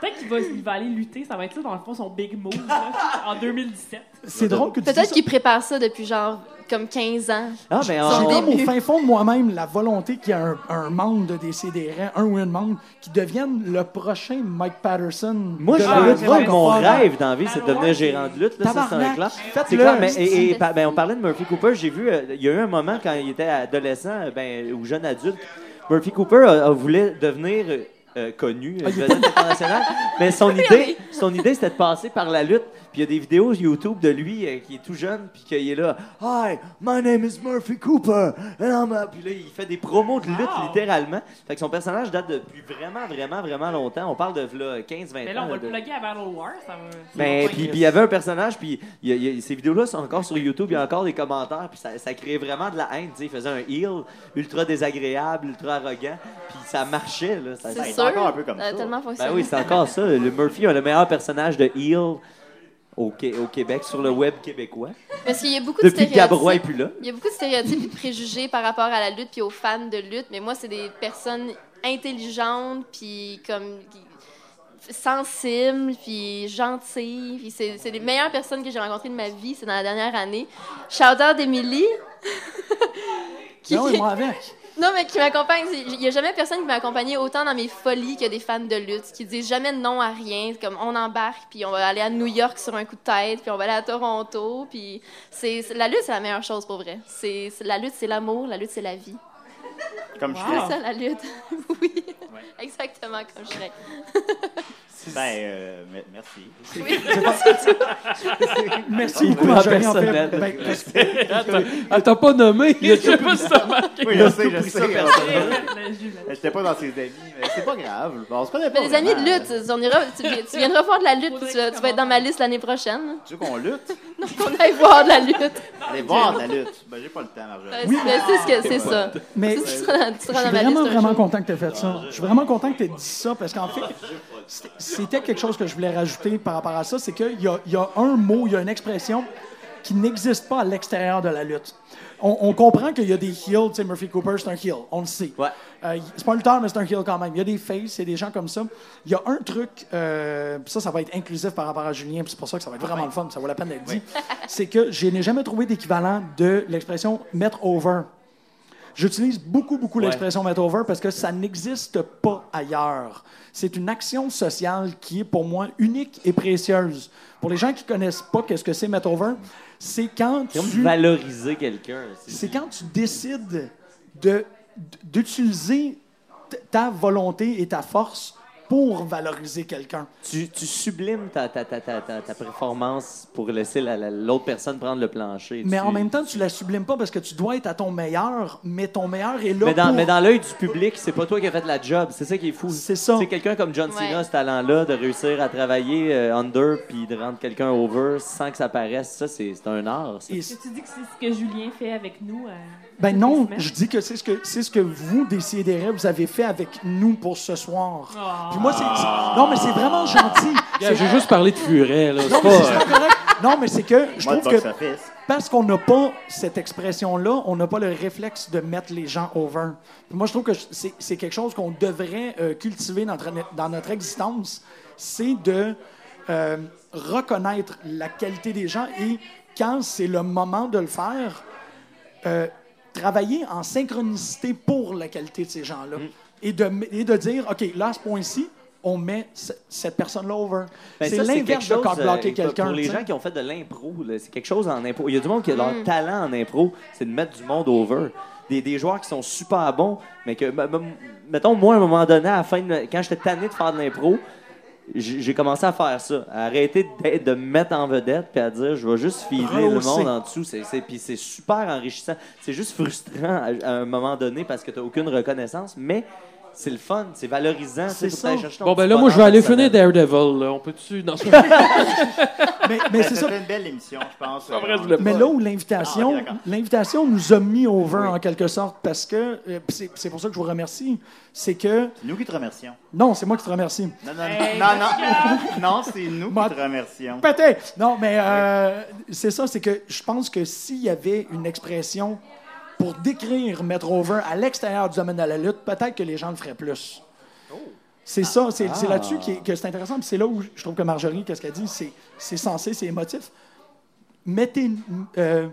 E: Peut-être qu'il va, il va aller lutter, ça va être ça dans le fond son big move là, en 2017.
B: C'est drôle que tu dises
H: Peut-être
B: ça.
H: qu'il prépare ça depuis genre comme 15 ans.
D: Ah, mais
B: J'ai comme au
D: on...
B: fin fond de moi-même la volonté qu'il y a un, un membre de DCDR, un ou une membre, qui devienne le prochain Mike Patterson.
D: Moi,
B: de
D: je
B: la
D: veux
B: lutte
D: dire, mon
B: francophone.
D: rêve dans la vie, c'est de devenir gérant de lutte. Là, ça, c'est un
B: Tabarnak.
D: clan.
B: Faites-le.
D: C'est clair, mais et- et, pa- ben, on parlait de Murphy Cooper. J'ai vu, euh, il y a eu un moment quand il était adolescent euh, ben, ou jeune adulte, Murphy Cooper euh, euh, voulait devenir euh, euh, connu,
B: Ah,
D: euh, vedette internationale.
B: [LAUGHS]
D: Mais son idée, son idée, c'était de passer par la lutte. Puis il y a des vidéos YouTube de lui euh, qui est tout jeune, puis qu'il est là. Hi, my name is Murphy Cooper. [LAUGHS] and I'm a- Puis là, il fait des promos de lutte littéralement. Fait que son personnage date depuis vraiment, vraiment, vraiment longtemps. On parle de là, 15-20 ans.
E: Mais là, on va
D: là,
E: le
D: de-
E: plugger à Battle War, ça va.
D: ben,
E: Ouais.
D: puis puis il y avait un personnage, puis il y a- il y a- ces vidéos-là sont encore sur YouTube, il y a encore des commentaires, puis ça, ça créait vraiment de la haine. tu sais, Il faisait un heel ultra désagréable, ultra arrogant, puis ça marchait. Là, ça,
H: C'est
D: ça-
H: sûr. ça a tellement fonctionné.
D: Ben oui, c'est encore ça. Le Murphy a le meilleur personnage de heel au, Qué- au Québec, sur le web québécois.
H: [LAUGHS] Parce qu'il y a beaucoup de
D: Depuis que
H: stéréotypes.
D: Gabrois est plus là.
H: Il y a beaucoup de stéréotypes et de préjugés par rapport à la lutte puis aux fans de lutte, mais moi, c'est des personnes intelligentes puis comme qui- sensibles puis gentilles. Puis c'est, c'est les meilleures personnes que j'ai rencontrées de ma vie, c'est dans la dernière année. Shout-out d'Émilie.
B: Ben oui, moi avec.
H: Non, mais qui m'accompagne. c'est- Il n'y a jamais personne qui m'a accompagnée autant dans mes folies que des fans de lutte, qui disent jamais non à rien. C'est Comme on embarque, puis on va aller à New York sur un coup de tête, puis on va aller à Toronto. Puis c'est c'est- la lutte, c'est la meilleure chose pour vrai. C'est c'est- la lutte, c'est l'amour, la lutte, c'est la vie.
C: Comme
H: C'est
C: je
H: ça la lutte. [LAUGHS] oui, exactement comme Shrek.
C: suis. Ben, euh, me- merci.
B: [LAUGHS] Merci
F: Ah,
B: beaucoup,
O: Vraiment
B: Marjorie, en fait.
O: personnel.
B: Ben, parce que- [LAUGHS]
C: [LAUGHS]
O: Attends, elle t'a pas nommé. Je sais pas si t'as remarqué.
C: Oui, je sais, je sais.
B: [LAUGHS]
E: Le jus, là.
C: J'étais pas dans ses amis, mais c'est pas grave. On se connaît pas.
H: Mais les amis de
C: vraiment.
H: lutte, on ira- tu, vi-
C: [LAUGHS]
H: tu viendras voir de la lutte, puis tu, vas- tu vas être dans ma liste l'année prochaine. [LAUGHS]
C: Tu veux qu'on lutte?
H: Non, qu'on aille voir de la lutte.
C: [LAUGHS] Allez voir de la lutte. Ben, j'ai pas le temps, Marjorie.
H: Ouais, c'est- mais c'est ce que- c'est
C: J'ai pas
H: ça.
C: le temps.
B: Mais
H: Tu seras dans, tu
B: je
H: seras
B: suis
H: dans ma liste.
B: vraiment,
H: un
B: vraiment
H: jour.
B: content que tu aies fait ça. Je suis vraiment content que tu aies dit ça parce qu'en fait, c'était- c'était quelque chose que je voulais rajouter par rapport à ça. C'est qu'il y a, il y a un mot, il y a une expression qui n'existe pas à l'extérieur de la lutte. On, on comprend qu'il y a des heels. Tu sais, Murphy Cooper, c'est un heel. On le sait. Euh, c'est pas un lutteur, mais c'est un heel quand même. Il y a des faces, c'est des gens comme ça. Il y a un truc, euh, pis ça, ça va être inclusif par rapport à Julien, puis c'est pour ça que ça va être vraiment le fun, ça vaut la peine d'être dit. C'est que je n'ai jamais trouvé d'équivalent de l'expression mettre over. J'utilise beaucoup, beaucoup l'expression met over parce que ça n'existe pas ailleurs. C'est une action sociale qui est pour moi unique et précieuse. Pour les gens qui connaissent pas qu'est-ce que c'est met over, c'est quand
D: C'est comme
B: tu
D: valoriser quelqu'un.
B: c'est quand tu décides de- d'utiliser t- ta volonté et ta force pour valoriser quelqu'un.
D: Tu, tu sublimes ta, ta, ta, ta, ta, ta performance pour laisser la- la- l'autre personne prendre le plancher.
B: Mais
D: Tu-
B: en même temps, tu la sublimes pas parce que tu dois être à ton meilleur, mais ton meilleur est là
D: mais dans,
B: pour...
D: mais dans l'œil du public, c'est pas toi qui as fait la job. C'est ça qui est fou. C'est ça. C'est quelqu'un comme John Cena, ce talent-là, de réussir à travailler euh, under puis de rendre quelqu'un over sans que ça paraisse. Ça, c'est c'est un art. ça.
E: Est-ce que tu dis que c'est ce que Julien fait avec nous? euh,
B: Ben
E: toutes
B: non,
E: les semaines?
B: je dis que c'est ce que c'est ce que vous déciderez, vous avez fait avec nous pour ce soir. Puis moi, c'est c'est- non, mais c'est
F: [LAUGHS]
B: vraiment gentil.
F: Gars, J'ai
B: C'est-
F: juste parlé de furet, là.
B: Non,
F: C'est
B: mais c'est
F: pas. euh,
B: pas correct. Non, mais c'est que je
C: Moi,
B: trouve
C: le
B: que
C: box-office.
B: parce qu'on n'a pas cette expression-là, on n'a pas le réflexe de mettre les gens over. Puis moi, je trouve que je- c'est c'est quelque chose qu'on devrait euh, cultiver dans notre, dans notre existence, c'est de euh, reconnaître la qualité des gens et quand c'est le moment de le faire, euh, travailler en synchronicité pour la qualité de ces
D: Mm.
B: gens-là. Et, de, et de dire, OK, là, à ce point-ci, on met ce- cette personne-là over.
D: Ben,
B: c'est
D: ça,
B: l'inverse de
D: quelque
B: quand
D: chose, euh,
B: bloquer
D: pour-
B: quelqu'un.
D: Pour les
B: tu sais.
D: gens qui ont fait de l'impro, là, c'est quelque chose en impro. Il y a du monde qui a leur
B: Mm.
D: talent en impro, c'est de mettre du monde over. Des, des joueurs qui sont super bons, mais que, m- m- mettons, moi, à un moment donné, à la fin de- quand j'étais tanné de faire de l'impro, j- j'ai commencé à faire ça, à arrêter de, de me mettre en vedette puis à dire je vais juste filer le
F: Rehausser.
D: monde en dessous. C'est, c'est- puis c'est super enrichissant. C'est juste frustrant à, à un moment donné parce que tu aucune reconnaissance, mais c'est le fun, c'est valorisant. tu sais, faut aller chercher ton
F: Bon, ben
D: petit
F: là, moi, je vais
D: bonheur
F: aller
D: personnel.
F: finir Daredevil, là. On peut-tu. Non, c'est-
C: [LAUGHS]
B: mais
C: Ben,
B: c'est
C: ça.
B: ça.
C: fait une belle émission, je pense. Euh,
B: Mais là où
D: Ah,
B: l'invitation, l'invitation nous a mis over en quelque sorte parce que euh, pis c'est c'est pour ça que je vous remercie. C'est que
C: nous qui te remercions.
B: non, c'est moi qui te remercie.
C: Non, non, non,
A: Hey,
C: non,
A: Pascal.
C: non, non c'est nous qui te remercions.
B: Peut-être. Non, mais euh, c'est ça, c'est que je pense que s'il y avait une expression pour décrire mettre over à l'extérieur du domaine de la lutte, peut-être que les gens le feraient plus. C'est ça, c'est c'est
D: Ah.
B: là-dessus qui est- que c'est intéressant. puis C'est là où je trouve que Marjorie, qu'est-ce qu'elle dit, c'est- c'est sensé, c'est émotif. Mettez, euh,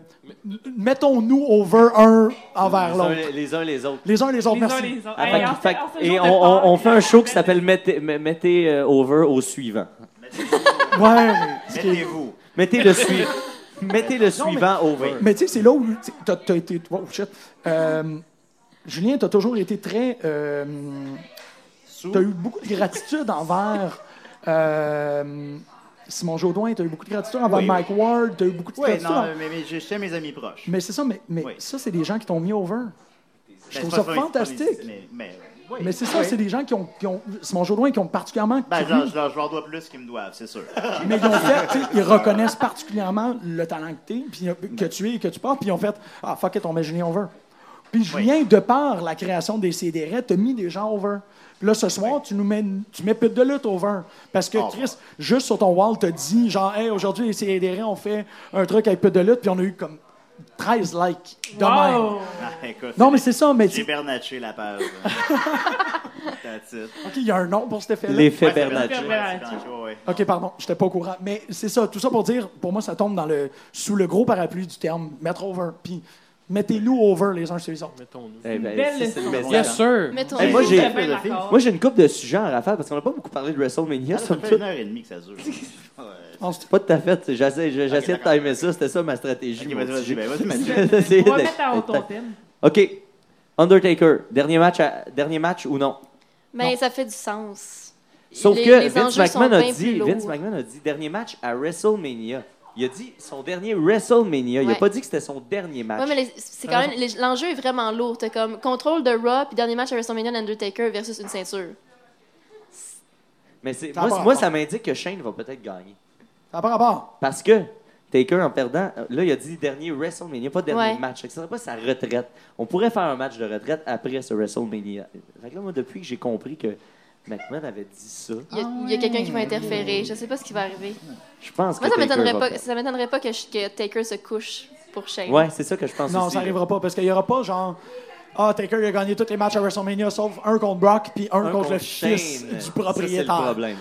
B: mettons-nous over un [LAUGHS] envers
D: les,
B: l'autre.
D: uns, les uns les autres.
B: Les uns les autres,
D: Les uns
B: merci.
D: les autres. Ah, fait- fait- et on, on- on fait un show qui s'appelle Mettez, me- mettez, euh, over au suivant.
B: Ouais.
C: Mettez-vous.
D: Mettez le, sui- mettez le suivant over.
B: Mais tu sais, c'est là où tu- t'as t'as été. Oh shit. Euh, Julien, t'as toujours été très. Euh, t'as eu beaucoup de gratitude envers. euh, Simon Jaudoin, t'as eu beaucoup de gratitude envers
C: Oui,
B: Mike Ward, t'as eu beaucoup de
C: Oui,
B: gratitude.
C: non,
B: en-
C: mais, mais j'étais mes amis proches.
B: Mais c'est ça, mais, mais ça, c'est des gens qui t'ont mis over. Je
C: Ben,
B: trouve ça
C: c'est pas- c'est pas mes-
B: fantastique.
C: Mais, mais, oui.
B: Mais c'est ça,
C: Oui.
B: c'est des gens qui ont, qui ont. Simon Jaudoin, qui ont particulièrement.
C: Ben, je,
B: cru-
C: leur- je leur- je leur dois plus qu'ils me doivent, c'est sûr.
B: Mais ils ont fait, tu sais, ils reconnaissent particulièrement le talent que, t'es, puis, euh, que tu es et que tu portes, puis ils ont fait Ah, fuck it, on met Julien over. Puis Julien, de par la création des CDR, t'as mis des gens over. Puis là, ce soir, tu nous mets, tu mets Pute de lutte over. Parce que Chris, juste sur ton wall, t'as dit genre, hey, aujourd'hui, les CDR, on fait un truc avec Pute de lutte, puis on a eu comme 13 likes. De même.
C: Ah, écoute,
B: Non, mais c'est ça, mais
C: J'ai
B: tu-
C: bernatché la page. hein.
B: [LAUGHS]
C: That's it.
B: OK, il y a un nom pour cet effet-là.
D: L'effet
C: Ouais, c'est
D: Bernatchez.
C: Bernatchez, ouais, c'est Bernatchez, ouais, ouais.
B: OK, pardon, j'étais pas au courant. Mais c'est ça, tout ça pour dire, pour moi, ça tombe dans le sous le gros parapluie du terme mettre over. Puis mettez-nous over les uns sur les autres. Mettons-nous.
D: Eh ben,
B: Belle
D: si, c'est
B: leçon.
D: le message.
B: Yes, sir. Mettons-
D: Eh, moi,
B: Mettons-
D: j'ai,
B: Mettons- Mettons-
D: moi, j'ai une coupe de sujets en rafale parce qu'on n'a pas beaucoup parlé de WrestleMania.
C: Ça
D: somme
C: fait
D: toute.
C: une heure et demie que ça dure. Ouais.
D: C'est pas tout à fait. c'est- J'essaie, je- j'essaie de timer ça. C'était ça ma stratégie.
C: Ok,
D: mon
C: vas-y,
D: petit jeu.
C: vas-y, ben,
D: [LAUGHS]
C: vas-y, Mathieu.
D: J'essayais
C: On va
D: de-
C: mettre
H: en haut ton
D: de-
H: thème.
D: OK. Undertaker, dernier match, à- dernier match ou non?
H: Mais ça fait du sens.
D: Sauf
H: Les-
D: que
H: les
D: Vince
H: enjeux sont
D: McMahon, a
H: bien plus
D: dit,
H: lourds.
D: Vince McMahon a dit dernier match à WrestleMania. Il a dit son dernier WrestleMania. Il a
H: Ouais.
D: pas dit que c'était son dernier match.
H: Ouais, mais les- c'est
D: T'as
H: quand même les- l'enjeu est vraiment lourd. T'as comme contrôle de Raw puis dernier match à WrestleMania d'Undertaker versus une ceinture.
D: Mais c'est-
H: Ça
D: moi,
H: a pas
D: c'est- moi,
H: rapport.
D: ça m'indique que Shane va peut-être gagner.
B: Ça n'a pas rapport.
D: Parce que Taker, en perdant, euh, là, il a dit dernier WrestleMania, pas dernier
H: Ouais.
D: match. Fait que Ça serait pas sa retraite. On pourrait faire un match de retraite après ce WrestleMania. Fait que là, moi, depuis que j'ai compris que McMahon avait dit ça,
H: Il
C: Ah
H: y a, il y a quelqu'un qui va interférer. Je sais pas ce qui va arriver.
D: je pense
H: Moi,
D: que
H: ça m'étonnerait
D: Taker va
H: pas,
D: perdre.
H: ça m'étonnerait pas que, je- que Taker se couche pour Shane.
D: Ouais, c'est ça que je pense
B: Non,
D: aussi.
B: ça n'arrivera pas parce qu'il n'y aura pas genre. Ah, Taker il a gagné tous les matchs à WrestleMania sauf un contre Brock puis un, contre, le fils
D: Shane.
B: du
D: Ça, c'est le
B: propriétaire.
D: problème.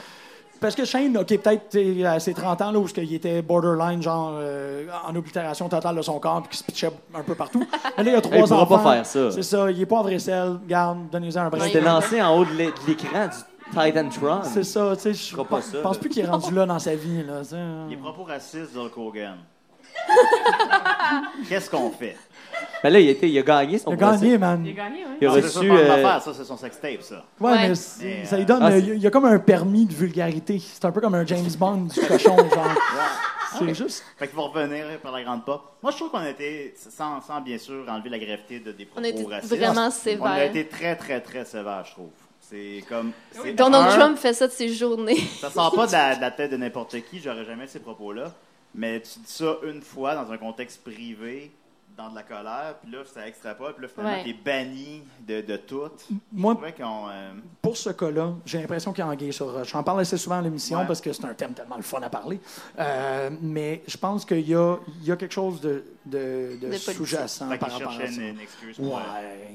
B: Parce que Shane, OK, peut-être t'sais, à ses 30 ans, là, où il était borderline, genre euh, en oblitération totale de son corps, puis qui se pitchait un peu partout. Mais là, il a trois
D: [LAUGHS] Il pourra
B: enfants.
D: pas faire ça.
B: C'est ça, il est pas en vaisselle. Garde, donnez-en un
D: Il
B: brin.
D: s'était lancé en haut de l'é- de l'écran du Titan Tron.
B: C'est ça, tu sais, je
D: Fera pas ça,
B: pense
D: là.
B: plus qu'il est rendu là dans sa vie. Là, hein. t'sais.
C: Les propos racistes d'Hulk Hogan. Qu'est-ce qu'on fait?
D: Mais Ben là, il, était, il a gagné son
B: Il a gagné,
D: procès.
B: man.
C: Il a
E: gagné, oui.
D: Il a
C: Non, Ah, c'est ça,
D: reçu.
C: pas une
D: euh,
C: affaire, ça, c'est son sextape, ça.
B: Ouais, mais c'est-
C: Mais,
B: ça
C: euh,
B: lui donne.
D: ah,
B: euh,
D: c'est-
B: il y a- il y a comme un permis de vulgarité. C'est un peu comme un James Bond du cochon, genre.
H: Ah
B: C'est juste.
C: Fait qu'ils vont revenir par la grande porte. Moi, je trouve qu'on a été, sans, sans bien sûr enlever la gravité de des propos
H: On a été
C: racistes,
H: vraiment
C: On a
H: sévères.
C: été très, très, très sévères, je trouve. C'est comme. c'est
H: Donald
C: un,
H: Trump fait ça de ses journées.
C: Ça sort pas de la, de la tête de n'importe qui, j'aurais jamais ces propos-là. Mais tu dis ça une fois dans un contexte privé, dans de la colère, puis là, ça extrapole, puis là, finalement,
H: Ouais.
C: t'es banni de, de tout.
B: Moi-
C: Je trouvais qu'on. euh,
B: Pour ce cas-là, j'ai l'impression qu'il y a anguille sur roche. J'en parle assez souvent à l'émission
C: Ouais.
B: parce que c'est un thème tellement le fun à parler. Euh, mais je pense qu'il y a, il y a quelque chose de, de- de
C: De politique.
B: sous-jacent
C: Fait qu'il
B: par rapport à
C: cherchait
B: ça.
C: une- une excuse
B: Ouais,
C: pour-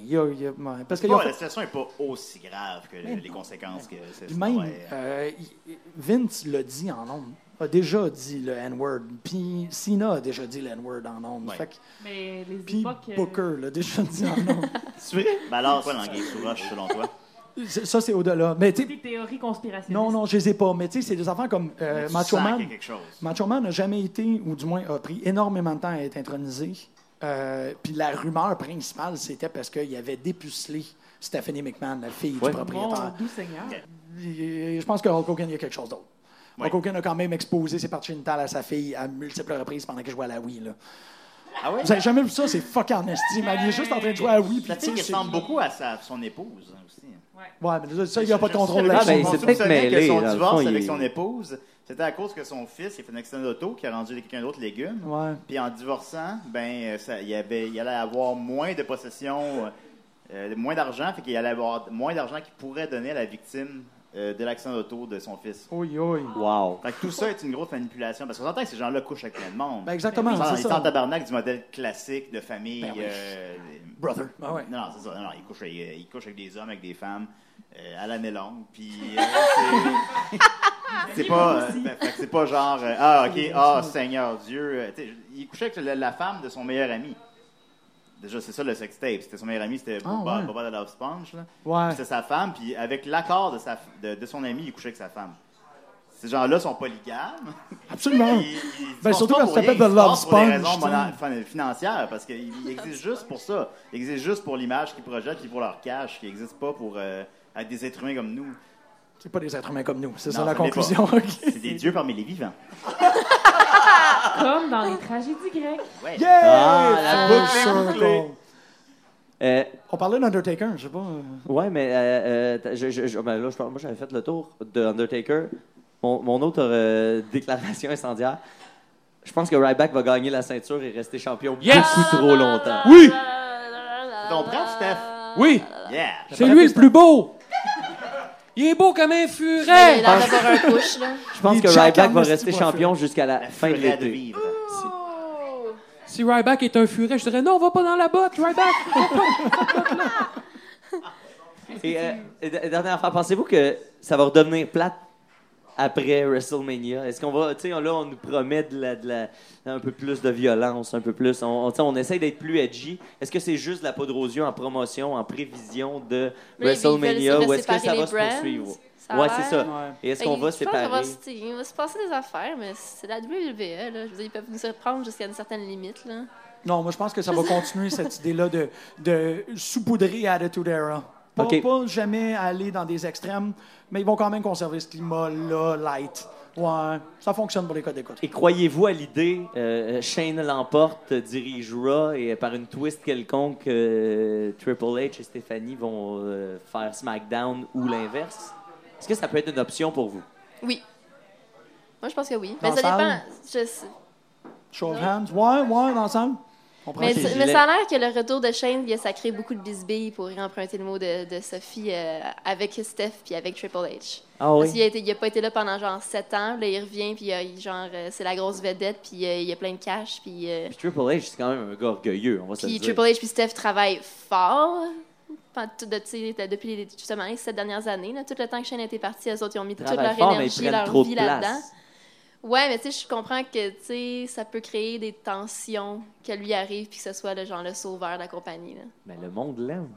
B: il y a- il y a- ouais, parce que
C: Bon,
B: il a
C: La
B: fait-
C: situation n'est pas aussi grave que les conséquences que c'est.
B: Puis même,
C: ouais.
B: euh, il- il- Vince l'a dit en ondes, a déjà dit le N-word. Puis Sina a déjà dit le N-word en ondes. Fait que
E: Mais les
B: Puis
E: époques. euh,
B: Booker l'a déjà dit en ondes.
C: [LAUGHS] C'est vrai? Ben alors, quoi l'anguille sous roche, selon toi?
B: C'est- Ça, c'est au-delà. Mais tu sais,
E: des théories conspirationnistes.
B: non, non, je les ai pas. Mais tu sais, c'est des enfants comme euh,
C: Mais tu
B: Macho
C: sens
B: Man.
C: qu'il y a quelque chose.
B: Macho Man n'a jamais été, ou du moins a pris énormément de temps à être intronisé. Euh, Puis la rumeur principale, c'était parce qu'il avait dépucelé Stephanie McMahon, la fille
E: Ouais.
B: du propriétaire.
E: Mon doux Seigneur.
B: Et Je pense que Hulk Hogan, il y a quelque chose d'autre.
C: Ouais.
B: Hulk Hogan a quand même exposé ses parties génitales à sa fille à multiples reprises pendant qu'il jouait à la Wii. Là.
C: Ah ouais?
B: Vous avez jamais vu ça? C'est fuck en estime. Il est juste en train de jouer à la Wii. puis
C: La
B: tu sais,
C: fille
B: c'est-
C: ressemble beaucoup à sa, son épouse hein, aussi.
B: Ouais, mais ça, il n'y a pas de contrôle
C: Je me
B: là-dessus.
D: Ah, ben,
C: souviens que son
D: dans le
C: divorce
D: fond,
C: avec
D: il-
C: son épouse, c'était à cause que son fils, il fait un accident d'auto qui a rendu quelqu'un d'autre légume.
B: Ouais.
C: Puis en divorçant, ben, euh, ça, il, avait, il allait avoir moins de possessions, euh, euh, moins d'argent, fait qu'il allait avoir moins d'argent qu'il pourrait donner à la victime euh, de l'accident d'auto de son fils.
B: Oui, oui.
D: Wow.
C: Fait que tout ça est une grosse manipulation. Parce qu'on s'entend que ces gens-là couchent avec plein de monde.
B: Ben exactement,
C: Ils sont-
B: c'est
C: Ils
B: ça.
C: sont en tabarnak du modèle classique de famille.
B: Ben oui.
C: euh,
B: Brother. Ah ouais.
C: Non, non, c'est ça. Non, non, ils, couchent, avec- ils couchent avec des hommes, avec des femmes, euh, à la mélongue. Puis
B: [LAUGHS]
C: euh, c'est- c'est pas, euh, ben, fait que c'est pas genre euh, Ah, ok, ah, Seigneur Dieu. euh, tu sais, Il couchait avec la, la femme de son meilleur ami. Déjà, c'est ça le sextape. C'était son meilleur ami, c'était
B: Ah,
C: Boba,
B: ouais.
C: Boba de Love Sponge. là.
B: Ouais.
C: Puis C'était sa femme, puis avec l'accord de, sa, de, de son ami, il couchait avec sa femme. Ces gens-là sont polygames.
B: Absolument.
C: Ils- ils
B: Ben,
C: divorcent
B: surtout
C: pas
B: quand
C: pour
B: ça
C: rien,
B: s'appelle
C: ils
B: The Love
C: divorcent pour des
B: Sponge,
C: raisons
B: tu sais.
C: mona- fin- financières, parce qu'ils
B: [LAUGHS]
C: existent juste pour ça. Ils existent juste pour l'image qu'ils projettent, puis pour leur cash. Ils n'existent pas pour euh, être des êtres humains comme nous.
B: C'est pas des êtres humains comme nous. C'est
C: Non,
B: ça la
C: ça l'est pas.
B: conclusion. ok.
C: C'est des dieux parmi les vivants.
E: Comme dans les tragédies grecques.
C: Ouais.
B: Yeah!
D: Ah, la
B: Full
D: boucle est
B: circle.
D: bouclée. Euh,
B: On parlait d'Undertaker, je sais pas. euh,
D: Ouais, mais euh, euh, t'as- je, je- je- ben là, je pense- moi, j'avais fait le tour de Undertaker. Mon, mon autre euh, déclaration incendiaire. Je pense que Ryback va gagner la ceinture et rester champion
F: Yes!
D: beaucoup trop longtemps.
F: Oui!
C: Ton prêtre, Steph.
F: Oui!
C: Yeah!
F: C'est lui le plus beau! Il est beau comme un furet!
H: Il a l'air d'avoir un push, là.
D: Je pense
F: Il
D: que
F: check
D: Ryback
F: en
D: va
F: esti
D: rester
F: pour la
D: champion jusqu'à la, fin de
C: furette de
D: l'été.
C: vivre.
F: Si Ryback est un furet, je dirais non, va pas dans la botte, Ryback! Va pas-
D: Et, euh, et d- et dernière affaire, pensez-vous que ça va redevenir plate après WrestleMania? Est-ce qu'on va, tu sais, là, on nous promet de la, de la- un peu plus de violence, un peu plus. On, on, tu sais, on essaye d'être plus edgy. Est-ce que c'est juste la poudre aux yeux en promotion, en prévision de
H: Mais ils veulent
D: WrestleMania
H: se
D: ou est-ce que ça
H: séparer
D: va
H: les
D: se
H: brands,
D: poursuivre?
H: ça a
D: ouais,
H: l'air.
D: c'est ça. Et est-ce
H: Fait
D: qu'on
H: que
D: va
H: je pense qu'on va
D: séparer?
H: se- Il va se passer des affaires, mais c'est la WWE, là. Je veux dire, ils peuvent nous reprendre jusqu'à une certaine limite, là.
B: Non, moi, je pense que ça va continuer cette [LAUGHS] idée-là de, de saupoudrer Attitude Era. Pas,
D: OK.
B: pas jamais aller dans des extrêmes, mais ils vont quand même conserver ce climat-là, light. Ouais, ça fonctionne pour les codes d'écoute.
D: Et croyez-vous à l'idée, euh, Shane l'emporte, euh, dirigera et euh, par une twist quelconque, euh, Triple H et Stéphanie vont euh, faire SmackDown ou l'inverse? Est-ce que ça peut être une option pour vous?
H: Oui. Moi, je pense que oui.
B: Dans
H: mais ça
B: la
H: dépend. Je sais.
B: Show of hands, ouais, ouais, ensemble. On prend
H: Mais,
B: tes
H: ça- mais
B: gilets.
H: ça a l'air que le retour de Shane, il a sacré beaucoup de bisbilles pour y emprunter le mot de, de Sophie euh, avec Steph puis avec Triple H.
D: Ah oui?
H: Parce qu'il a, été- il a pas été là pendant genre 7 ans. Là, il revient puis euh, il- genre euh, c'est la grosse vedette puis euh, il a plein de cash puis euh,
D: Puis Triple H, c'est quand même un gars orgueilleux, on va se le
H: puis
D: dire.
H: Triple H puis Steph travaillent fort pen- tout de- tu sais, de- depuis les- justement les sept dernières années. là, tout le temps que Shane était partie, eux autres, ils ont mis toute
D: Travaillent
H: leur
D: fort, mais ils
H: énergie,
D: prennent
H: leur
D: trop de
H: vie
D: place.
H: là-dedans. Ouais, mais tu sais, je comprends que tu sais, ça peut créer des tensions que lui arrive puis que ce soit le genre le sauveur de la compagnie. Là.
D: Mais le monde l'aime.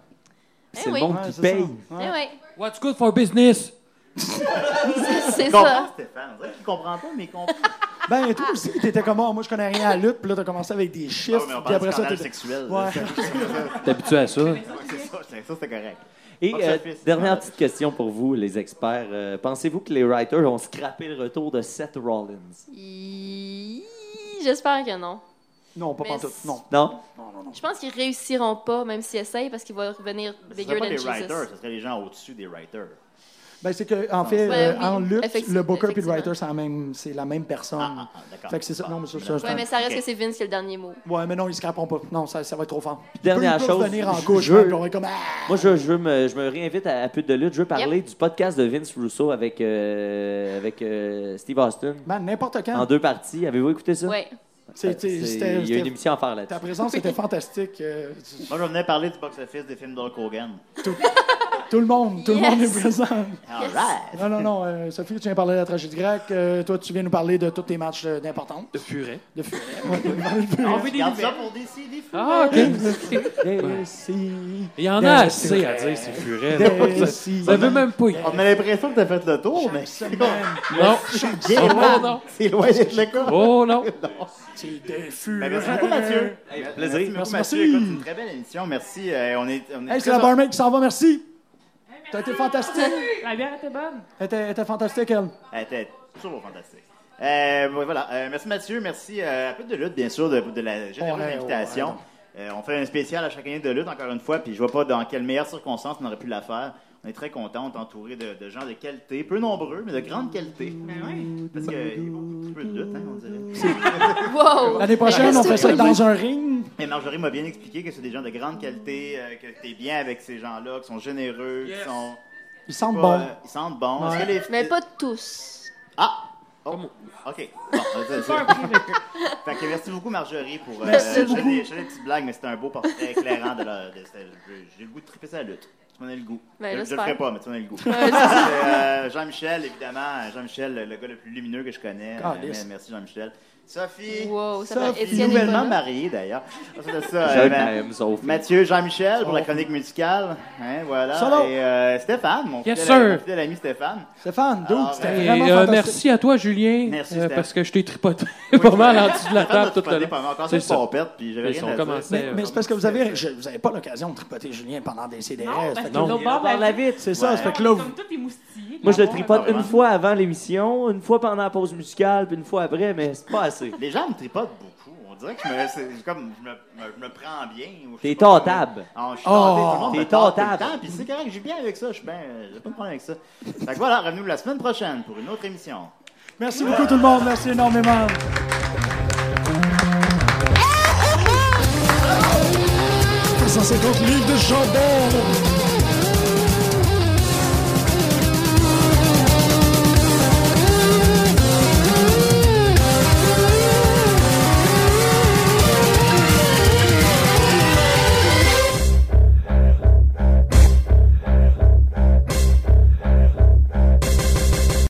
H: Eh
D: C'est le
H: oui.
D: monde
H: Ouais,
D: qui
H: c'est
D: paye.
H: ça. Eh ouais.
F: What's good for business?
D: [LAUGHS]
H: C'est-
C: Il
H: C'est
C: comprend,
H: ça.
C: Stéphane. On dirait qu'il comprend pas, mais il comprend.
B: [LAUGHS] Ben, et toi aussi, t'étais comme moi, moi je connais rien à la lutte, puis là t'as commencé avec des chiffres,
C: Ah oui, mais on
B: puis
C: parle
B: après
C: de
B: ça
C: scandale
B: t'étais-
C: sexuel. [LAUGHS]
B: Ouais.
D: T'es habitué à ça?
C: Ouais, c'est ça, c'est- ça, c'est correct.
D: Et
C: Box
D: euh,
C: office.
D: dernière petite question pour vous, les experts. Euh, Pensez-vous que les writers ont scrappé le retour de Seth Rollins?
H: Hi- J'espère que non.
B: Non, pas
H: Mais
B: pantoute, non.
D: Non?
H: Je pense qu'ils réussiront pas, même s'ils essayent, parce qu'ils vont revenir
C: Ce
H: bigger
C: serait pas
H: than
C: les
H: Jesus.
C: writers, ce serait les gens au-dessus des writers.
B: Ben, c'est que, en
C: Ouais,
B: fait, euh,
H: oui,
B: en lutte,
H: effecti-
B: le booker puis le
H: effectivement.
B: writer, c'est la même, c'est la même personne.
C: Ah,
B: Fait que c'est ça. Non, mais ça, ça,
H: Ouais, mais ça reste que c'est Vince qui a le dernier mot.
B: Ouais, mais non, ils se craperont pas. Non, ça, ça va être trop fort.
D: Dernière
B: ils peuvent
D: chose,
B: venir en
D: je
B: couche,
D: veux-
B: puis on est comme. Ah!
D: Moi, je, je veux me, je me réinvite à, à Pute de lutte. Je veux parler du podcast de Vince Russo avec, euh, avec euh, Steve Austin.
B: Man, n'importe quand.
D: En deux parties. Avez-vous écouté ça?
H: Ouais.
D: C'est-
B: C'est- c'était-
D: Il y a
B: c'était-
D: une émission à faire là-dessus.
B: Ta présence était fantastique. euh,
C: Moi, je venais parler du box-office des films d'Hulk Hogan.
B: tout le monde, tout le monde
C: Yes.
B: est présent.
C: All right.
B: Non, non, non. euh, Sophie, tu viens parler de la tragédie grecque. euh, toi, tu viens nous parler de tous tes matchs euh, d'importance.
L: De purée.
B: De furet. Ouais, tu viens nous parler de furet.
C: On fait des Garde ça pour des CD.
B: Ah, ok.
C: [LAUGHS]
F: Il y en a assez à dire, c'est furet. là. Ça- Ça veut même pas y
C: Ben On a l'impression que t'as fait le tour, mais c'est con.
F: Non.
C: [LAUGHS] C'est
F: Oh,
C: bien loin.
F: non.
C: C'est loin d'être le cas.
F: Oh
C: [LAUGHS]
F: non.
B: C'est des furets.
C: Ben, merci beaucoup, Mathieu.
D: Hey,
C: Merci
D: plaisir.
C: beaucoup,
B: Merci, merci.
C: Mathieu. Écoute, c'est une très belle émission. Merci. Euh, on est, on
B: Hey, c'est
C: est très
B: la
C: heureux-
B: barmaid qui s'en va, merci. T'as été fantastique.
E: La bière était bonne.
B: Elle était, elle était fantastique, elle.
C: Elle était toujours fantastique. Euh, bon, voilà. Euh, merci Mathieu, merci euh, à peu de lutte, bien sûr, de, de la généreuse
B: Oh, Ouais, ouais,
C: invitation. Euh, on fait un spécial à chaque année de lutte, encore une fois, puis je vois pas dans quelles meilleures circonstances on aurait pu la faire. On est très contents, on est entouré de, de gens de qualité, peu nombreux, mais de grande qualité.
H: Ben
C: Parce qu'il y a beaucoup peu de lutte, hein, on dirait.
H: [LAUGHS] Wow!
B: L'année prochaine, on fait ça dans un ring.
C: Et Marjorie m'a bien expliqué que c'est des gens de grande qualité, euh, que t'es bien avec ces gens-là, qui sont généreux, qui sont...
B: Ils sentent
C: pas,
B: bon.
C: euh, ils sentent bon. Est-ce
B: Ouais.
C: que les-
H: Mais pas tous.
C: Ah! Oh. OK.
B: [LAUGHS]
C: Bon, euh,
H: Pas un
C: fait que merci beaucoup, Marjorie, pour. euh,
B: Merci
C: je fais
B: beaucoup.
C: des- je fais des petites blagues, mais c'était un beau portrait éclairant de la. de- c'était- j'ai- J'ai le goût de triper ça à la lutte. Tu m'en as le goût.
H: Ben,
C: je, je le
H: j'espère.
C: ferai pas, mais tu m'en as le goût.
H: Ouais, c'est ça.
C: Et, euh, Jean-Michel, évidemment. euh, Jean-Michel, le- le gars le plus lumineux que je connais.
H: Ah,
C: Euh,
H: yes.
C: merci, Jean-Michel. Sophie.
H: Wow, ça
C: Sophie,
H: fait Étienne est pas
C: nouvellement
H: là.
C: mariée, d'ailleurs. Ensuite de ça,
D: Je
C: euh,
D: l'aime, Sophie.
C: Mathieu, Jean-Michel
B: Oh.
C: pour la chronique musicale. Hein, voilà.
B: Solo.
C: Et euh, Stéphane, mon
F: Yes,
C: fidèle-
F: sir.
C: mon fidèle ami Stéphane.
B: Stéphane, dude, c'était
F: Et,
B: vraiment
F: euh,
B: fantastique.
F: merci à toi, Julien,
C: Merci,
F: euh,
C: Stan.
F: parce que je t'ai tripoté [LAUGHS] pas mal en dessous de la
C: Stéphane
F: table
C: m'a
F: tout le
C: tripoté
F: long.
C: pas mal. Encore
F: C'est
C: une
F: ça.
C: fois, on pète, puis j'avais
F: Ils
C: rien
F: ont
C: à dire.
F: commencé,
B: Mais,
F: euh,
B: mais c'est parce que vous avez, je- vous avez pas l'occasion de tripoter Julien pendant des CDR.
E: Non, parce
B: fait
E: que
B: que-
E: l'autre bord de la
D: la
E: vie,
D: vite.
B: C'est ça,
D: Ouais.
B: ça fait que là, vous-
E: comme tout est moustillé.
D: Moi, je le
E: Bon,
D: tripote
E: bon,
C: hein.
D: une fois avant l'émission, une fois pendant la pause musicale, puis une fois après, mais c'est pas assez.
C: Les gens me tripotent beaucoup. On dirait que je me, c'est comme, je me, me- je me prends bien. ou je
D: T'es
C: sais pas comment.
D: tentable.
C: Ah, je suis
D: Oh,
C: tenté, tout le monde
D: t'es
C: me tente tout le
D: tentable.
C: temps, Puis c'est correct, je suis bien avec ça. Je suis bien, euh, j'ai pas de problème avec ça. Fait que voilà, revenez-nous la semaine prochaine pour une autre émission.
B: Merci beaucoup tout le monde, merci énormément.
N: livres de Chambord